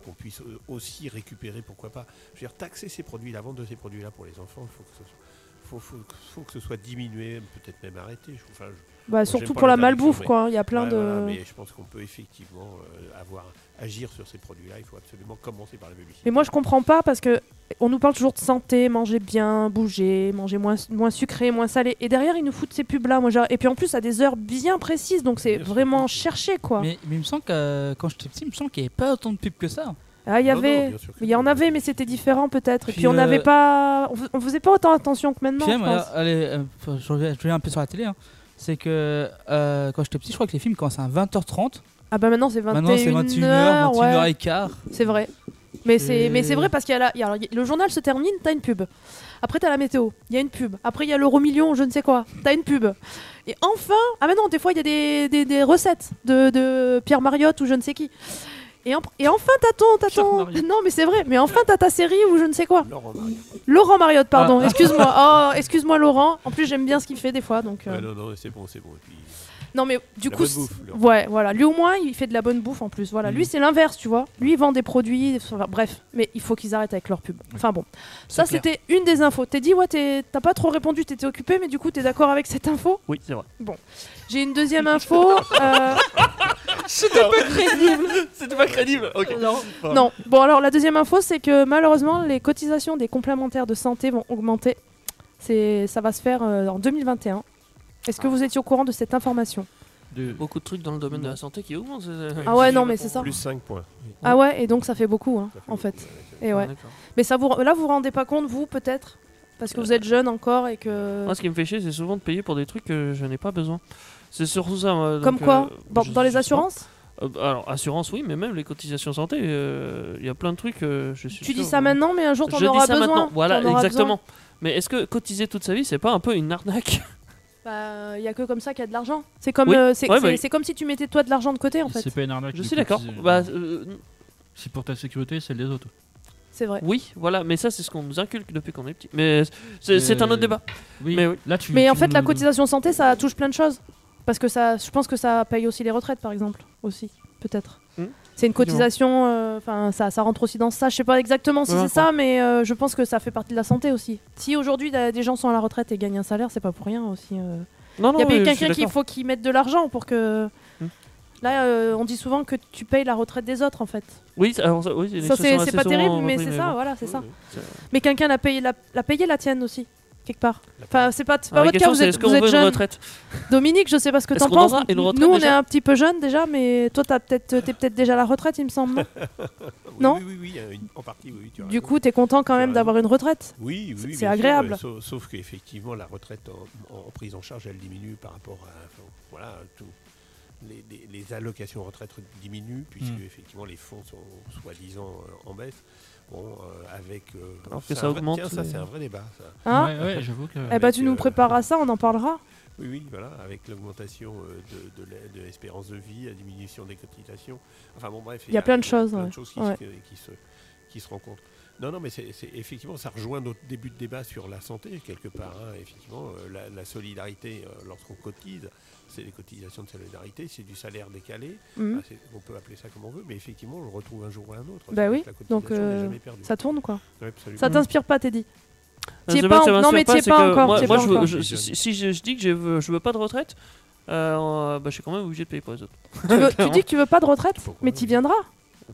S6: qu'on puisse euh, aussi récupérer, pourquoi pas. Je veux dire, taxer ces produits, la vente de ces produits-là pour les enfants, il faut que ce soit. Faut, faut- faut que ce soit diminué, peut-être même arrêté. Je- enfin, je-
S3: Bah,
S6: j'aime
S3: Surtout
S6: pas
S3: pour la
S6: les interruptions,
S3: malbouffe,
S6: mais-
S3: quoi. Il y a plein
S6: Ouais,
S3: de.
S6: voilà, mais je pense qu'on peut effectivement euh, avoir, agir sur ces produits-là. Il faut absolument commencer par la publicité.
S3: Mais moi, je comprends pas parce que on nous parle toujours de santé, manger bien, bouger, manger moins, moins sucré, moins salé. Et derrière, ils nous foutent ces pubs-là. Moi, j'ai- et puis en plus, à des heures bien précises, donc c'est
S6: Bien sûr.
S3: vraiment cherché, quoi.
S8: Mais, mais il me semble que euh, quand j'étais petit, il me semble qu'il n'y avait pas autant de pubs que ça.
S3: Ah, il y
S6: Non, non,
S3: avait.
S6: bien sûr que
S3: Il y en
S6: non.
S3: avait, mais c'était différent peut-être. Et
S8: Puis,
S3: puis on
S8: euh,
S3: n'avait pas, on fais- on faisait pas autant attention que maintenant.
S8: Puis,
S3: je
S8: même,
S3: pense.
S8: euh, allez, euh, enfin, je, reviens, je reviens un peu sur la télé. hein. C'est que euh, quand j'étais petit, je crois que les films commencent à 20h30.
S3: Ah bah maintenant c'est 21
S8: Maintenant, c'est 21h, 21h15.
S3: C'est vrai. Mais c'est mais c'est
S8: Et-
S3: vrai parce qu'il y a la- il y a- le journal se termine, t'as une pub. Après t'as la météo, il y a une pub. Après il y a l'euro million, je ne sais quoi, t'as une pub. Et enfin, ah mais non, des fois il y a des, des, des recettes de, de Pierre Mariotte ou je ne sais qui. Et, en- et enfin t'as ton, t'as
S5: Pierre
S3: ton...
S5: Mariotte.
S3: Non mais c'est vrai, mais enfin t'as ta série ou je ne sais quoi.
S6: Laurent Maria.
S3: Laurent Mariotte,
S5: Ah.
S3: pardon, excuse-moi. Oh, excuse-moi Laurent. En plus j'aime bien ce qu'il fait des fois, donc... euh,
S6: Ouais, non, non, c'est bon, c'est bon. Et puis,
S3: non mais du
S6: la
S3: coup,
S6: bonne bouffe, Laurent.
S3: Ouais, voilà. Lui au moins, il fait de la bonne bouffe en plus. Voilà.
S5: Mm.
S3: Lui, c'est l'inverse, tu vois. Lui, il vend des produits. enfin, bref, mais il faut qu'ils arrêtent avec leur pub. Enfin bon. Ça,
S8: clair.
S3: c'était une des infos. T'es dit, ouais, t'es- t'as pas trop répondu, t'étais occupé, mais du coup, t'es d'accord avec cette info
S4: Oui, c'est vrai.
S3: J'ai une deuxième info. euh,
S4: C'était pas crédible. Ok.
S3: Non. Bon, alors la deuxième info, c'est que malheureusement, les cotisations des complémentaires de santé vont augmenter. C'est, ça va se faire euh, en 2021. Est-ce que
S6: Ah.
S3: vous étiez au courant de cette information
S5: De-
S4: Beaucoup de trucs dans le domaine de la santé qui augmentent.
S3: Ah ouais, non, mais c'est ça.
S6: Plus 5 points.
S3: Ah ouais, et donc ça fait beaucoup, hein,
S6: Ça fait
S3: en
S6: beaucoup,
S3: fait. Et ouais.
S4: Ah, D'accord.
S3: Mais ça vous, là, vous vous rendez pas compte, vous, peut-être Parce que vous êtes jeune encore et que.
S4: Moi, ce qui me fait chier, c'est souvent de payer pour des trucs que je n'ai pas besoin. C'est surtout ça. moi, donc,
S3: Comme quoi
S4: euh,
S3: dans,
S4: je-
S3: dans les
S4: je sais pas.
S3: assurances
S4: Euh, Alors, assurance, oui, mais même les cotisations santé, euh, il y a plein de trucs. euh, je suis
S3: Tu dis
S4: sûr,
S3: ça
S4: euh,
S3: maintenant, mais un jour, t'en
S4: je dis
S3: auras
S4: ça
S3: besoin.
S4: maintenant. Voilà,
S3: T'en auras
S4: exactement.
S3: besoin.
S4: Mais est-ce que cotiser toute sa vie, c'est pas un peu une arnaque
S3: Bah, il y a que comme ça qu'il y a de l'argent. C'est comme,
S4: Oui.
S3: euh, c'est,
S4: Ouais,
S3: c'est-
S4: mais-
S3: c'est comme si tu mettais toi de l'argent de côté, en fait.
S5: C'est pas une arnaque.
S4: Je
S5: du
S4: suis
S5: coup,
S4: d'accord.
S5: c'est-
S4: Bah, euh,
S5: C'est pour ta sécurité et celle des autres.
S3: C'est vrai.
S4: oui, voilà, mais ça, c'est ce qu'on nous inculque depuis qu'on est petit. Mais c'est
S5: Mais-
S4: c'est un autre débat.
S5: Oui,
S4: Mais oui.
S5: là tu.
S3: Mais en
S5: tu
S3: fait, la
S5: nous-
S3: cotisation santé, ça touche plein de choses. Parce que ça, je pense que ça paye aussi les retraites, par exemple, aussi, peut-être.
S4: Hmm.
S3: C'est une
S4: Effectivement.
S3: cotisation, euh, enfin ça, ça rentre aussi dans ça. Je sais pas exactement si
S4: Ouais,
S3: c'est
S4: d'accord.
S3: ça, mais euh, je pense que ça fait partie de la santé aussi. Si aujourd'hui la- des gens sont à la retraite et gagnent un salaire, c'est pas pour rien aussi. euh.
S4: Non,
S3: Il
S4: non,
S3: y a bien
S4: oui, je suis
S3: quelqu'un qu'il
S4: d'accord.
S3: faut qu'il mette de l'argent pour que.
S4: Hmm.
S3: Là, euh, on dit souvent que tu payes la retraite des autres, en fait.
S4: Oui, c'est- alors ça- oui, une
S3: Ça,
S4: expression
S3: c'est
S4: assez
S3: c'est pas
S4: souvent
S3: terrible, mais
S4: reprise,
S3: c'est
S4: mais
S3: ça,
S4: bon.
S3: voilà, c'est ça.
S6: Ouais, ouais.
S3: Mais quelqu'un l'a payé la, l'a payé la tienne aussi. quelque part.
S6: La
S3: Enfin, c'est pas, c'est pas
S4: Alors, Ah, la
S3: votre cas,
S4: question,
S3: vous
S4: c'est
S3: êtes,
S4: est-ce qu'on
S3: vous êtes
S4: veut une
S3: jeune.
S4: retraite
S3: Dominique, je sais pas ce que
S4: Est-ce
S3: t'en
S4: qu'on
S3: penses.
S4: aura une retraite
S3: Nous, on est
S4: déjà
S3: un petit peu jeune déjà, mais toi, t'as peut-être, t'es peut-être déjà à la retraite, il me semble. non
S6: Oui,
S3: Non
S6: Oui, oui, oui, euh, une- en partie, oui. tu as
S3: du
S6: raison.
S3: coup, t'es content quand
S6: Tu as
S3: même d'avoir une retraite.
S6: Oui, oui,
S3: c'est
S6: bien sûr,
S3: agréable.
S6: euh, sauf sauf qu'effectivement, la retraite en, en prise en charge, elle diminue par rapport à. enfin, voilà, tout. Les, les- les allocations retraite diminuent, puisque
S3: Hmm.
S5: Mm.
S6: effectivement les fonds sont soi-disant euh, en baisse. Bon, euh, avec. euh,
S4: Alors que
S6: c'est
S4: ça
S6: un vrai-
S4: augmente,
S6: tiens, ça,
S4: mais-
S6: c'est un vrai débat, ça.
S3: Hein
S5: ouais, ouais, j'avoue que.
S3: eh ben,
S6: avec,
S3: tu nous
S6: euh,
S3: prépares à ça, on en parlera.
S6: Oui, oui, voilà, avec l'augmentation euh, de, de la- de l'espérance de vie, la diminution des cotisations. Enfin bon, bref.
S3: Il y a plein de choses,
S6: plein
S3: ouais.
S6: de choses qui,
S3: Ouais.
S6: se, qui se- qui se rencontrent. Non, non, mais c'est c'est- effectivement, ça rejoint notre début de débat sur la santé, quelque part. hein, effectivement, euh, la, la solidarité, euh, lorsqu'on cotise, c'est des cotisations de solidarité, c'est du salaire décalé.
S3: Mhm.
S6: Ah, c'est- on peut appeler ça comme on veut, mais effectivement, on le retrouve un jour ou un autre.
S3: Bah
S6: C'est-à-dire
S3: oui,
S6: que la cotisation
S3: donc,
S6: n'est
S3: euh,
S6: jamais perdue.
S3: Ça tourne quoi.
S6: Ouais, absolument.
S3: Ça
S5: Mhm.
S3: t'inspire pas, Teddy
S4: Euh,
S3: T'y es
S4: The
S3: pas
S4: Voice,
S3: en-
S4: ça
S3: non, mais
S4: m'inspire
S3: t'y es
S4: c'est
S3: pas
S4: que
S3: encore,
S4: Moi,
S3: t'y es
S4: moi,
S3: pas
S4: je veux-
S3: encore.
S4: je- si, si je, je dis que je veux, je veux pas de retraite, euh, euh, bah, je suis quand même obligé de payer pour les autres.
S3: tu, veux- tu dis que tu veux pas de retraite,
S6: Pourquoi
S3: mais t'y viendras.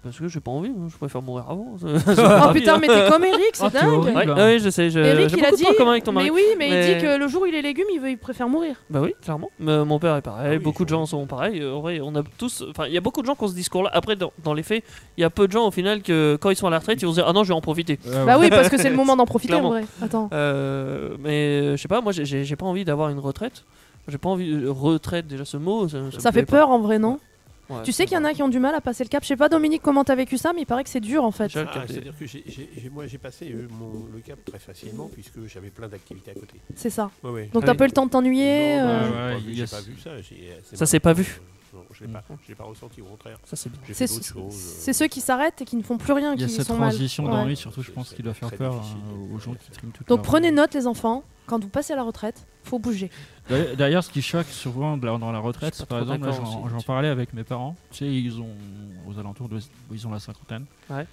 S4: Parce que j'ai pas envie, moi, je préfère mourir avant.
S3: Oh putain, mais t'es comme Eric, c'est
S5: Ah, t'es
S3: dingue.
S5: horrible.
S4: Ouais,
S5: bah.
S4: ouais, je sais, je-
S3: Eric,
S4: Euh, j'ai
S3: il a
S4: beaucoup de
S3: dit.
S4: points communs avec ton mari.
S3: mais oui, mais, il
S4: Mais-
S3: dit que le jour où il est légume, il, veut, il préfère mourir.
S4: Bah oui, clairement. Mais mon père est pareil,
S6: Ah oui,
S4: beaucoup de
S6: je-
S4: gens sont pareils. Euh, En vrai, on a tous. Enfin, il y a beaucoup de gens qui ont ce discours-là. Après, dans, dans les faits, il y a peu de gens au final que quand ils sont à la retraite, ils vont se dire Ah non, je vais en profiter.
S5: Ouais,
S3: Bah
S5: ouais. Ah,
S3: oui, parce que c'est le moment d'en profiter en
S4: Clairement.
S3: vrai. Attends.
S4: Euh, mais euh, je sais pas, moi j'ai- j'ai j'ai pas envie d'avoir une retraite. J'ai pas envie. euh, Retraite, déjà ce mot. Ça,
S3: Ça fait peur en vrai, non Tu sais qu'il y en
S4: a
S3: a qui ont du mal à passer le cap. Je sais pas, Dominique, comment t'as vécu ça, mais il paraît que c'est dur en fait.
S4: Je-
S6: Ah,
S4: capter.
S6: C'est-à-dire que j'ai- j'ai- j'ai- moi, j'ai passé euh, mon- le cap très facilement, puisque j'avais plein d'activités à côté.
S3: C'est ça.
S6: Ouais, ouais.
S3: Donc
S4: Ah
S3: t'as
S4: oui.
S3: pas eu le temps de t'ennuyer.
S6: Non, bah,
S3: euh,
S5: Ouais,
S6: non, j'ai
S5: ouais,
S6: pas vu-
S5: il y
S6: j'ai
S5: a-
S6: pas vu ça. j'ai- c'est
S4: Ça s'est pas vu.
S6: Euh, Non, je l'ai pas, je l'ai pas ressenti, au contraire.
S4: Ça, c'est bien.
S6: J'ai
S3: Mm. C'est
S6: fait d'autres
S3: ce-
S6: choses. euh.
S3: c'est ceux qui s'arrêtent et qui ne font plus rien,
S5: Il y a
S3: qui
S5: cette
S3: sont mal.
S5: transition
S3: Ouais.
S5: d'ennui, surtout, je pense,
S6: C'est
S5: qui doit faire
S6: très
S5: peur
S6: difficile.
S5: euh, aux gens qui triment tout
S3: Donc prenez note, les enfants, quand vous passez à la retraite, faut bouger.
S5: D'ailleurs- D'ailleurs, ce qui choque souvent de la- dans la retraite,
S4: Je suis
S5: c'est
S4: pas
S5: par
S4: trop
S5: exemple, là,
S4: d'accord
S5: j'en
S4: aussi.
S5: j'en parlais avec mes parents. Tu sais, ils ont aux alentours de, ils ont la cinquantaine.
S4: Ouais.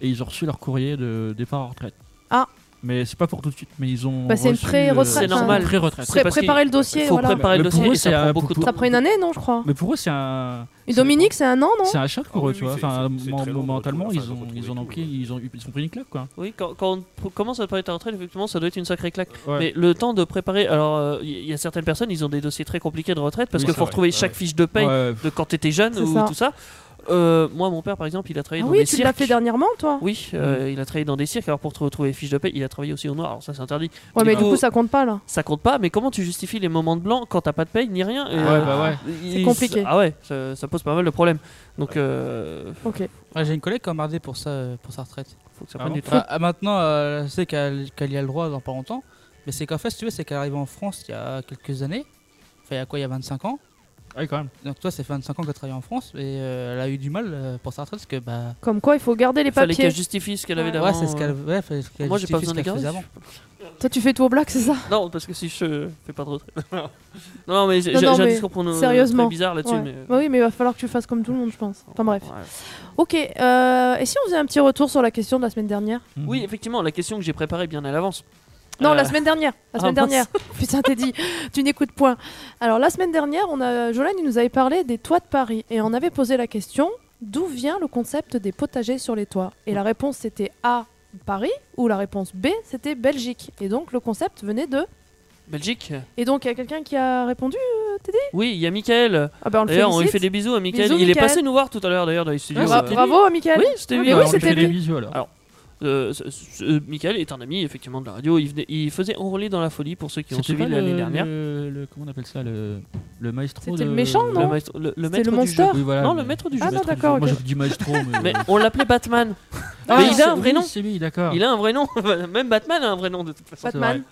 S5: Et ils ont reçu leur courrier de départ en retraite.
S3: Ah.
S5: Mais c'est pas pour tout de suite, mais ils ont.
S3: Bah, c'est une
S5: reçu,
S3: pré-retraite,
S5: euh,
S4: C'est normal.
S5: une Pré-retraite.
S4: C'est
S3: Pré-
S4: parce qu'il
S3: préparez le dossier,
S4: faut
S3: voilà.
S4: préparer le
S5: Mais pour
S4: dossier
S5: eux,
S4: et ça
S5: c'est
S4: prend
S5: un-
S4: beaucoup de
S5: pour-
S4: temps.
S3: Ça prend une année, non, je crois.
S5: Mais pour eux, c'est un.
S3: Et Dominique, c'est un an, non
S5: C'est un choc
S6: Ah
S5: pour
S6: oui,
S5: eux, tu
S6: oui,
S5: vois.
S6: c'est-
S5: Enfin,
S6: c'est- c'est
S5: mo-
S6: très long de
S5: momentalement,
S6: retrouver-
S5: ils ont,
S6: enfin, de
S5: ils en ont
S6: retrouver
S5: pris,
S6: tout,
S5: ils ont, eu- ils ont pris une claque, quoi.
S4: Oui, quand, quand on pr- commence à parler de ta retraite, effectivement, ça doit être une sacrée claque.
S5: Ouais.
S4: Mais le temps de préparer. Alors, euh, il y y a certaines personnes, ils ont des dossiers très compliqués de retraite parce
S5: Oui,
S4: qu'il
S5: c'est
S4: faut
S6: vrai.
S4: retrouver
S6: Ouais.
S4: chaque fiche de
S3: Bah,
S4: paye
S5: Ouais,
S4: de quand t'étais jeune
S3: C'est
S4: ou
S3: ça.
S4: tout ça. Euh, moi, mon père, par exemple, il a travaillé
S3: Ah
S4: dans
S3: oui,
S4: des
S3: tu l'as
S4: cirques.
S3: fait dernièrement, toi
S4: Oui, euh, il a travaillé dans des cirques. Alors, pour te retrouver les fiches de paie, il a travaillé aussi au noir. Alors, ça, c'est interdit.
S3: Ouais, mais
S4: Du
S3: du
S4: coup-
S3: coup, ça compte pas, là.
S4: Ça compte pas, mais comment tu justifies les moments de blanc quand t'as pas de paye ni rien Et,
S5: ouais,
S4: euh,
S5: bah ouais.
S4: il-
S3: c'est compliqué.
S4: Ah ouais, ça, ça pose pas mal de problèmes. Donc, euh,
S3: Ok.
S8: Ouais, J'ai une collègue qui a emmerdé pour, ça, euh, pour sa retraite.
S4: faut que ça
S5: Ah
S4: prenne
S5: bon
S4: du temps.
S8: Ah, ah, maintenant, euh, elle sait qu'elle qu'elle y a le droit dans pas longtemps. Mais c'est qu'en fait, si tu veux, c'est qu'elle est arrivée en France il y a quelques années. Enfin, il y a quoi, il y a 25 ans.
S5: Ouais, Ah quand même.
S8: Donc toi, c'est fait 25 ans qu'elle travaille en France. Et euh, elle a eu du mal euh, pour sa retraite parce que, bah.
S3: Comme quoi, il faut garder les
S4: Il fallait
S3: papiers.
S4: qu'elle justifie ce qu'elle avait
S3: Ouais,
S4: d'avant.
S8: ouais, c'est ce qu'elle. Ouais, fait- ce qu'elle
S4: Moi, j'ai pas
S8: justifie
S4: besoin
S8: ce
S4: de
S8: qu'elle faisait
S4: garder.
S8: avant.
S3: Toi, tu fais tout au black, c'est ça
S4: Non, parce que si je fais pas de retraite. non, mais j'ai
S3: Non,
S4: j'ai
S3: non,
S4: un
S3: mais
S4: discours pour nous.
S3: sérieusement.
S4: très bizarre là-dessus.
S3: Ouais.
S4: mais-
S3: Bah oui, mais il va falloir que tu fasses comme tout le monde, je pense. Enfin bref.
S4: Ouais.
S3: Ok, euh, et si on faisait un petit retour sur la question de la semaine dernière
S4: Oui, effectivement, la question que j'ai préparée bien à l'avance.
S3: Non,
S4: Euh,
S3: la semaine dernière. La
S4: ah,
S3: semaine
S4: mince.
S3: dernière. Putain, t'es dit, tu n'écoutes point. Alors, la semaine dernière, on a, Jolene il nous avait parlé des toits de Paris et on avait posé la question d'où vient le concept des potagers sur les toits Et la réponse c'était A, Paris, ou la réponse B, c'était Belgique. Et donc, le concept venait de.
S4: Belgique
S3: Et donc, il y a quelqu'un qui a répondu
S4: Oui, il y a Michael.
S3: Ah, ben on le
S4: D'ailleurs, on lui
S3: félicite.
S4: fait des bisous à Michael.
S3: Bisous,
S4: il est
S3: Michael.
S4: passé nous voir tout à l'heure, d'ailleurs, dans les studios.
S3: Bra-
S4: Euh,
S3: Bravo à Michael.
S4: Oui, c'était lui.
S3: Mais oui,
S5: Alors, on lui
S3: c'était
S5: fait des
S3: lui.
S5: bisous alors.
S4: Ah, Euh, ce- ce- euh, Michael est un ami effectivement de la radio. Il, venait- il faisait enrouler dans la folie pour ceux qui ont
S5: C'était
S4: suivi
S5: pas
S4: l'année
S5: le-
S4: dernière.
S5: le- le- comment on appelle ça le, le maestro
S3: C'était le
S5: de-
S3: méchant, non
S4: Le maître, le, le
S3: C'était
S4: maître
S3: le
S4: du jeu.
S3: monster
S5: Oui, voilà,
S4: non,
S5: mais-
S4: le maître du jeu.
S3: Ah,
S5: maître
S3: non,
S5: du jeu.
S3: d'accord,
S5: Moi,
S3: ok.
S5: je dis maestro, mais.
S4: Mais on l'appelait Batman.
S5: Ah,
S4: Mais il a un
S5: oui,
S4: vrai nom.
S5: C'est lui, d'accord.
S4: Il a un vrai nom. Même Batman a un vrai nom de toute façon.
S3: Ah. Batman.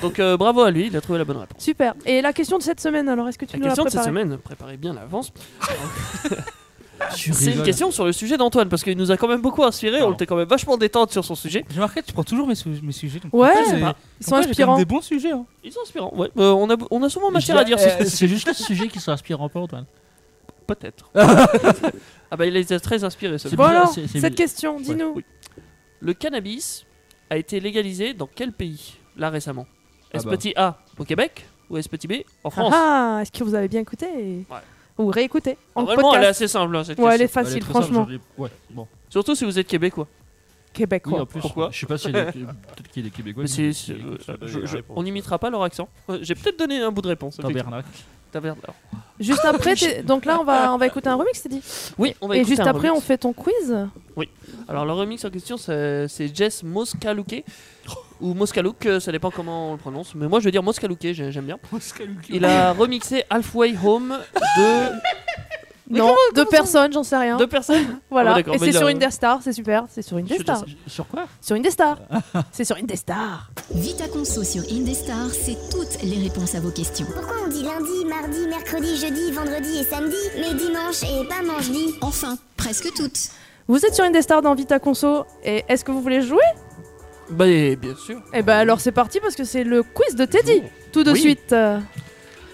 S4: Donc euh, bravo à lui, il a trouvé la bonne réponse.
S3: Super. Et la question de cette semaine, alors, est-ce que tu
S4: La
S3: nous l'as
S4: question de cette
S3: préparée
S4: semaine, préparez bien à l'avance.
S5: Tu
S4: C'est une
S5: rigoles.
S4: question sur le sujet d'Antoine parce qu'il nous a quand même beaucoup inspiré. On
S5: Pardon.
S4: était quand même vachement détente sur son sujet.
S8: J'ai remarqué, tu prends toujours mes, sou- mes sujets. donc
S3: Ouais, bah,
S8: pourquoi j'ai-
S4: C'est pas-
S3: Ils sont
S8: pourquoi j'ai quand même
S3: inspirants.
S8: des bons sujets. hein.
S4: Ils sont inspirants. Ouais. Euh, on, a, on a souvent matière à dire sur
S5: Euh, C'est juste le sujet qui s'inspire en pas, Antoine.
S4: Peut-être. ah bah il les a très inspirés. ce
S5: C'est
S4: mec.
S3: Bon
S5: bizarre,
S3: alors,
S5: c'est- c'est
S3: cette
S5: bizarre.
S3: question, dis-nous.
S4: Oui. Le cannabis a été légalisé dans quel pays là récemment
S5: Ah
S4: Est-ce
S5: bah.
S4: petit A au Québec ou est-ce petit B en
S3: Ah,
S4: France
S3: ah, est-ce que vous avez bien écouté Ou réécouté en
S4: Normalement, Ah, elle est
S3: podcast
S4: assez simple hein, cette
S3: Ouais, elle est
S4: question.
S3: facile, franchement.
S5: Ouais, bon.
S4: Surtout si vous êtes québécois.
S5: Oui,
S3: québécois.
S5: en plus,
S4: Pourquoi
S5: Je sais pas si il y a des- peut-être qu'il y a des Québécois.
S4: Mais
S5: qui-
S4: c'est-
S5: qui-
S4: c'est-
S5: qui-
S4: euh,
S5: qui-
S4: je-
S6: donner la
S4: je-
S6: réponse.
S4: on n'imitera pas leur accent. Ouais, J'ai peut-être donné un bout de réponse. effectivement.
S5: Tabernacle.
S4: Taberne- alors,
S3: Juste après, t'es- donc là, on va, on va écouter un remix, t'as dit
S4: Oui, on va
S3: Et
S4: écouter
S3: juste
S4: un
S3: après, on
S4: remix.
S3: fait ton quiz
S4: Alors, le remix en question, c'est c'est Jess Moscalouquet. Ou Moscalouk, euh, ça dépend comment on le prononce. Mais moi, je veux dire Moscalouquet, j'ai- j'aime bien. Il a remixé Halfway Home de
S3: Non, deux personnes, j'en sais rien.
S4: deux personnes. Ah,
S3: Voilà.
S4: d'accord,
S3: Et
S4: mais
S3: c'est
S4: il a-
S3: sur Indestar, c'est super, c'est sur
S4: suis
S3: Indestar.
S5: Sur quoi
S3: Sur Indestar. c'est sur Indestar.
S2: Vita Conso sur Indestar, c'est toutes les réponses à vos questions.
S7: Pourquoi on dit lundi, mardi, mercredi, jeudi, vendredi et samedi, mais dimanche et pas mangedi
S2: Enfin, presque toutes.
S3: Vous êtes sur Indestar dans Vita Conso, et est-ce que vous voulez jouer
S4: Bah, et bien sûr.
S3: Eh ben alors c'est parti parce que c'est le quiz de Teddy. Tout de
S4: Oui.
S3: suite. euh,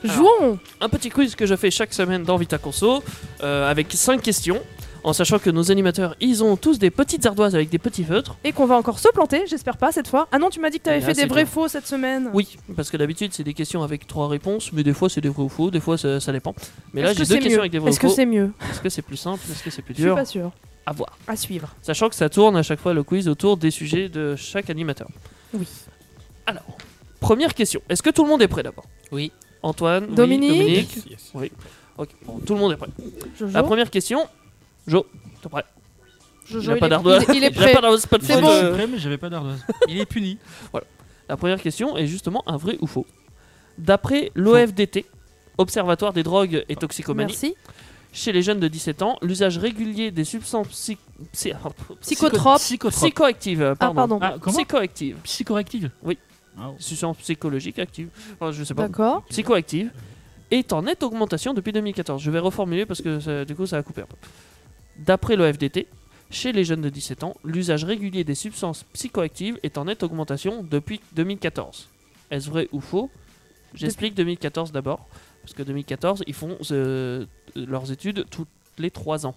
S3: Jouons
S4: un petit quiz que je fais chaque semaine dans Vita Conso euh, avec 5 questions. En sachant que nos animateurs, ils ont tous des petites ardoises avec des petits feutres.
S3: Et qu'on va encore se planter, j'espère pas cette fois. Ah non, tu m'as dit que t'avais
S4: Ah,
S3: fait
S4: c'est
S3: des vrais
S4: bien.
S3: faux cette semaine.
S4: Oui, parce que d'habitude, c'est des questions avec trois réponses, mais des fois, c'est des vrais ou faux, des fois, ça, ça dépend. Mais là,
S3: Est-ce
S4: j'ai
S3: que c'est
S4: deux questions
S3: mieux
S4: avec des vrais ou
S3: Est-ce que
S4: faux.
S3: c'est mieux
S4: Est-ce que c'est plus simple Est-ce que c'est plus
S3: Je suis
S4: dur
S3: pas sûr.
S4: À voir.
S3: À suivre.
S4: Sachant que ça tourne à chaque fois le quiz autour des sujets de chaque animateur.
S3: Oui.
S4: Alors, première question. Est-ce que tout le monde est prêt d'abord
S8: Oui.
S4: Antoine oui,
S3: Dominique
S4: Dominique
S6: Yes.
S4: Ok, bon, tout le monde est prêt.
S3: Jojo,
S4: La première question. Jo, t'es prêt
S3: Jojo,
S4: il a pas
S3: est-
S4: d'ardoise.
S3: Il, il est
S4: Il a
S3: prêt.
S4: pas d'ardoise, pas de
S3: C'est
S4: faute.
S3: bon.
S5: Je suis prêt, mais j'avais pas d'ardoise.
S8: Il est puni.
S4: euh. La première question est justement un vrai ou faux. D'après l'OFDT, Observatoire des drogues et toxicomanie,
S3: Merci.
S4: chez les jeunes de 17 ans, l'usage régulier des substances psy- psy- ah,
S3: Psychotropes.
S5: Psychotrope.
S4: psychoactives,
S3: Ah
S4: pardon,
S3: pardon.
S5: Ah, comment
S4: psychoactives,
S5: Psychoactive
S4: Oui.
S5: Ah, ouais.
S4: substances psychologiques actives, enfin, je sais pas,
S3: D'accord.
S4: psychoactives, est en nette augmentation depuis 2014. Je vais reformuler parce que ça- du coup ça a coupé un peu. D'après l'OFDT, chez les jeunes de 17 ans, l'usage régulier des substances psychoactives est en nette augmentation depuis 2014. Est-ce vrai ou faux J'explique 2014 d'abord, parce que 2014, ils font euh, leurs études toutes les 3 ans.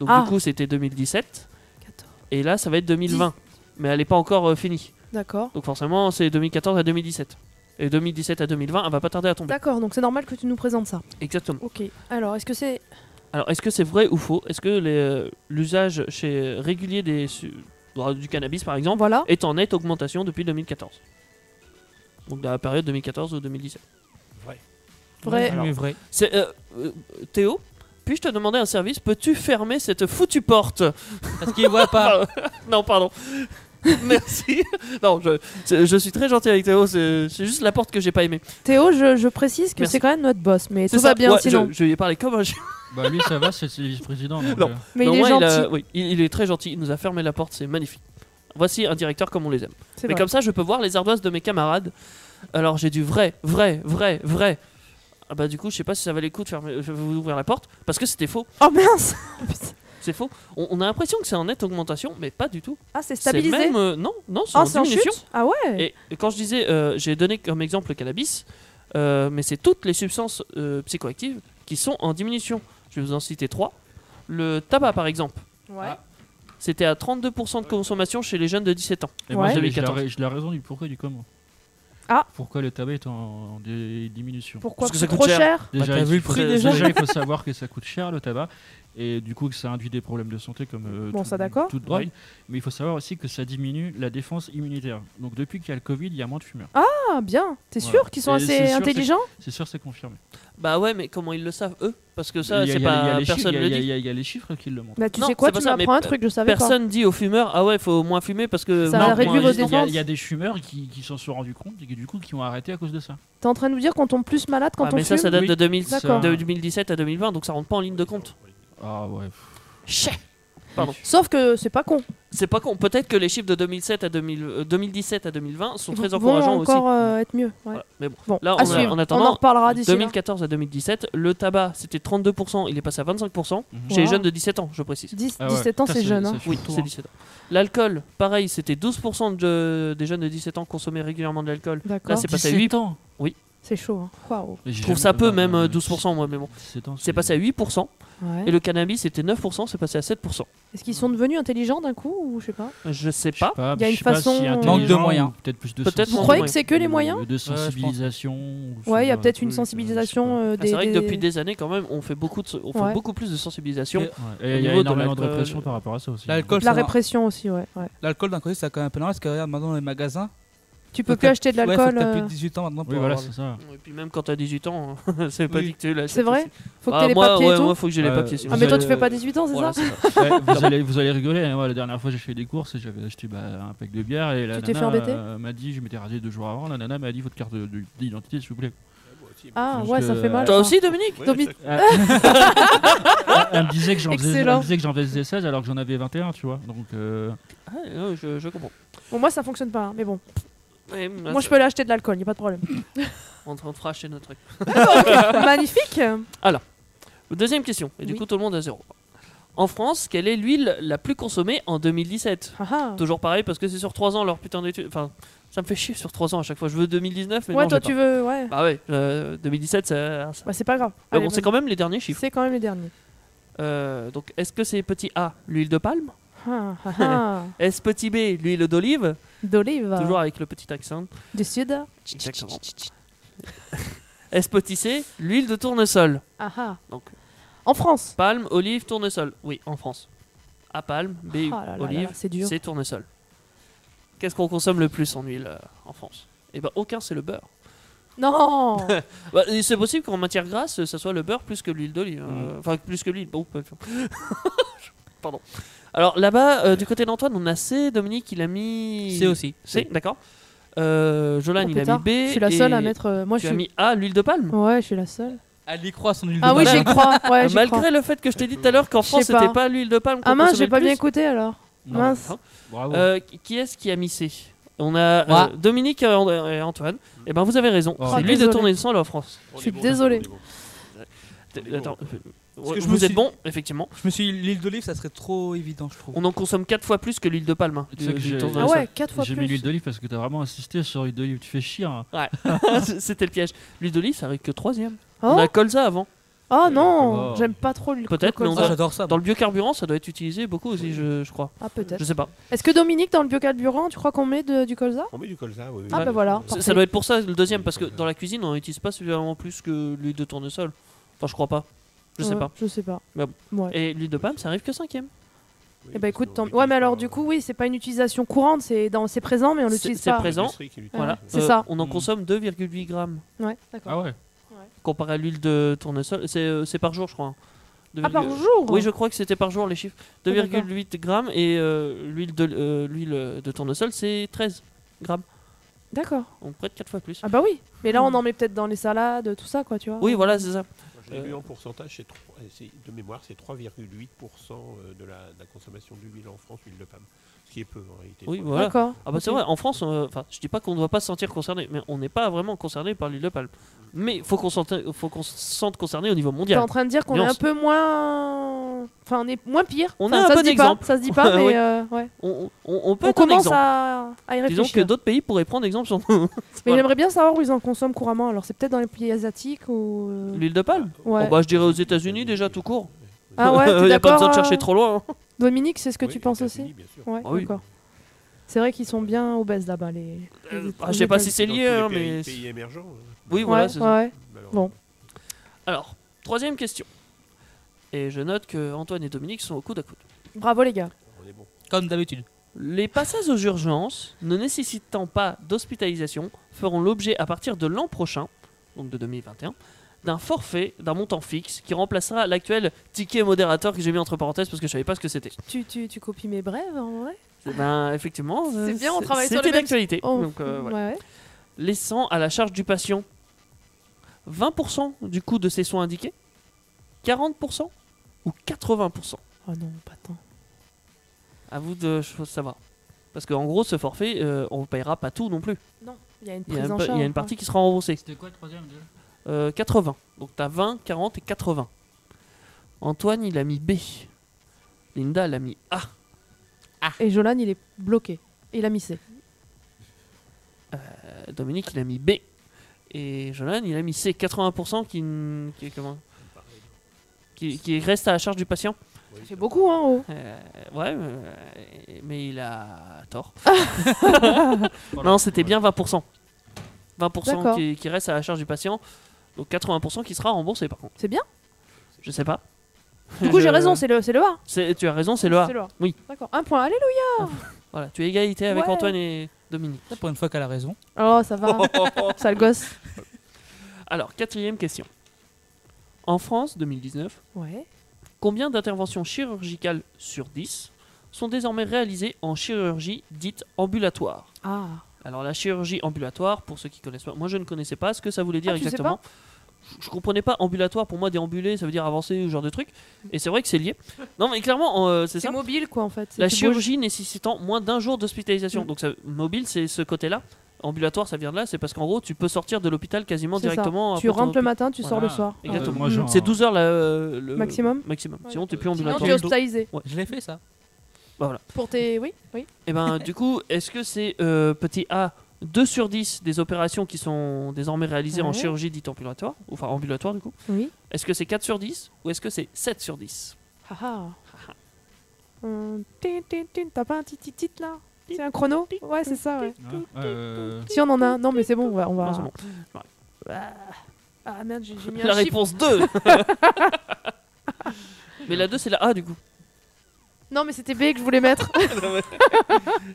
S4: Donc
S3: Ah.
S4: du coup, c'était 2017,
S3: 14.
S4: et là, ça va être 2020. Mais elle n'est pas encore euh, finie.
S3: D'accord.
S4: Donc forcément, c'est 2014 à 2017. Et 2017 à 2020, elle va pas tarder à tomber.
S3: D'accord, donc c'est normal que tu nous présentes ça.
S4: Exactement.
S3: Ok. Alors, est-ce que c'est.
S4: Alors, est-ce que c'est vrai ou faux Est-ce que les- euh, l'usage chez euh, régulier des su- bah, du cannabis, par exemple,
S3: Voilà.
S4: est en nette augmentation depuis 2014 Donc, dans la période 2014 ou 2017.
S3: Vrai.
S4: Alors,
S8: Mais vrai.
S4: C'est, euh, euh, Théo, puis-je te demander un service Peux-tu fermer cette foutue porte
S8: Parce qu'il voit pas.
S4: Non, pardon. Merci. Non, je, c'est- je suis très gentil avec Théo. C'est c'est juste la porte que j'ai pas aimée.
S3: Théo, je, je précise que
S4: Merci.
S3: c'est quand même notre boss, mais
S4: C'est
S3: tout va
S4: ça.
S3: bien
S4: Ouais,
S3: sinon.
S4: Je, je lui ai parlé comme un chien.
S5: Bah lui ça va, c'est c'est le vice-président. donc,
S4: Non.
S5: euh,
S3: Mais
S4: Mais
S3: il
S4: au
S3: est
S4: moins,
S3: gentil.
S4: a- oui, il- il est très gentil. Il nous a fermé la porte. C'est magnifique. Voici un directeur comme on les aime.
S3: C'est
S4: Mais
S3: vrai.
S4: comme ça, je peux voir les ardoises de mes camarades. Alors j'ai du vrai, vrai, vrai, vrai. Ah bah du coup, je sais pas si ça valait le coup de fermer, euh, vous ouvrir la porte, parce que c'était faux.
S3: Oh mince Putain.
S4: C'est faux. On, on a l'impression que c'est en nette augmentation, mais pas du tout.
S3: Ah, c'est
S4: C'est
S3: stabilisé.
S4: même euh, non, non, c'est
S3: Ah,
S4: en
S3: c'est en
S4: diminution.
S3: chute Ah ouais
S4: Et et quand je disais, euh, j'ai donné comme exemple le cannabis, euh, mais c'est toutes les substances euh, psychoactives qui sont en diminution. Je vais vous en citer trois. Le tabac, par exemple,
S3: Ouais.
S4: c'était à 32% de consommation chez les jeunes de 17 ans.
S5: Et
S3: Ouais.
S5: moi, j'ai- j'ai la,
S4: 2014.
S5: j'ai la raison du pourquoi et du comment.
S3: Ah.
S5: Pourquoi le tabac est en, en dé- diminution
S3: Pourquoi
S4: Parce que
S3: c'est
S4: ça coûte
S3: trop cher,
S4: cher.
S5: Déjà,
S8: Bah, t'as
S5: il
S8: vu le
S5: faut-
S8: prix, déjà
S5: il faut savoir que ça coûte cher le tabac et du coup que ça induit des problèmes de santé comme euh,
S3: Bon,
S5: tout-
S3: ça, d'accord.
S5: toute drogue. Mais il faut savoir aussi que ça diminue la défense immunitaire. Donc depuis qu'il y a le Covid, il y a moins de fumeurs.
S3: Ah bien, t'es
S5: Voilà.
S3: sûr qu'ils sont
S5: Et c'est
S3: assez
S5: sûr, c'est-
S3: intelligents
S5: C'est sûr, c'est confirmé.
S4: Bah ouais, mais comment ils le savent eux Parce que ça,
S5: Il y a-
S4: c'est
S5: il y a- il y a
S4: pas
S5: les chiffres-
S4: personne
S5: il y a-
S4: le
S5: il y a-
S4: dit.
S5: Il y a- il y a les chiffres qui le montrent.
S3: Bah tu
S4: Non,
S3: sais quoi,
S4: c'est pas
S3: tu
S4: ça, mais
S3: m'apprends un
S4: pe-
S3: truc, je savais pas.
S4: Personne dit aux fumeurs ah ouais faut moins fumer parce que
S3: Ah, Ça
S4: vous êtes
S3: réduit
S4: moins-
S3: vos
S5: il y a- il y a- Il y a
S3: défenses.
S5: des fumeurs qui, qui s'en sont rendus compte et qui, du coup qui ont arrêté à cause de ça.
S3: T'es en train de nous dire qu'on tombe plus malade quand
S4: Ah,
S3: on
S4: mais ça ça
S3: fume
S4: date
S5: oui.
S4: de, 2000
S5: D'accord.
S4: euh, de 2017 à 2020 donc ça rentre pas en ligne de compte.
S5: Ah ouais. pff,
S4: Chais. Pardon.
S3: Sauf que c'est pas con.
S4: C'est pas con. Peut-être que les chiffres de 2007 à 2000 euh, 2017 à 2020 sont
S3: Ils
S4: très
S3: vont
S4: encourageants aussi.
S3: encore euh, être mieux. ouais.
S4: Voilà. Mais bon.
S3: Bon,
S4: Là,
S3: à
S4: on a-
S3: suivre.
S4: en
S3: on en
S4: attendant,
S3: reparlera d'ici là.
S4: 2014 à 2017, le tabac c'était 32%, il est passé à 25%
S5: Mhm.
S4: chez les
S3: Wow.
S4: jeunes de 17 ans, je précise.
S3: 10,
S5: Ah ouais.
S3: 17 ans,
S5: Ça,
S3: c'est jeune. hein.
S5: ça fait
S4: Oui,
S5: tôt,
S4: c'est
S5: hein.
S4: 17 ans. L'alcool, pareil, c'était 12% de- des jeunes de 17 ans consommaient régulièrement de l'alcool. Là,
S3: D'accord.
S4: c'est passé à
S5: 17
S4: 8%.
S5: ans
S4: Oui.
S3: C'est chaud, hein. Waouh.
S4: Je trouve ça peu, même euh, 12%, moi, mais bon. C'est passé à 8%,
S3: Ouais.
S4: et le cannabis était 9%, c'est passé à 7%.
S3: Est-ce qu'ils sont devenus intelligents d'un coup ou je sais pas
S4: Je sais pas.
S3: Il y a une façon-
S8: Manque de moyens.
S5: Peut-être plus de
S4: Peut-être
S5: sensi-
S3: Vous
S4: Ouais.
S3: croyez que c'est que les moyens
S5: de- De sensibilisation. ou ce
S3: Ouais, il y a
S5: genre de
S3: peut-être une
S5: truc, euh,
S3: sensibilisation euh,
S4: Ah, c'est
S3: des.
S4: vrai que
S3: des-
S4: depuis des années, quand même, on fait beaucoup, de, on fait
S3: Ouais.
S4: beaucoup plus de sensibilisation.
S8: Et-
S5: je sais pas. Ouais, Et il y
S4: Au
S5: a
S4: niveau de
S5: énormément de
S4: l'alcool,
S5: répression par rapport à ça aussi. hein.
S8: L'alcool,
S3: La
S8: ça va-
S3: répression aussi, ouais. ouais.
S8: l'alcool, d'un côté, c'est quand même un peu normal parce que regarde, maintenant, dans les magasins,
S3: Tu peux
S8: Faut
S3: plus
S8: que-
S3: acheter de
S8: ouais, faut
S3: l'alcool.
S8: que t'as plus
S3: euh,
S8: de 18 ans maintenant pour
S5: Oui, voilà,
S8: avoir
S5: c'est ça.
S4: Et puis même quand t'as 18 ans, hein, c'est pas
S8: Oui.
S4: dit que tu l'achètes
S3: C'est vrai
S4: aussi.
S3: Faut que
S4: Ah,
S3: t'aies les
S4: moi,
S3: papiers
S4: ouais,
S3: et tout.
S4: moi, faut que j'ai les
S5: Euh,
S4: papiers. sinon
S3: Ah, mais toi,
S4: je-
S3: tu fais pas 18 ans, c'est
S4: Voilà,
S3: ça
S4: c'est ça.
S5: Ouais, vous, allez, vous allez rigoler. hein. Ouais, la dernière fois, j'ai fait des courses et j'avais acheté bah, un pack de bière. Et la
S3: Tu t'es
S5: nana
S3: fait embêter
S5: euh, m'a dit, je m'étais rasé deux jours avant. La nana m'a dit, votre carte de- de- d'identité, s'il vous plaît.
S3: Ah,
S5: Juste,
S3: ouais, ça
S5: euh,
S3: fait mal.
S4: Toi
S3: ça.
S4: aussi, Dominique
S6: Oui,
S3: Domi-
S6: ça-
S5: Ah. Elle me disait que j'en faisais, elle
S3: Excellent.
S5: me disait que j'en faisais 16 alors que j'en avais 21, tu vois. Donc, euh,
S4: Ah, euh, je, je comprends.
S3: Bon, moi, ça fonctionne pas, hein, mais bon.
S4: Ouais,
S3: Moi, je peux l'acheter de l'alcool, y a pas de problème.
S4: On te on te fera acheter notre truc.
S3: Magnifique
S4: Deuxième question, et du
S3: Oui.
S4: coup, tout le monde à zéro. En France, quelle est l'huile la plus consommée en 2017
S3: Ah, ah.
S4: Toujours pareil, parce que c'est sur 3 ans leur putain d'étude. Enfin, ça me fait chier sur 3 ans à chaque fois. Je veux 2019, mais
S3: Ouais,
S4: non,
S3: toi,
S4: j'ai
S3: tu veux. Ouais.
S4: pas. Bah ouais, euh, 2017, ça. ça-
S3: Bah, c'est pas grave.
S4: Mais
S3: Allez,
S4: bon, c'est
S3: vas-y.
S4: quand même les derniers chiffres.
S3: C'est quand même les derniers.
S4: Euh, donc, est-ce que c'est petit A, l'huile de palme
S3: Ah, ah, ah.
S4: Est-ce petit B, l'huile d'olive
S3: D'olive. euh,
S4: Toujours avec le petit accent.
S3: Du sud.
S4: Exactement. Est-ce petit C, l'huile de tournesol
S3: Ah, ah.
S4: Donc,
S3: En France.
S4: palme, olive, tournesol. Oui, en France. A palme, B,
S3: Ah là là là
S4: olive,
S3: là, c'est dur.
S4: c'est tournesol. Qu'est-ce qu'on consomme le plus en huile euh, en France Eh ben aucun, c'est le beurre.
S3: Non
S4: Bah, et c'est possible qu'en matière grasse, ça soit le beurre plus que l'huile d'olive. euh, Enfin, plus que l'huile. Bon, peu- Pardon. Alors là-bas, euh, du côté d'Antoine, on a C. Dominique, il a mis.
S8: C'est aussi.
S4: C, d'accord. Euh, Jolan,
S3: Oh,
S4: il a
S3: pétard.
S4: mis B.
S3: Je suis la seule
S4: et
S3: à mettre. euh, Moi,
S4: Tu
S3: je
S4: as
S3: suis.
S4: mis A, l'huile de palme
S3: Ouais, je suis la seule.
S8: Elle y croit son huile
S3: Ah
S8: de
S3: oui,
S8: palme.
S3: j'y crois. Ouais, j'y crois.
S4: Malgré le fait que je t'ai dit tout à l'heure qu'en
S3: Je
S4: France,
S3: sais pas.
S4: c'était pas l'huile de palme. qu'on
S3: Ah mince,
S4: consommait
S3: j'ai
S4: le
S3: pas bien
S4: plus.
S3: écouté alors. Mince.
S4: Hein
S5: bravo.
S4: Euh, qui- qui est-ce qui a mis C On a euh,
S8: Moi.
S4: Dominique euh, et Antoine.
S8: Hmm.
S4: Et ben vous avez raison.
S5: Oh.
S4: C'est
S5: Ah,
S4: l'huile de
S3: désolé.
S4: tournesol en France.
S6: on
S3: suis
S6: est bon,
S3: désolé.
S6: on est bon.
S4: T-
S6: Bon.
S4: Attends, euh,
S8: que je
S4: vous
S8: me
S4: êtes
S8: suis-
S4: bon, effectivement.
S8: Je me suis dit, l'huile d'olive, ça serait trop évident, je trouve.
S4: On en consomme 4 fois plus que l'huile de palme. hein,
S5: C'est ça que
S4: du-
S5: Euh, j'ai-
S4: du tournesol.
S3: Ah ouais, 4 fois
S5: J'ai mis l'huile
S3: plus.
S5: d'olive parce que t'as vraiment insisté sur l'huile d'olive. Tu fais chier. hein.
S4: C'était le piège. L'huile d'olive, ça arrive que troisième. On
S3: Oh,
S4: a colza avant.
S3: oh non
S5: Oh.
S3: J'aime pas trop l'huile
S4: Ah, Peut-être,
S3: de
S4: mais on
S8: Ah,
S3: colza.
S4: va-
S8: j'adore ça.
S4: Dans le biocarburant, ça doit être utilisé beaucoup aussi, je, je crois.
S3: Ah, peut-être.
S4: Je sais pas.
S3: Est-ce que Dominique, dans le biocarburant, tu crois qu'on met de- du colza
S6: On met du colza, oui. oui.
S3: Ah, bah voilà.
S4: Ça-
S3: Parfait.
S4: Ça doit être pour ça le deuxième, parce que dans la cuisine, on n'utilise pas suffisamment plus que l'huile de tournesol. Enfin, je crois pas. Je sais
S3: Ouais,
S4: pas.
S3: Euh, Je sais pas.
S4: Mais
S3: Ouais.
S4: Et l'huile de palme, ça arrive que cinquième.
S6: Oui,
S3: Eh bah
S6: parce
S3: écoute,
S6: qu'on
S3: tant- ouais, mais
S6: l'utilise
S3: alors
S6: pas,
S3: du
S6: euh,
S3: coup, oui, c'est pas une utilisation courante, c'est dans... c'est présent, mais on
S4: C'est-
S3: l'utilise
S4: c'est
S3: pas.
S4: présent.
S6: l'industrie qui l'utilise.
S4: Voilà. Euh,
S3: c'est ça.
S4: On en
S8: Hmm.
S4: consomme 2,8 grammes
S3: Ouais, d'accord.
S5: Ah ouais.
S4: comparé à l'huile de tournesol. C'est euh, c'est par jour, je crois. hein.
S3: Ah,
S4: 2,8
S3: par jour
S4: Oui, je crois que c'était par jour les chiffres.
S3: Ah, d'accord.
S4: 2,8 grammes et euh, l'huile de, euh, l'huile de tournesol, c'est 13 grammes.
S3: D'accord.
S4: Donc près de 4 fois plus.
S3: Ah bah oui. Mais là, on en met peut-être dans les salades, tout ça, quoi, tu vois.
S4: Oui, voilà, c'est ça.
S6: Moi, Je l'ai vu en pourcentage, c'est trois- et c'est- de mémoire, c'est 3,8% euh, de la, de la consommation d'huile en France, huile de palme. Ce qui est peu en réalité.
S4: Oui,
S6: Pour-
S4: voilà.
S3: D'accord.
S4: Ah bah c'est
S3: Ok.
S4: vrai, en France, euh, enfin, je dis pas qu'on ne doit pas se sentir concerné, mais on n'est pas vraiment concerné par l'huile de palme. Mais faut qu'on sente- faut qu'on se sente concerné au niveau
S3: T'es
S4: mondial.
S3: en train de dire qu'on est
S4: Nuance.
S3: un peu moins. Enfin, on est moins pire.
S4: On
S3: Enfin,
S4: a un
S3: ça
S4: bon
S3: se dit pas,
S4: exemple.
S3: Ça se dit pas,
S4: Oui.
S3: mais euh, ouais.
S4: On, on- on peut
S3: On
S4: être un
S3: commence
S4: exemple.
S3: à, à y
S4: Disons que
S3: réfléchir.
S4: d'autres pays pourraient prendre exemple sur nous.
S3: Mais
S4: Voilà.
S3: j'aimerais bien savoir où ils en consomment couramment. Alors, c'est peut-être dans les pays asiatiques ou. euh,
S4: l'huile de palme.
S3: Ouais.
S4: Oh bah, je dirais aux États-Unis déjà tout court.
S3: Ah ouais, t'es
S4: y a pas
S3: d'accord,
S4: besoin de chercher
S3: euh,
S4: trop loin. hein.
S3: Dominique, c'est ce que
S6: Oui,
S3: tu penses
S6: États-Unis,
S3: aussi
S6: bien sûr.
S3: Ouais,
S4: Ah oui.
S3: d'accord. C'est vrai qu'ils sont bien obèses là-bas, les. les-
S4: Euh,
S3: les
S4: ah, je sais pas
S3: États-
S4: si c'est
S6: Dans
S4: lié,
S6: tous les
S4: hein,
S6: pays-
S4: mais.
S6: pays émergents. euh,
S4: Oui,
S3: Ouais,
S4: voilà, c'est ça.
S3: ouais.
S6: malheureusement.
S3: Bon.
S4: Alors, troisième question. Et je note que Antoine et Dominique sont au coude à coude.
S3: Bravo, les gars.
S6: On est bon.
S8: Comme d'habitude.
S4: Les passages aux urgences ne nécessitant pas d'hospitalisation feront l'objet à partir de l'an prochain, donc de 2021, d'un forfait d'un montant fixe qui remplacera l'actuel ticket modérateur que j'ai mis entre parenthèses parce que je savais pas ce que c'était.
S3: Tu, tu, tu copies mes brèves en vrai
S4: Eh Ben effectivement, euh,
S3: C'est bien, on
S4: c'est-
S3: travaille sur
S4: C'était
S3: les mêmes-
S4: d'actualité.
S3: Oh,
S4: Donc, euh, voilà.
S3: ouais, ouais.
S4: Laissant à la charge du patient 20% du coût de ses soins indiqués, 40% ou 80%.
S3: Oh non, pas tant.
S4: À vous de cho- savoir. Parce qu'en gros, ce forfait, euh, on ne payera pas tout non plus.
S3: Non, il y a une
S4: Il y, a
S3: prise
S4: un
S3: en
S4: peu-
S3: charge.
S4: il y a une partie qui sera remboursée.
S5: C'était quoi le troisième déjà
S4: Euh, 80. Donc t'as 20, 40 et 80. Antoine, il a mis B. Linda, elle a mis A.
S3: ouais. hein. Et Jolan, il est bloqué. Il a mis C.
S4: Euh, Dominique, il a mis B. Et Jolan, il a mis C, 80% qui, n- qui, est comment qui, qui reste à la charge du patient.
S3: Ça fait beaucoup, hein, oh.
S4: Euh, ouais, mais, mais il a tort. non, c'était bien 20%. 20%
S3: D'accord.
S4: qui, qui reste à la charge du patient. Donc 80% qui sera remboursé par contre.
S3: C'est bien.
S4: Je sais pas.
S3: Du coup,
S4: Je-
S3: j'ai raison, c'est le, c'est le A.
S4: c'est- Tu as raison, c'est le A.
S3: C'est le A.
S4: Oui.
S3: D'accord. Un point, alléluia.
S4: Voilà, tu es égalité avec
S3: Ouais.
S4: Antoine et Dominique.
S8: Pour une fois qu'elle a raison.
S3: Oh, ça va. Sale gosse.
S4: Alors, quatrième question. En France, 2019,
S3: Ouais.
S4: Combien d'interventions chirurgicales sur 10 sont désormais réalisées en chirurgie dite ambulatoire
S3: Ah.
S4: Alors la chirurgie ambulatoire, pour ceux qui connaissent pas, moi je ne connaissais pas ce que ça voulait dire
S3: Ah, tu sais
S4: exactement. Je- je comprenais pas ambulatoire pour moi déambuler ça veut dire avancer ou ce genre de truc et c'est vrai que c'est lié non mais clairement euh, c'est
S3: C'est
S4: ça
S3: mobile, quoi, en fait. C'est
S4: la
S3: tu
S4: chirurgie nécessitant moins d'un jour d'hospitalisation
S3: Mm.
S4: donc ça- mobile c'est ce côté là ambulatoire ça vient de là c'est parce qu'en gros tu peux sortir de l'hôpital quasiment
S3: bouges. C'est ça.
S4: directement après
S3: Tu
S4: ton
S3: rentres le
S4: hôpital.
S3: matin, tu sors le
S5: Voilà.
S3: soir.
S5: Euh,
S4: Exactement.
S5: moi,
S3: Mmh.
S5: genre,
S4: c'est 12 heures là, euh, le
S3: Maximum
S4: maximum
S3: Ouais.
S4: sinon t'es plus
S3: Sinon,
S4: ambulatoire
S3: tu es hospitalisé.
S8: Je l'ai fait ça.
S4: Bah, voilà
S3: Pour tes. Oui, oui.
S4: Et ben du coup, est-ce que c'est euh, petit A 2 sur 10 des opérations qui sont désormais réalisées en
S3: Ouais.
S4: chirurgie dite ambulatoire, ou enfin ambulatoire du coup
S3: Oui.
S4: Est-ce que c'est 4 sur 10 ou est-ce que c'est 7 sur 10
S3: Haha. Hum, tin, tin, tin. T'as pas un petit petit titre, là C'est un chrono Ouais, c'est ça, ouais.
S5: Hein, euh,
S3: Si on en a un. Non, mais c'est bon, on va. on va-
S4: Non, c'est bon.
S3: Ah merde, j'ai j'ai mis
S4: La
S3: un chiffre.
S4: réponse 2 Mais la 2 c'est la A du coup.
S3: Non, mais c'était B que je voulais mettre.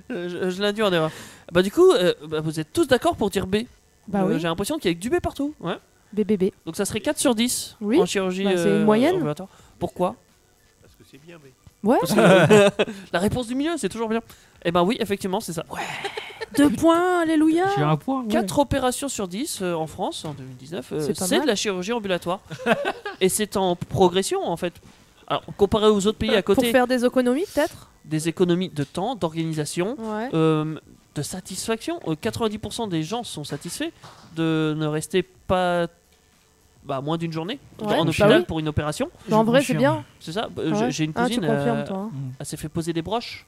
S4: Euh, Je, je l'induis en erreur. Bah du coup, euh, bah, vous êtes tous d'accord pour dire B
S3: Bah
S4: Euh,
S3: oui.
S4: J'ai l'impression qu'il y a que du B partout. Ouais.
S3: B, B, B.
S4: Donc ça serait 4 sur 10
S3: Oui.
S4: en chirurgie
S3: Bah, c'est une
S4: euh,
S3: moyenne.
S4: ambulatoire. Pourquoi
S6: Parce que c'est bien, mais.
S3: Ouais.
S4: La réponse du milieu, c'est toujours bien. Et ben oui, effectivement, c'est ça.
S3: Deux points, alléluia.
S5: J'ai un point. ouais.
S4: 4 opérations sur 10 euh, en France en 2019, euh,
S3: C'est pas
S4: c'est de
S3: mal.
S4: la chirurgie ambulatoire. et c'est en progression en fait. Alors, comparé aux autres pays à
S3: Euh, Pour
S4: côté,
S3: faire des économies, peut-être
S4: des économies de temps, d'organisation,
S3: Ouais.
S4: euh, de satisfaction. Euh, 90% des gens sont satisfaits de ne rester pas bah, moins d'une journée
S3: Ouais,
S4: en
S3: bah
S4: hôpital
S3: oui.
S4: pour une opération.
S5: Je
S3: en vrai, c'est
S5: confirme.
S3: bien.
S4: C'est ça Bah, j'ai-
S3: Ouais.
S4: J'ai une
S3: Ah, tu
S4: cousine,
S3: confirmes,
S4: euh,
S3: toi. hein.
S4: elle s'est fait poser des broches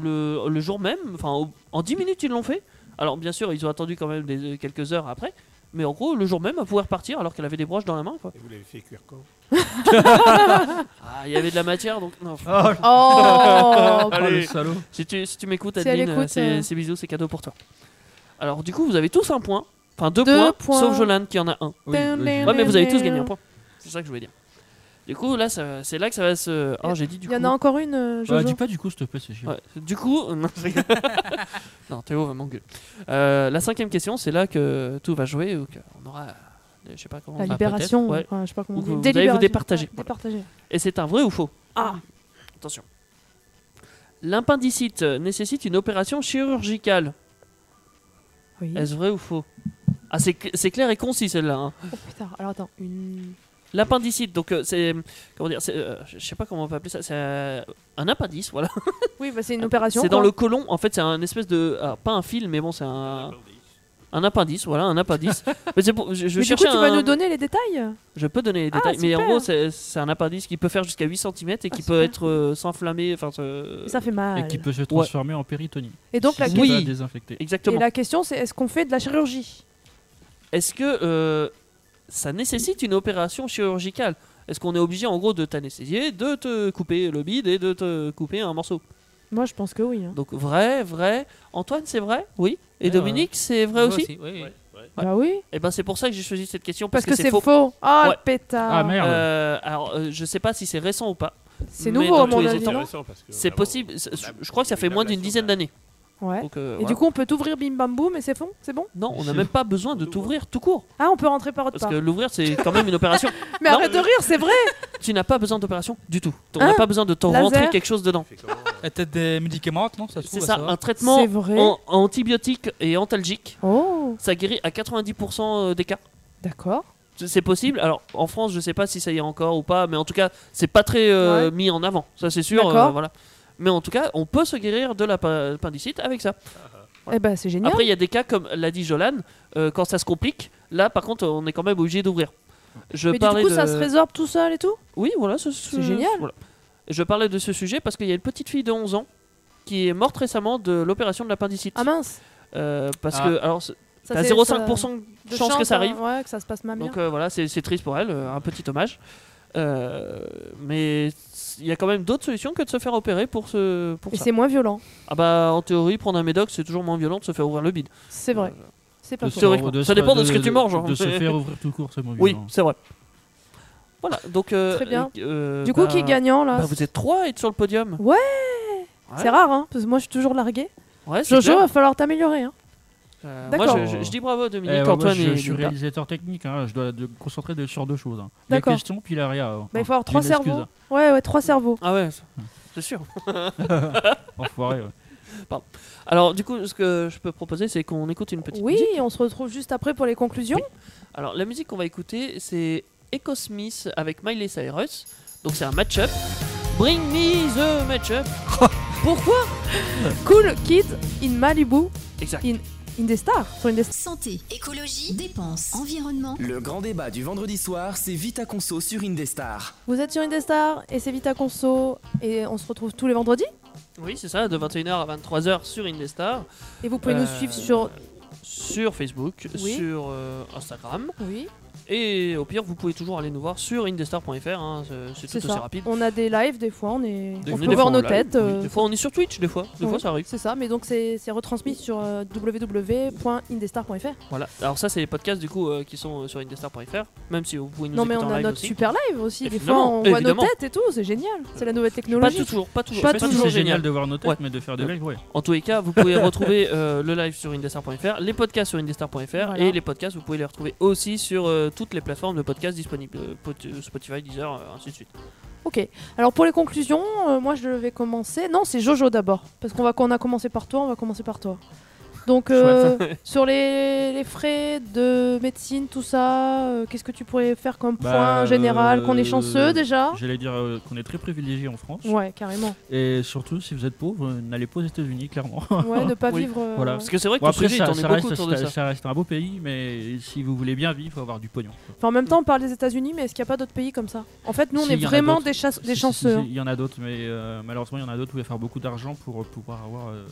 S4: le, le jour même. Enfin, au- en 10 minutes, ils l'ont fait. Alors, bien sûr, ils ont attendu quand même des- quelques heures après. Mais en gros, le jour même, elle pouvait repartir alors qu'elle avait des broches dans la main. quoi.
S6: Et vous l'avez fait cuire quand
S4: Ah, il y avait de la matière, donc non.
S5: Oh,
S3: Oh
S5: oh,
S4: Allez.
S5: le salaud.
S4: Si tu, si tu m'écoutes,
S3: Si elle
S4: Adeline,
S3: écoute,
S4: c'est
S3: euh.
S4: c'est bisous, c'est cadeau pour toi. Alors, du coup, vous avez tous un point. Enfin, deux,
S3: Deux
S4: points,
S3: points.
S4: sauf Jolan qui en a un.
S5: Oui, Bah, oui,
S4: Ouais, mais vous avez tous
S3: Mmh.
S4: gagné un point. C'est ça que je voulais dire. Du coup, là, ça- c'est là que ça va se. Oh, j'ai dit du
S3: Il
S4: coup.
S3: y en a encore une, euh,
S5: Bah,
S3: Jojo
S5: dis pas du coup, s'il te plaît, c'est chiant.
S4: Ouais. Du coup, euh, non, je rigole. Non, Théo va m'engueuler. Euh, la cinquième question, c'est là que tout va jouer ou qu'on aura, euh, je sais pas comment.
S3: La
S4: Bah,
S3: libération,
S4: peut-être, ouais.
S3: enfin, je sais pas comment
S4: Ou
S3: on dit.
S4: vous- vous allez vous
S3: Délibération.
S4: départager.
S3: Ouais, départager.
S4: Et c'est un vrai ou faux
S3: Ah.
S4: Attention. L'appendicite nécessite une opération chirurgicale.
S3: Oui.
S4: Est-ce vrai ou faux Ah, c'est cl- c'est clair et concis celle-là. hein.
S3: Oh putain, alors attends, une.
S4: L'appendicite, donc euh, c'est comment dire, c'est, euh, je sais pas comment on va appeler ça, c'est euh, un appendice, voilà.
S3: Oui, bah, c'est une opération.
S4: Ah, C'est dans
S3: quoi.
S4: le côlon. En fait, c'est un espèce de, ah, pas un fil, mais bon, c'est un, un appendice, voilà, un appendice. mais c'est pour, je, je
S3: Mais du coup,
S4: cherchais
S3: tu vas
S4: un- Euh,
S3: nous donner les détails
S4: Je peux donner les
S3: Ah,
S4: détails, mais en
S3: super.
S4: gros, c'est c'est un appendice qui peut faire jusqu'à 8 cm
S3: Ah,
S4: et qui peut
S3: super.
S4: être euh, s'enflammer. Enfin, se-
S3: Ça fait mal.
S5: Et qui peut se transformer en péritonie.
S3: Et donc,
S5: si
S3: la,
S5: c'est
S4: Oui.
S5: pas désinfecté.
S3: et
S4: Exactement.
S3: la question, c'est est-ce qu'on fait de la chirurgie
S4: Est-ce que euh, ça nécessite une opération chirurgicale Est-ce qu'on est obligé, en gros, de t'anesthésier, de te couper le bide et de te couper un morceau
S3: Moi, je pense que oui. hein.
S4: Donc, vrai, vrai. Antoine, c'est vrai Oui. Et
S8: Ouais,
S4: Dominique, c'est vrai
S8: Moi
S4: aussi,
S8: oui, oui.
S3: Bah oui.
S4: Et ben, c'est pour ça que j'ai choisi cette question parce,
S3: Parce que c'est
S4: faux.
S3: faux. Ah,
S4: Ouais.
S3: le pétard.
S5: Ah merde.
S4: Euh, alors, euh, je sais pas si c'est récent ou pas.
S3: C'est
S4: mais
S3: nouveau,
S4: dans
S3: à
S4: tous
S3: mon
S4: les
S3: avis.
S4: états,
S3: non
S4: C'est possible. C'est- Je crois que ça fait moins d'une dizaine d'années.
S3: Ouais.
S4: Donc, euh,
S3: Et
S4: voilà.
S3: du coup, on peut t'ouvrir bim bam boum et c'est bon C'est bon
S4: Non, on n'a
S5: C'est-
S4: même pas besoin de t'ouvrir tout court.
S3: Ah, on peut rentrer par autre
S4: Parce
S3: part.
S4: que l'ouvrir, c'est quand même une opération.
S3: Mais
S4: Non,
S3: arrête de
S4: mais-
S3: rire, c'est vrai
S4: tu n'as pas besoin d'opération du tout. On
S3: Hein
S4: n'a pas besoin de t'en
S3: Laser
S4: rentrer quelque chose dedans.
S8: Peut-être des médicaments, non Ça se
S4: C'est
S8: trouve,
S4: ça,
S8: va.
S4: un traitement
S3: C'est vrai.
S4: en, en antibiotique et antalgique.
S3: Oh,
S4: Ça guérit à 90% euh, des cas.
S3: d'accord.
S4: C'est- C'est possible. Alors, en France, je sais pas si ça y est encore ou pas, mais en tout cas, c'est pas très euh,
S3: Ouais.
S4: mis en avant. Ça, c'est sûr.
S3: D'accord.
S4: euh, voilà. Mais en tout cas, on peut se guérir de l'appa- l'appendicite avec ça.
S3: Eh ben, c'est génial.
S4: Après, il y a des cas, comme l'a dit Jolan, euh, quand ça se complique, là, par contre, on est quand même obligé d'ouvrir. Je
S3: Mais du
S4: parlais
S3: coup,
S4: de...
S3: ça se résorbe tout seul et tout
S4: Oui, voilà, ce- ce-
S3: C'est génial.
S4: voilà. Je parlais de ce sujet parce qu'il y a une petite fille de 11 ans qui est morte récemment de l'opération de l'appendicite.
S3: Ah mince
S4: Euh, parce
S5: Ah.
S4: que alors c'est- T'as 0,5% de chance que ça
S3: hein,
S4: arrive.
S3: Ouais, que ça se passe mal bien.
S4: Donc euh, voilà, c'est c'est triste pour elle, euh, un petit hommage. Euh, mais il y a quand même d'autres solutions que de se faire opérer pour ce pour
S3: Et
S4: ça.
S3: c'est moins violent,
S4: Ah bah en théorie, prendre un médoc, c'est toujours moins violent de se faire ouvrir le bide.
S3: c'est vrai.
S4: Euh,
S3: C'est pas
S5: De
S3: faux.
S5: se-
S4: Théoriquement.
S5: de
S4: Ça
S5: se-
S4: dépend de ce que tu manges, hein.
S5: De se faire ouvrir tout court, hein. c'est moins
S4: Oui,
S5: violent.
S4: c'est vrai. Voilà, donc euh,
S3: Très bien.
S4: euh,
S3: Du coup,
S4: bah,
S3: qui est gagnant là
S4: bah, vous êtes trois à être sur le podium.
S3: C'est rare, hein, parce que moi je suis toujours larguée.
S4: Ouais, c'est
S3: Jojo,
S4: clair.
S3: va falloir t'améliorer. Hein.
S4: Euh,
S3: d'accord.
S4: Moi, je, je- je dis bravo à Dominique,
S5: Eh, ouais, moi,
S4: Antoine
S5: je,
S4: et
S5: je suis
S4: Linda.
S5: réalisateur technique, hein, je dois de- me concentrer de- sur deux choses. hein.
S3: D'accord.
S5: Les questions, puis la réa.
S3: Bah, il faut avoir trois
S5: hein.
S3: cerveaux.
S4: hein.
S3: Ouais, ouais, trois cerveaux.
S4: Ah ouais, c'est- c'est sûr.
S5: Enfoiré, ouais.
S4: Alors du coup, ce que je peux proposer, c'est qu'on écoute une petite
S3: Oui,
S4: musique.
S3: on se retrouve juste après pour les conclusions.
S4: Alors la musique qu'on va écouter, c'est Echo Smith avec Miley Cyrus. Donc c'est un match-up. Bring me the match-up.
S3: Pourquoi Cool Kids in Malibu,
S4: Exact.
S3: in the Star. Sur une des
S2: Santé, écologie, dépenses, environnement.
S1: Le grand débat du vendredi soir, c'est Vita Conso sur Indestar.
S3: Vous êtes sur Indestar et c'est Vita Conso et on se retrouve tous les vendredis.
S4: Oui, c'est ça, de 21h à 23h sur Indestar.
S3: Et vous pouvez nous
S4: Euh,
S3: suivre sur.
S4: Sur Facebook,
S3: Oui.
S4: sur euh, Instagram.
S3: Oui,
S4: Et au pire, vous pouvez toujours aller nous voir sur indestar.fr. hein, c'est- c'est
S3: c'est
S4: tout aussi
S3: ça.
S4: rapide.
S3: On a des lives des fois, on est.
S4: Des-
S3: on
S4: des
S3: peut
S4: fois,
S3: voir
S4: on
S3: nos
S4: live,
S3: têtes.
S4: oui.
S3: euh,
S4: Des fois, on est sur Twitch, des fois. Des
S3: oui,
S4: fois, ça arrive.
S3: C'est ça, mais donc c'est c'est retransmis sur euh, www.indestar.fr.
S4: Voilà. Alors, ça, c'est les podcasts du coup euh, qui sont euh, sur indestar.fr. Même si vous pouvez nous
S3: Non, mais
S4: écouter
S3: on
S4: en
S3: a
S4: live
S3: notre
S4: aussi.
S3: super live aussi. Des fois,
S4: Évidemment,
S3: on voit nos
S4: évidemment.
S3: têtes et tout, c'est génial. C'est la nouvelle
S4: Pas
S3: technologie.
S4: toujours, pas toujours.
S3: Pas
S4: c'est
S5: Pas
S3: toujours.
S5: toujours
S4: génial.
S5: génial de voir nos têtes,
S4: Ouais.
S5: mais de faire des
S4: Ouais.
S5: lives, ouais.
S4: En tous les cas, vous pouvez retrouver euh, le live sur indestar.fr, les podcasts sur indestar.fr
S3: Voilà.
S4: et les podcasts, vous pouvez les retrouver aussi sur euh, toutes les plateformes de podcasts disponibles euh, pot- euh, Spotify, Deezer, euh, ainsi de suite.
S3: Ok. Alors pour les conclusions, euh, moi je vais commencer. Non, c'est Jojo d'abord, parce qu'on va on a commencé par toi, on va commencer par toi. Donc euh, sur les, les frais de médecine, tout ça, euh, qu'est-ce que tu pourrais faire comme
S5: Bah,
S3: point général Qu'on est
S5: euh,
S3: chanceux déjà
S5: J'allais dire euh, qu'on est très privilégié en France.
S3: Ouais, carrément.
S5: Et surtout, si vous êtes pauvre, euh, n'allez pas aux États-Unis, clairement.
S3: Ouais, ne pas
S4: Oui.
S3: vivre. euh,
S5: Voilà.
S4: Parce que c'est vrai que
S5: Bon,
S4: tout ce
S5: après,
S4: sujet,
S5: ça,
S4: t'en es
S5: ça
S4: beaucoup
S5: reste,
S4: autour de
S5: ça-
S4: ça.
S5: ça reste un beau pays, mais si vous voulez bien vivre, il faut avoir du pognon.
S3: Enfin, en même temps, on parle des États-Unis, mais est-ce qu'il n'y a pas d'autres pays comme ça En fait, nous, on
S5: Si,
S3: est
S5: il y en a
S3: vraiment
S5: d'autres.
S3: des, chasse- des
S5: Si, si,
S3: chanceux. hein.
S5: si, si, Il y en a d'autres, mais euh, malheureusement, il y en a d'autres où il va faire beaucoup d'argent pour euh, pouvoir avoir euh,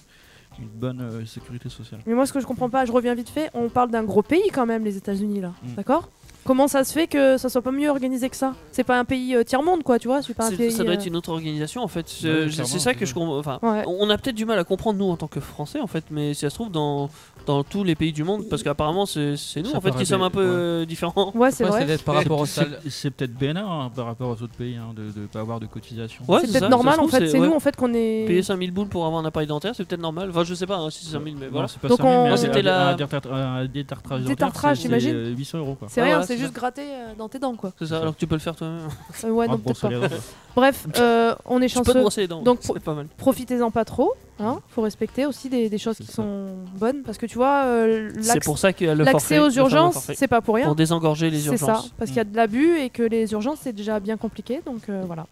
S5: une bonne euh, sécurité sociale.
S3: Mais moi, ce que je comprends pas, je reviens vite fait, on parle d'un gros pays quand même, les États-Unis, là.
S5: Mm.
S3: D'accord Comment ça se fait que ça soit pas mieux organisé que ça C'est pas un pays euh, tiers-monde, quoi, tu vois C'est pas un
S4: C'est-
S3: pays.
S4: ça doit
S3: euh,
S4: être une autre organisation en fait.
S5: Ouais,
S4: C'est-
S5: clairement,
S4: c'est ça que je
S5: ouais.
S4: comprends. Enfin,
S3: Ouais.
S4: on a peut-être du mal à comprendre nous en tant que Français en fait, mais si ça se trouve dans dans tous les pays du monde, parce qu'apparemment c'est c'est nous
S5: Ça
S4: en fait
S5: paraît
S4: qui sommes un peu
S5: ouais.
S4: euh, différents.
S3: Ouais, c'est
S8: Ouais, ça
S3: vrai.
S8: doit être par rapport au
S5: C'est-
S8: sal.
S5: C'est peut-être bénin hein, par rapport aux autres pays hein, de ne pas avoir de cotisation.
S4: Ouais,
S3: c'est
S4: ça,
S3: peut-être
S4: ça se
S3: normal, en
S4: trouve,
S3: fait. C'est
S4: ouais.
S3: nous, en fait, qu'on est.
S4: Payer 5000 boules pour avoir un appareil dentaire, c'est peut-être normal. Enfin, je sais pas hein, si c'est 5000, mais voilà.
S5: Non, c'est pas
S3: Donc
S5: 5 000,
S3: on-
S5: mais un-
S4: C'était
S5: un-
S4: la-
S5: un détartra- un détartrage dentaire,
S3: Détartrage,
S5: c'est-
S3: j'imagine.
S5: c'est, euh, 800 euros quoi.
S3: C'est
S4: Ouais,
S3: rien,
S4: voilà,
S3: c'est
S4: c'est
S3: juste gratter euh, dans tes dents, quoi.
S4: C'est ça, alors que tu peux le faire toi-même.
S3: Euh, ouais, non,
S5: Hein, pour
S3: peut-être
S5: se
S3: pas.
S5: les rendre.
S3: Bref, euh, on est
S4: Tu peux te
S3: chanceux.
S4: brosser les dents.
S3: Donc,
S4: c'est pas mal.
S3: Profitez-en pas trop. Hein Faut respecter aussi des, des choses qui
S5: C'est ça.
S3: sont bonnes. Parce que tu vois, euh,
S4: C'est
S3: l'acc-
S4: pour ça que le
S3: l'accès
S4: forfait-
S3: aux
S4: le fameux
S3: urgences,
S4: forfait.
S3: c'est pas pour rien.
S4: pour désengorger les
S3: C'est ça,
S4: urgences.
S3: parce qu'il y a de l'abus et que les urgences, c'est déjà bien compliqué. Donc euh, voilà.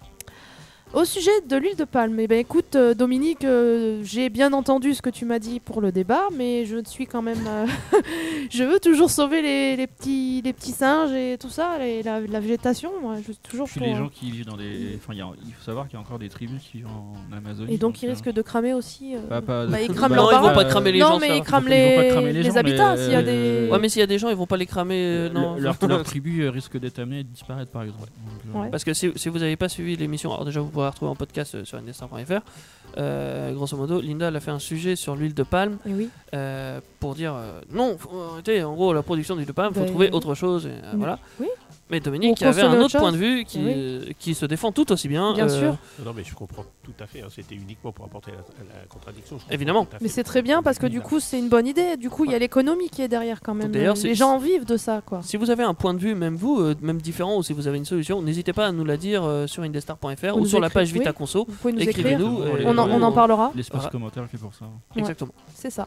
S3: Au sujet de l'huile de palme, eh ben, écoute, euh, Dominique, euh, j'ai bien entendu ce que tu m'as dit pour le débat, mais je suis quand même. euh, je veux toujours sauver les, les petits, les petits singes et tout ça, les- la, la végétation. Moi, je suis toujours
S5: Puis
S3: pour,
S5: les
S3: euh,
S5: gens qui vivent dans des. Enfin, il y a- il faut savoir qu'il y a encore des tribus qui vivent en Amazonie.
S3: Et donc, ils
S5: euh,
S3: risquent de cramer aussi. euh,
S5: pas- pas-
S3: bah, ils
S5: bah,
S3: crament
S4: Non,
S3: leurs
S4: ils vont
S3: barrages.
S4: pas cramer les
S3: non,
S4: gens, ça
S3: mais
S4: va.
S3: ils
S4: Ils
S3: crament
S5: vont
S3: les,
S5: pas cramer
S3: les
S5: les gens, mais,
S3: habitats. S'il y a
S5: euh,
S3: des.
S4: Ouais, mais s'il y a des gens, ils vont pas les cramer. euh, non.
S5: le- leur, leur tribu euh, risque d'être amenée à disparaître par exemple. Donc, euh,
S3: Ouais.
S4: Parce que si, si vous n'avez pas suivi l'émission, alors déjà vous pouvez la retrouver en podcast euh, sur ndestin.fr. Euh, grosso modo, Linda elle a fait un sujet sur l'huile de palme
S3: Eh oui.
S4: euh, pour dire euh, non, faut arrêter en gros la production d'huile de palme, faut
S3: Bah,
S4: trouver
S3: oui.
S4: autre chose. et, euh,
S3: Oui.
S4: voilà.
S3: Oui.
S4: Mais
S3: Ou
S4: Dominique qui avait un
S3: consommer
S4: autre
S3: autre
S4: point de
S3: chose.
S4: vue qui,
S3: Oui.
S4: euh, qui se défend tout aussi bien.
S3: Bien
S4: euh,
S3: sûr.
S6: Non, non, mais je comprends tout à fait. hein, C'était uniquement pour apporter la, la contradiction. je comprends
S4: Évidemment.
S6: tout à
S3: Mais
S6: fait.
S3: c'est très bien parce que du
S6: bah.
S3: coup c'est une bonne idée. Du coup il y a l'économie qui est derrière quand même. Euh,
S4: D'ailleurs, c'est-
S3: les gens vivent de ça quoi.
S4: Si vous avez un point de vue, même vous, euh, même différent, ou si vous avez une solution, n'hésitez pas à nous la dire euh, sur indestar.fr
S3: Ou
S4: ou
S3: nous
S4: sur la
S3: écrire,
S4: page Vita
S3: oui.
S4: Conso.
S3: Vous pouvez nous écrire.
S4: Écrivez-nous. euh,
S5: écrire.
S4: et-
S3: On en, on en parlera.
S5: L'espace
S4: Voilà.
S5: commentaire fait pour ça. hein.
S4: Exactement.
S3: C'est ça.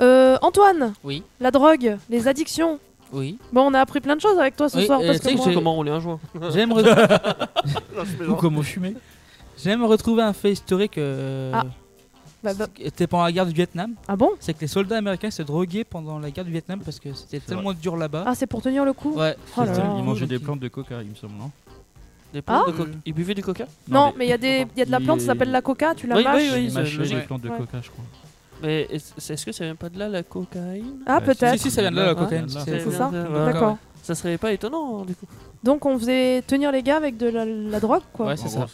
S3: Euh, Antoine,
S8: Oui.
S3: la drogue, les addictions.
S8: Oui.
S3: Bon on a appris plein de choses avec toi ce
S8: Oui,
S3: soir
S8: et
S3: parce
S8: tu sais
S3: que
S8: que
S3: moi-
S8: j'ai-
S4: comment rouler un joint
S8: J'aime re-
S5: Ou comment fumer
S8: j'aime retrouver un fait historique. euh,
S3: Ah. Bah, bah,
S8: qui était pendant la guerre du Vietnam.
S3: ah bon
S8: C'est que les soldats américains se droguaient pendant la guerre du Vietnam parce que c'était tellement dur là-bas.
S3: Ah c'est pour tenir le coup.
S8: Ouais.
S3: Oh là là.
S5: Ils mangeaient des plantes de coca, il me semble, non
S4: Des plantes
S3: Ah.
S4: de coca. Ils buvaient du coca
S3: Non mais il y a des, il y a de la plante qui
S5: Il-
S3: s'appelle la coca. Tu la
S4: Oui,
S3: mâches.
S4: oui, oui.
S5: Ils
S4: c'est
S5: mâchaient des
S4: logique.
S5: plantes de
S3: Ouais.
S5: coca, je crois.
S4: Mais est-ce est-ce que ça vient pas de là la cocaïne
S3: Ah,
S5: si,
S3: peut-être.
S8: Si, si, ça vient de là,
S4: Ah,
S8: la cocaïne. si,
S4: c'est
S8: c'est-
S3: C'est ça
S4: bien, bien,
S8: ouais.
S3: D'accord.
S4: Ça serait pas étonnant hein, du coup.
S3: Donc on faisait tenir les gars avec de la, la drogue, quoi.
S8: Ouais, c'est
S5: En
S8: ça.
S5: gros,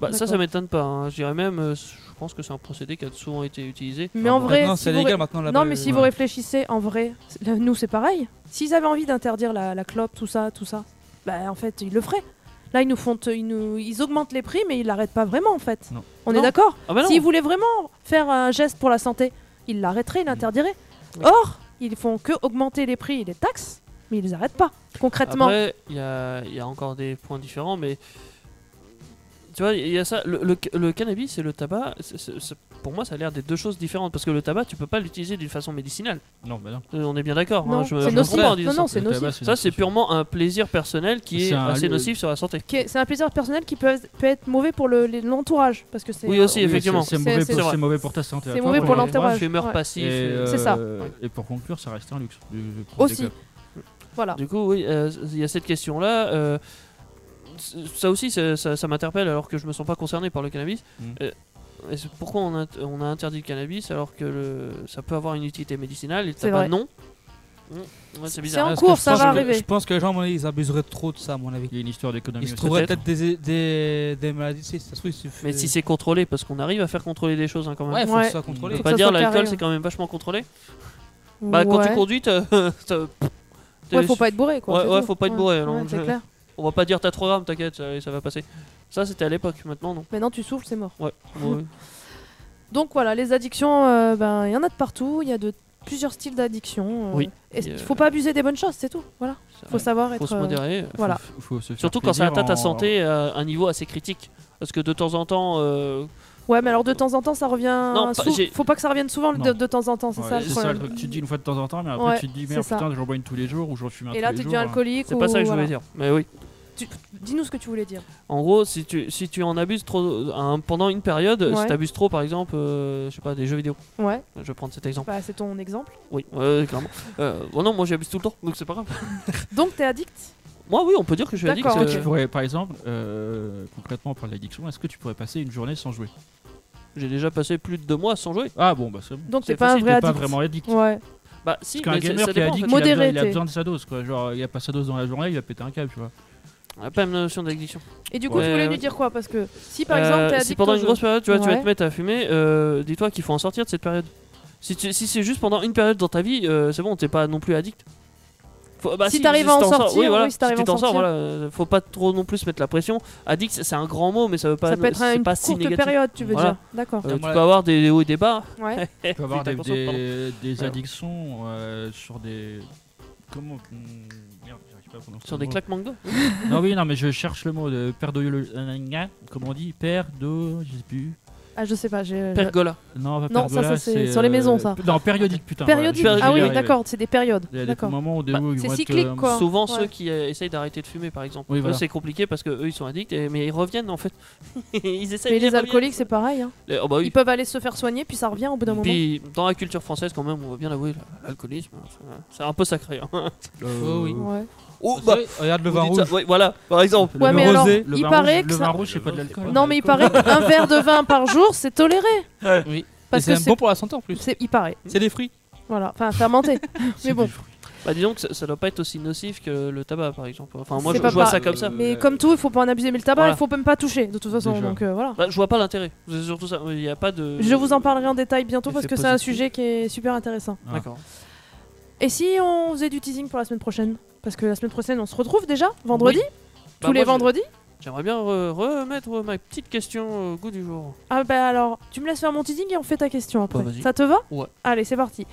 S4: Bah, ça, ça
S3: D'accord.
S4: m'étonne pas. hein. Je dirais même, euh, je pense que c'est un procédé qui a souvent été utilisé.
S3: Mais en vrai,
S8: Non,
S3: si
S8: c'est
S3: vous
S8: légal maintenant là-bas.
S3: Non, mais si vous réfléchissez, en vrai, c'est- là, nous c'est pareil. S'ils avaient envie d'interdire la, la clope, tout ça, tout ça, bah en fait ils le feraient. Là ils nous font, ils, nous, ils augmentent les prix, mais ils l'arrêtent pas vraiment en fait.
S5: Non.
S3: On
S4: Non.
S3: est d'accord.
S4: Ah bah non
S3: S'ils voulaient vraiment faire un geste pour la santé, ils
S4: Mm.
S3: l'arrêteraient, ils l'interdiraient. Or, ils font que augmenter les prix et les taxes, mais ils les arrêtent pas. Concrètement,
S4: Après, il y a, il y a encore des points différents, mais tu vois, il y a ça. Le, le- le cannabis et le tabac, c'est- c'est- c'est- pour moi, ça a l'air des deux choses différentes parce que le tabac, tu peux pas l'utiliser d'une façon médicinale.
S5: Non, bah non.
S4: Euh, On est bien d'accord. hein,
S3: non,
S4: je-
S3: c'est
S4: je
S3: nocif.
S4: comprends en disant
S3: Non, non,
S4: ça.
S3: c'est
S5: Le
S3: nocif.
S5: tabac,
S4: Ça, c'est
S5: nocif.
S4: purement un plaisir personnel qui est,
S5: C'est un-
S4: assez
S5: le-
S4: nocif sur la santé.
S3: Qui est- c'est un plaisir personnel qui peut, as- peut être mauvais pour le- les- l'entourage, parce que c'est euh,
S4: Oui, aussi,
S5: Oui,
S4: effectivement.
S5: C'est c'est
S3: C'est-
S5: mauvais,
S3: c'est
S5: pour-
S4: vrai.
S5: c'est mauvais pour ta santé. à
S8: hein.
S3: C'est
S5: toi,
S3: mauvais pour
S5: les-
S3: l'entourage.
S4: Fumeur
S3: ouais.
S5: Et,
S4: passif. euh,
S5: euh,
S3: C'est ça.
S5: Et pour conclure, ça reste un luxe. le- le prendre des
S3: aussi.
S5: clopes.
S3: Voilà.
S4: Du coup, oui, euh, il y a cette question-là. euh, c- ça aussi, ça, ça- ça m'interpelle alors que je me sens pas concerné par le cannabis.
S5: Mm.
S4: Euh, et c'est- pourquoi on a, on a interdit le cannabis alors que le- ça peut avoir une utilité médicinale et le
S3: C'est
S4: tabac
S3: vrai.
S4: non Mm. Ouais, C'est
S3: en
S4: bizarre.
S3: cours, ça va arriver.
S8: Je pense que les gens, à mon avis, ils abuseraient trop de ça, à mon avis.
S5: Il y a une histoire d'économie
S8: Ils se
S5: aussi.
S8: trouveraient peut-être des, des, des maladies. Si ça se trouve, il suffit.
S4: Mais si c'est contrôlé, parce qu'on arrive à faire contrôler des choses hein, quand même.
S8: Ouais, faut
S3: Ouais.
S8: que ce soit
S4: On peut
S8: contrôlé.
S3: Faut
S4: pas
S3: que ça
S4: dire
S3: soit
S4: l'alcool
S3: carré,
S4: c'est quand même vachement contrôlé. Bah
S3: Ouais.
S4: quand tu conduis, t'as- t'as- t'es-
S3: Ouais, faut pas être bourré, quoi.
S4: Ouais,
S3: c'est
S4: ouais,
S3: tout.
S4: faut pas être bourré, non,
S3: ouais, c'est
S4: je-
S3: clair.
S4: on va pas dire t'as 3 grammes, t'inquiète, ça, ça va passer. Ça c'était à l'époque, maintenant non.
S3: Maintenant, tu souffles, c'est mort.
S4: Ouais. Ouais.
S3: Donc voilà, les addictions, euh, ben, il y en a de partout. Il y a de plusieurs styles d'addictions. euh,
S4: Oui.
S3: et
S4: Et,
S3: Il
S4: euh,
S3: faut pas abuser des bonnes choses, c'est tout. Voilà. Faut savoir
S4: Faut
S3: être.
S4: se
S3: euh,
S4: modérer.
S3: Voilà.
S5: Faut- faut se faire
S4: Surtout quand ça
S5: plaisir
S4: atteint ta
S5: en-
S4: santé à un niveau assez critique. Parce que de temps en temps, euh,
S3: Ouais, mais alors de temps en temps, ça revient.
S4: Non, pas-
S3: sou-
S4: j'ai-
S3: Faut pas que ça revienne souvent de,
S5: Non.
S3: de temps en temps, c'est
S5: Ouais,
S3: ça le
S5: c'est ça le
S3: problème.
S5: truc. Tu te dis une fois de temps en temps, mais après
S3: Ouais,
S5: tu te dis,
S3: c'est
S5: merde,
S3: ça.
S5: putain, j'en bois une tous les jours ou j'en fume un
S3: Et
S5: tous
S3: là,
S5: les
S3: tu
S5: jours. hein.
S3: deviens alcoolique.
S4: c'est pas ça que je
S3: Oh, voilà.
S4: voulais dire. Mais oui.
S3: Tu- Dis-nous ce que tu voulais dire.
S4: En gros, si tu, si tu en abuses trop euh, un- pendant une période, si
S3: Ouais.
S4: tu abuses trop, par exemple, euh, je sais pas, des jeux vidéo.
S3: Ouais,
S4: Je vais prendre cet exemple.
S3: bah, c'est ton exemple.
S4: Oui, ouais, clairement. Euh, bon, non, moi j'abuse tout le temps, donc c'est pas grave.
S3: Donc, t'es addict
S4: Moi, oui, on peut dire que je suis addict.
S3: D'accord,
S5: Est-ce
S4: euh,
S5: que tu pourrais, par exemple, euh, concrètement, par l'addiction, est-ce que tu pourrais passer une journée sans jouer
S4: J'ai déjà passé plus de deux mois sans jouer.
S5: Ah bon, bah c'est bon.
S3: Donc,
S4: C'est
S3: t'es pas un
S4: facile,
S3: vrai
S5: T'es pas
S3: addict.
S5: vraiment addict.
S3: Ouais,
S4: Bah, si,
S5: Parce
S4: mais
S5: qu'un
S4: c'est-
S5: gamer
S4: ça
S5: qui est
S4: dépend, en fait.
S5: addict, il a besoin-
S3: Modéré,
S5: il a
S3: t'es.
S5: besoin de sa dose, quoi. Genre, il a pas sa dose dans la journée, il va péter un câble, tu vois.
S4: On a pas une notion d'addiction.
S3: Et du coup,
S4: Ouais,
S3: tu voulais
S4: ouais.
S3: lui dire quoi Parce que si par
S4: Euh,
S3: exemple, t'es
S4: si
S3: addict.
S4: pendant
S3: au
S4: une
S3: jeu-
S4: grosse période, tu, vois, tu vas
S3: Ouais.
S4: te mettre à fumer, euh, dis-toi qu'il faut en sortir de cette période. Si, tu- si c'est juste pendant une période dans ta vie, euh, c'est bon, t'es pas non plus addict. Faut- bah
S3: Si t'arrives à en
S4: t'en sors-
S3: sortir,
S4: oui, voilà,
S3: oui, si t'arrives
S4: tu
S3: à en
S4: t'en sors,
S3: sortir.
S4: voilà, euh, faut pas trop non plus se mettre la pression. Addict, c'est- c'est un grand mot, mais ça veut pas,
S3: ça peut être
S4: c'est
S3: une
S4: pas
S3: courte
S4: si négatif.
S3: période, tu veux
S4: Voilà.
S3: dire. D'accord.
S4: Euh, tu
S8: Ouais.
S4: peux avoir des hauts et des bas.
S3: Ouais.
S5: Tu peux avoir
S4: Putain,
S5: des,
S4: pour ça, pardon.
S5: des, des
S4: Ouais.
S5: addictions euh, sur des. Comment. hum, Merde, j'arrive pas à prononcer
S4: Sur
S5: le
S4: des
S5: mot.
S4: claquements de doigts.
S5: Non, oui, non, mais je cherche le mot de perdologia. Comment on dit Perdo. Je sais plus.
S3: Ah, je sais pas. j'ai-
S4: Pergola.
S5: Non, pas
S3: Non, ça, ça,
S5: pergola,
S3: c'est sur les maisons, ça.
S5: Non, euh, périodique, putain.
S3: Périodique.
S5: voilà, je-
S3: Ah
S5: je vais y
S3: oui,
S5: arriver.
S3: d'accord, c'est des périodes.
S5: Il y a des
S3: D'accord.
S5: moments où des
S4: Bah,
S5: où ils
S3: c'est
S5: vont être,
S3: cyclique,
S5: euh,
S3: quoi.
S4: Souvent
S3: Ouais.
S4: ceux qui euh, essayent d'arrêter de fumer, par exemple.
S5: Oui,
S4: Eux,
S5: voilà.
S4: c'est compliqué parce que eux ils sont addicts, et- mais ils reviennent en fait. ils essayent.
S3: Mais
S4: ils
S3: les
S4: reviennent.
S3: alcooliques, c'est pareil. hein.
S4: Euh, oh, bah oui.
S3: Ils peuvent aller se faire soigner, puis ça revient au bout d'un moment.
S4: Puis dans la culture française, quand même, on va bien l'avouer, l'alcoolisme, hein, ça- c'est un peu sacré. hein.
S5: euh,
S8: oui.
S3: Ouais.
S4: Oh,
S8: Vous
S4: bah,
S8: savez, Regarde le
S4: vous
S8: vin
S4: dites ça.
S8: rouge.
S4: Ouais, voilà, par exemple.
S3: Ouais,
S5: le
S3: mais
S5: vin
S3: alors,
S8: rosé,
S5: Le
S3: il
S5: vin
S3: paraît
S5: rouge-
S3: que
S5: le
S3: ça-
S5: vin rouge, c'est pas de l'alcool.
S3: Non, mais il paraît qu'un verre de vin par jour, c'est toléré.
S8: Oui.
S3: Parce
S8: Et c'est
S3: que
S8: même bon pour la santé en plus.
S3: c'est- il paraît.
S8: C'est des fruits.
S3: Voilà, enfin fermenté. mais bon,
S4: Bah, disons que ça, ça doit pas être aussi nocif que le tabac, par exemple. Enfin, moi,
S3: C'est
S4: je,
S3: pas
S4: je vois
S3: pareil.
S4: ça comme ça.
S3: mais comme tout, il faut pas en abuser. Mais le tabac,
S4: Voilà.
S3: il faut même pas toucher, de toute façon.
S5: Déjà.
S3: Donc euh, voilà.
S4: Bah, je vois pas l'intérêt. C'est surtout ça. Il n'y a pas de.
S3: Je vous en parlerai en détail bientôt parce
S5: Effet
S3: que c'est un
S5: positif.
S3: sujet qui est super intéressant.
S4: Ah. D'accord.
S3: Et si on faisait du teasing pour la semaine prochaine Parce que la semaine prochaine, on se retrouve déjà, vendredi, tous
S4: Bah, moi,
S3: les
S4: je-
S3: vendredis.
S4: J'aimerais bien re- remettre ma petite question au goût du jour.
S3: Ah bah alors, tu me laisses faire mon teasing et on fait ta question après.
S4: Bah, vas-y.
S3: Ça te va
S4: Ouais.
S3: Allez, c'est parti.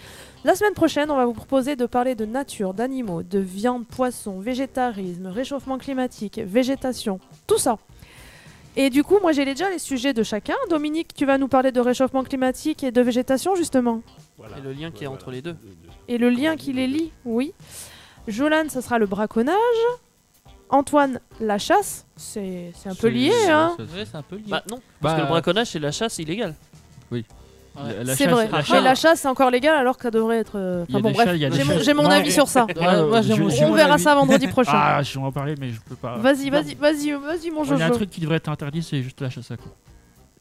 S3: La semaine prochaine, on va vous proposer de parler de nature, d'animaux, de viande, poisson, végétarisme, réchauffement climatique, végétation, tout ça. Et du coup, moi j'ai déjà les sujets de chacun. Dominique, tu vas nous parler de réchauffement climatique et de végétation justement.
S6: Voilà.
S4: Et le lien qui est entre les deux.
S3: Et le lien qui les lie, oui. Jolan, ça sera le braconnage. Antoine, la chasse. C'est c'est un peu lié, hein
S8: Ouais, c'est un peu lié.
S4: Bah, non.
S5: Bah,
S4: Parce que le braconnage, c'est la chasse illégale.
S5: la- la
S3: C'est
S5: chasse-
S3: vrai.
S5: la
S3: Mais
S5: chasse-
S3: la chasse, c'est encore légal alors que ça devrait être. euh,
S5: Il y a
S3: Enfin bon,
S5: des chats,
S3: bref,
S5: il y a des
S3: j'ai mon,
S5: chats.
S3: j'ai mon
S8: Ouais,
S3: avis sur ça.
S8: Ouais,
S5: Ah,
S8: moi, j'ai
S5: je-
S8: mon-
S5: j'ai
S8: mon
S3: On verra
S8: avis.
S3: ça vendredi prochain.
S5: Ah, je vais en parler, mais je peux pas.
S3: Vas-y, vas-y, vas-y, vas-y, mon
S5: Il y a un
S3: Jojo.
S5: truc qui devrait être interdit, c'est juste la chasse à coups.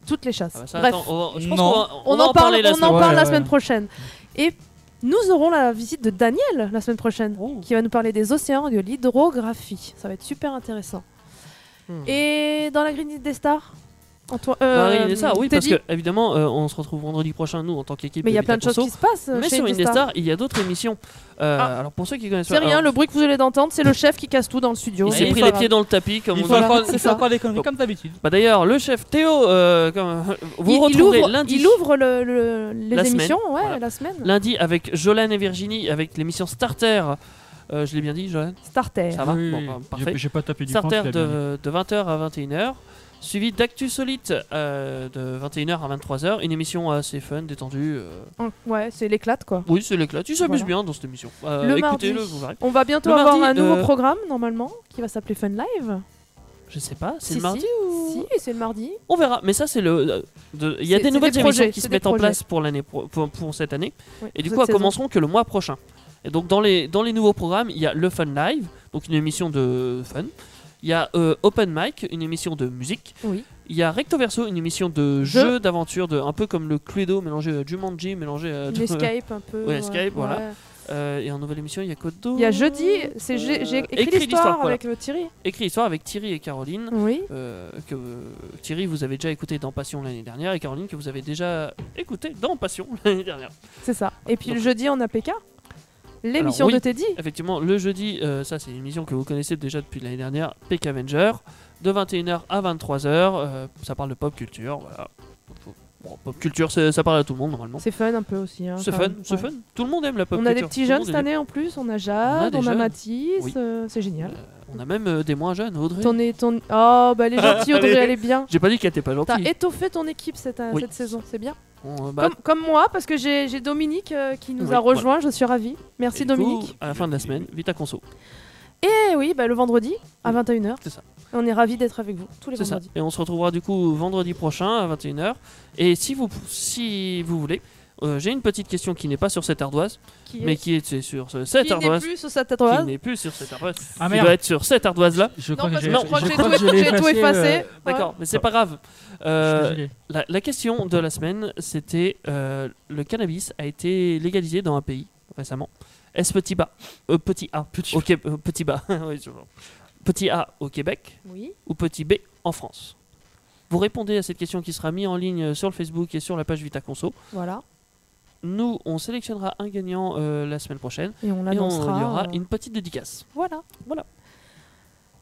S3: toutes les chasses.
S4: Ah bah ça,
S3: Bref,
S4: attends, on va- je pense
S8: Non.
S4: qu'on va- on,
S3: on,
S4: va
S3: en parle,
S4: parler la
S3: on
S4: semaine
S3: en parle la
S8: Ouais,
S3: semaine
S8: ouais.
S3: prochaine. Et nous aurons la visite de Daniel la semaine prochaine, qui va nous parler des océans et de l'hydrographie. Ça va être super intéressant.
S4: Hmm.
S3: Et dans la Green List des stars Antoine,
S4: Bah,
S3: euh,
S4: oui, ça, oui, parce
S3: Teddy.
S4: que évidemment, euh, on se retrouve vendredi prochain, nous, en tant qu'équipe.
S3: Mais il y a
S4: Vita
S3: plein de choses
S4: Conso.
S3: qui se passent.
S4: Mais
S3: Euh, chez
S4: sur
S3: Indestar.
S4: Indestar, il y a d'autres émissions. Euh,
S5: Ah.
S4: Alors pour ceux qui connaissent
S3: C'est
S4: pas,
S3: rien,
S4: alors,
S3: le bruit que vous allez d'entendre, c'est le chef qui casse tout dans le studio.
S4: il s'est
S3: Et
S4: pris
S3: ça
S4: les
S3: va.
S4: pieds dans le tapis, comme
S8: Il
S4: on
S8: faut
S4: dit.
S8: encore,
S3: c'est
S8: il faut
S3: ça.
S8: encore des conneries
S4: Bon.
S8: comme d'habitude.
S4: Bah, D'ailleurs, le chef Théo, euh, comme- vous
S3: Il- il
S4: retrouverez
S3: ouvre-
S4: lundi.
S3: Il ouvre le- le- les
S4: La semaine.
S3: émissions, ouais,
S4: Voilà.
S3: la semaine.
S4: Lundi avec Jolane et Virginie, avec l'émission Starter. Euh, je l'ai bien dit, Jolane
S3: Starter.
S4: Ça va
S5: Oui,
S4: Bon,
S5: oui,
S4: bah,
S5: j'ai-
S4: Parfait.
S5: J'ai pas tapé du poing,
S4: Starter
S5: tu l'as bien dit.
S4: de, 20h à 21h, suivi d'Actu Solite euh, de 21h à 23h. Une émission assez fun, détendue. euh.
S3: Hum, Ouais, c'est l'éclate quoi.
S4: Oui, c'est l'éclat. Tu s'amuses
S3: Voilà.
S4: bien dans cette émission. Euh,
S3: Le
S4: Écoutez-le,
S3: mardi.
S4: vous verrez.
S3: On va bientôt
S4: Le
S3: avoir
S4: mardi,
S3: un nouveau
S4: euh,
S3: programme normalement qui va s'appeler Fun Live.
S4: Je sais pas, c'est
S3: Si,
S4: le mardi
S3: si.
S4: ou.
S3: Si, c'est le mardi.
S4: On verra, mais ça c'est le. euh, de- Il y a
S3: C'est-
S4: des
S3: c'est
S4: nouvelles
S3: des
S4: émissions
S3: projets,
S4: qui
S3: c'est
S4: se
S3: des
S4: mettent en
S3: projets.
S4: place pour l'année pro- pour, pour cette année,
S3: Oui,
S4: et du
S3: cette
S4: coup elles
S3: saison.
S4: commenceront que le mois prochain. Et donc dans les dans les nouveaux programmes, il y a le Fun Live, donc une émission de fun. Il y a euh, Open Mic, une émission de musique.
S3: Oui.
S4: Il y a Recto Verso, une émission de
S3: Jeu.
S4: jeux d'aventure, de un peu comme le Cluedo mélangé à Jumanji, mélangé à
S3: Une escape un peu.
S4: Euh, Ouais, escape, voilà.
S3: ouais.
S4: Euh, et en nouvelle émission, il y a quoi d'autre
S3: Il y a jeudi, c'est j'ai j'ai écrit,
S4: Écrit l'histoire,
S3: l'histoire
S4: voilà.
S3: avec euh, Thierry.
S4: Écrit histoire avec Thierry et Caroline.
S3: Oui.
S4: euh, que euh, Thierry vous avez déjà écouté dans Passion l'année dernière et Caroline que vous avez déjà écouté dans Passion l'année dernière.
S3: C'est ça. Et puis le jeudi on a PK. L'émission
S4: Alors, oui.
S3: de Teddy.
S4: Effectivement, le jeudi, euh, ça c'est une émission que vous connaissez déjà depuis l'année dernière, Peck Avenger, de 21h à 23h, euh, ça parle de pop culture, voilà. Bon, pop culture, c'est- ça parle à tout le monde normalement.
S3: C'est fun un peu aussi. hein,
S4: C'est
S3: quand
S4: fun,
S3: même,
S4: c'est
S3: ouais.
S4: fun. Tout le monde aime la pop
S3: On
S4: culture.
S3: a des petits
S4: tout le
S3: jeunes
S4: monde
S3: cette
S4: aime.
S3: année en plus. On a Jade,
S4: des
S3: on a,
S4: jeunes.
S3: Mathis.
S4: Oui.
S3: euh, c'est génial.
S4: On a même euh, des moins jeunes, Audrey.
S3: Ton, é- ton... Oh, bah elle est gentille, Audrey, elle est bien.
S4: J'ai pas dit qu'elle était pas
S3: T'as
S4: gentille.
S3: étoffé ton équipe cette, euh,
S4: Oui.
S3: cette saison, c'est bien.
S4: On, euh, bah,
S3: comme, comme moi, parce que j'ai j'ai Dominique euh, qui nous
S4: Oui,
S3: a rejoint, je suis ravie. Merci
S4: et du coup,
S3: Dominique.
S4: à la fin de la semaine, vite à conso.
S3: Et oui, bah, le vendredi à 21h.
S4: C'est ça.
S3: On est ravis d'être avec vous tous les
S4: C'est ça.
S3: vendredis.
S4: Et on se retrouvera du coup vendredi prochain à 21h. Et si vous, si vous voulez, euh, j'ai une petite question qui n'est pas sur cette ardoise,
S3: Qui est-
S4: mais qui est sur ce- cette
S3: qui n'est
S4: ardoise.
S3: plus sur sa
S4: qui
S3: tatouage.
S4: n'est plus sur cette ardoise.
S5: Ah
S4: qui
S5: merde
S4: doit être sur cette ardoise là.
S5: Je
S3: Non,
S5: crois que
S3: parce
S5: j'ai
S3: que
S4: Non,
S3: je
S5: je
S3: crois que j'ai
S5: crois que
S3: tout,
S5: je l'ai
S3: j'ai tout effacé.
S5: euh,
S4: D'accord, mais c'est pas grave.
S5: je suis
S4: Euh,
S5: désolé.
S4: la, la question de la semaine, c'était euh, le cannabis a été légalisé dans un pays récemment. Est-ce petit bas Euh, Petit A.
S5: Petit
S4: au Qué- euh, petit bas. Oui, je vois. Petit A au Québec
S3: Oui.
S4: ou petit B en France Vous répondez à cette question qui sera mise en ligne sur le Facebook et sur la page Vita Conso.
S3: Voilà.
S4: Nous, on sélectionnera un gagnant euh, la semaine prochaine
S3: Et on
S4: et on lui
S3: l'annoncera.
S4: aura
S3: euh,
S4: une petite dédicace.
S3: Voilà.
S4: Voilà.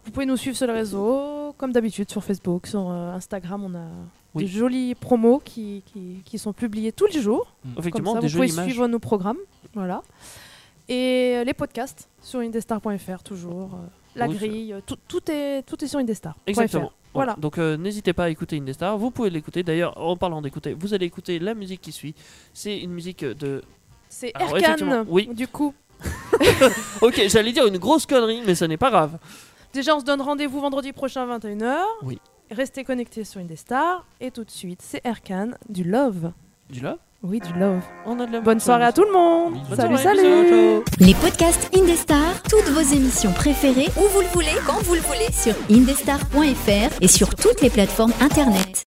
S3: Vous pouvez nous suivre sur les réseaux, comme d'habitude sur Facebook, sur euh, Instagram. On a
S4: Oui.
S3: des jolies promos qui, qui, qui sont publiées tous les jours.
S4: Effectivement,
S3: Comme ça,
S4: des
S3: vous pouvez
S4: jolies images.
S3: suivre nos programmes. Voilà. Et euh, les podcasts sur indestar.fr toujours. euh, la
S4: Oui, c'est-
S3: grille, euh, tout, tout est, tout est sur indestar.fr.
S4: Exactement.
S3: Voilà.
S4: Donc euh, n'hésitez pas à écouter Indestar. Vous pouvez l'écouter. D'ailleurs, en parlant d'écouter, vous allez écouter la musique qui suit. C'est une musique de.
S3: C'est
S4: Alors,
S3: Erkan,
S4: effectivement, oui.
S3: du coup.
S4: Ok, j'allais dire une grosse connerie, mais ça n'est pas grave.
S3: Déjà, on se donne rendez-vous vendredi prochain à 21h.
S4: Oui.
S3: Restez connectés sur Indestar. Et tout de suite, c'est Erkan du Love.
S4: Du là,
S3: Oui, du Love.
S4: on a de la
S3: Bonne soirée à tout le monde.
S4: Bonne
S3: Salut,
S4: soirée,
S3: salut.
S4: bisous, ciao.
S2: Les podcasts Indestar, toutes vos émissions préférées, où vous le voulez, quand vous le voulez, sur indestar.fr et sur toutes les plateformes internet.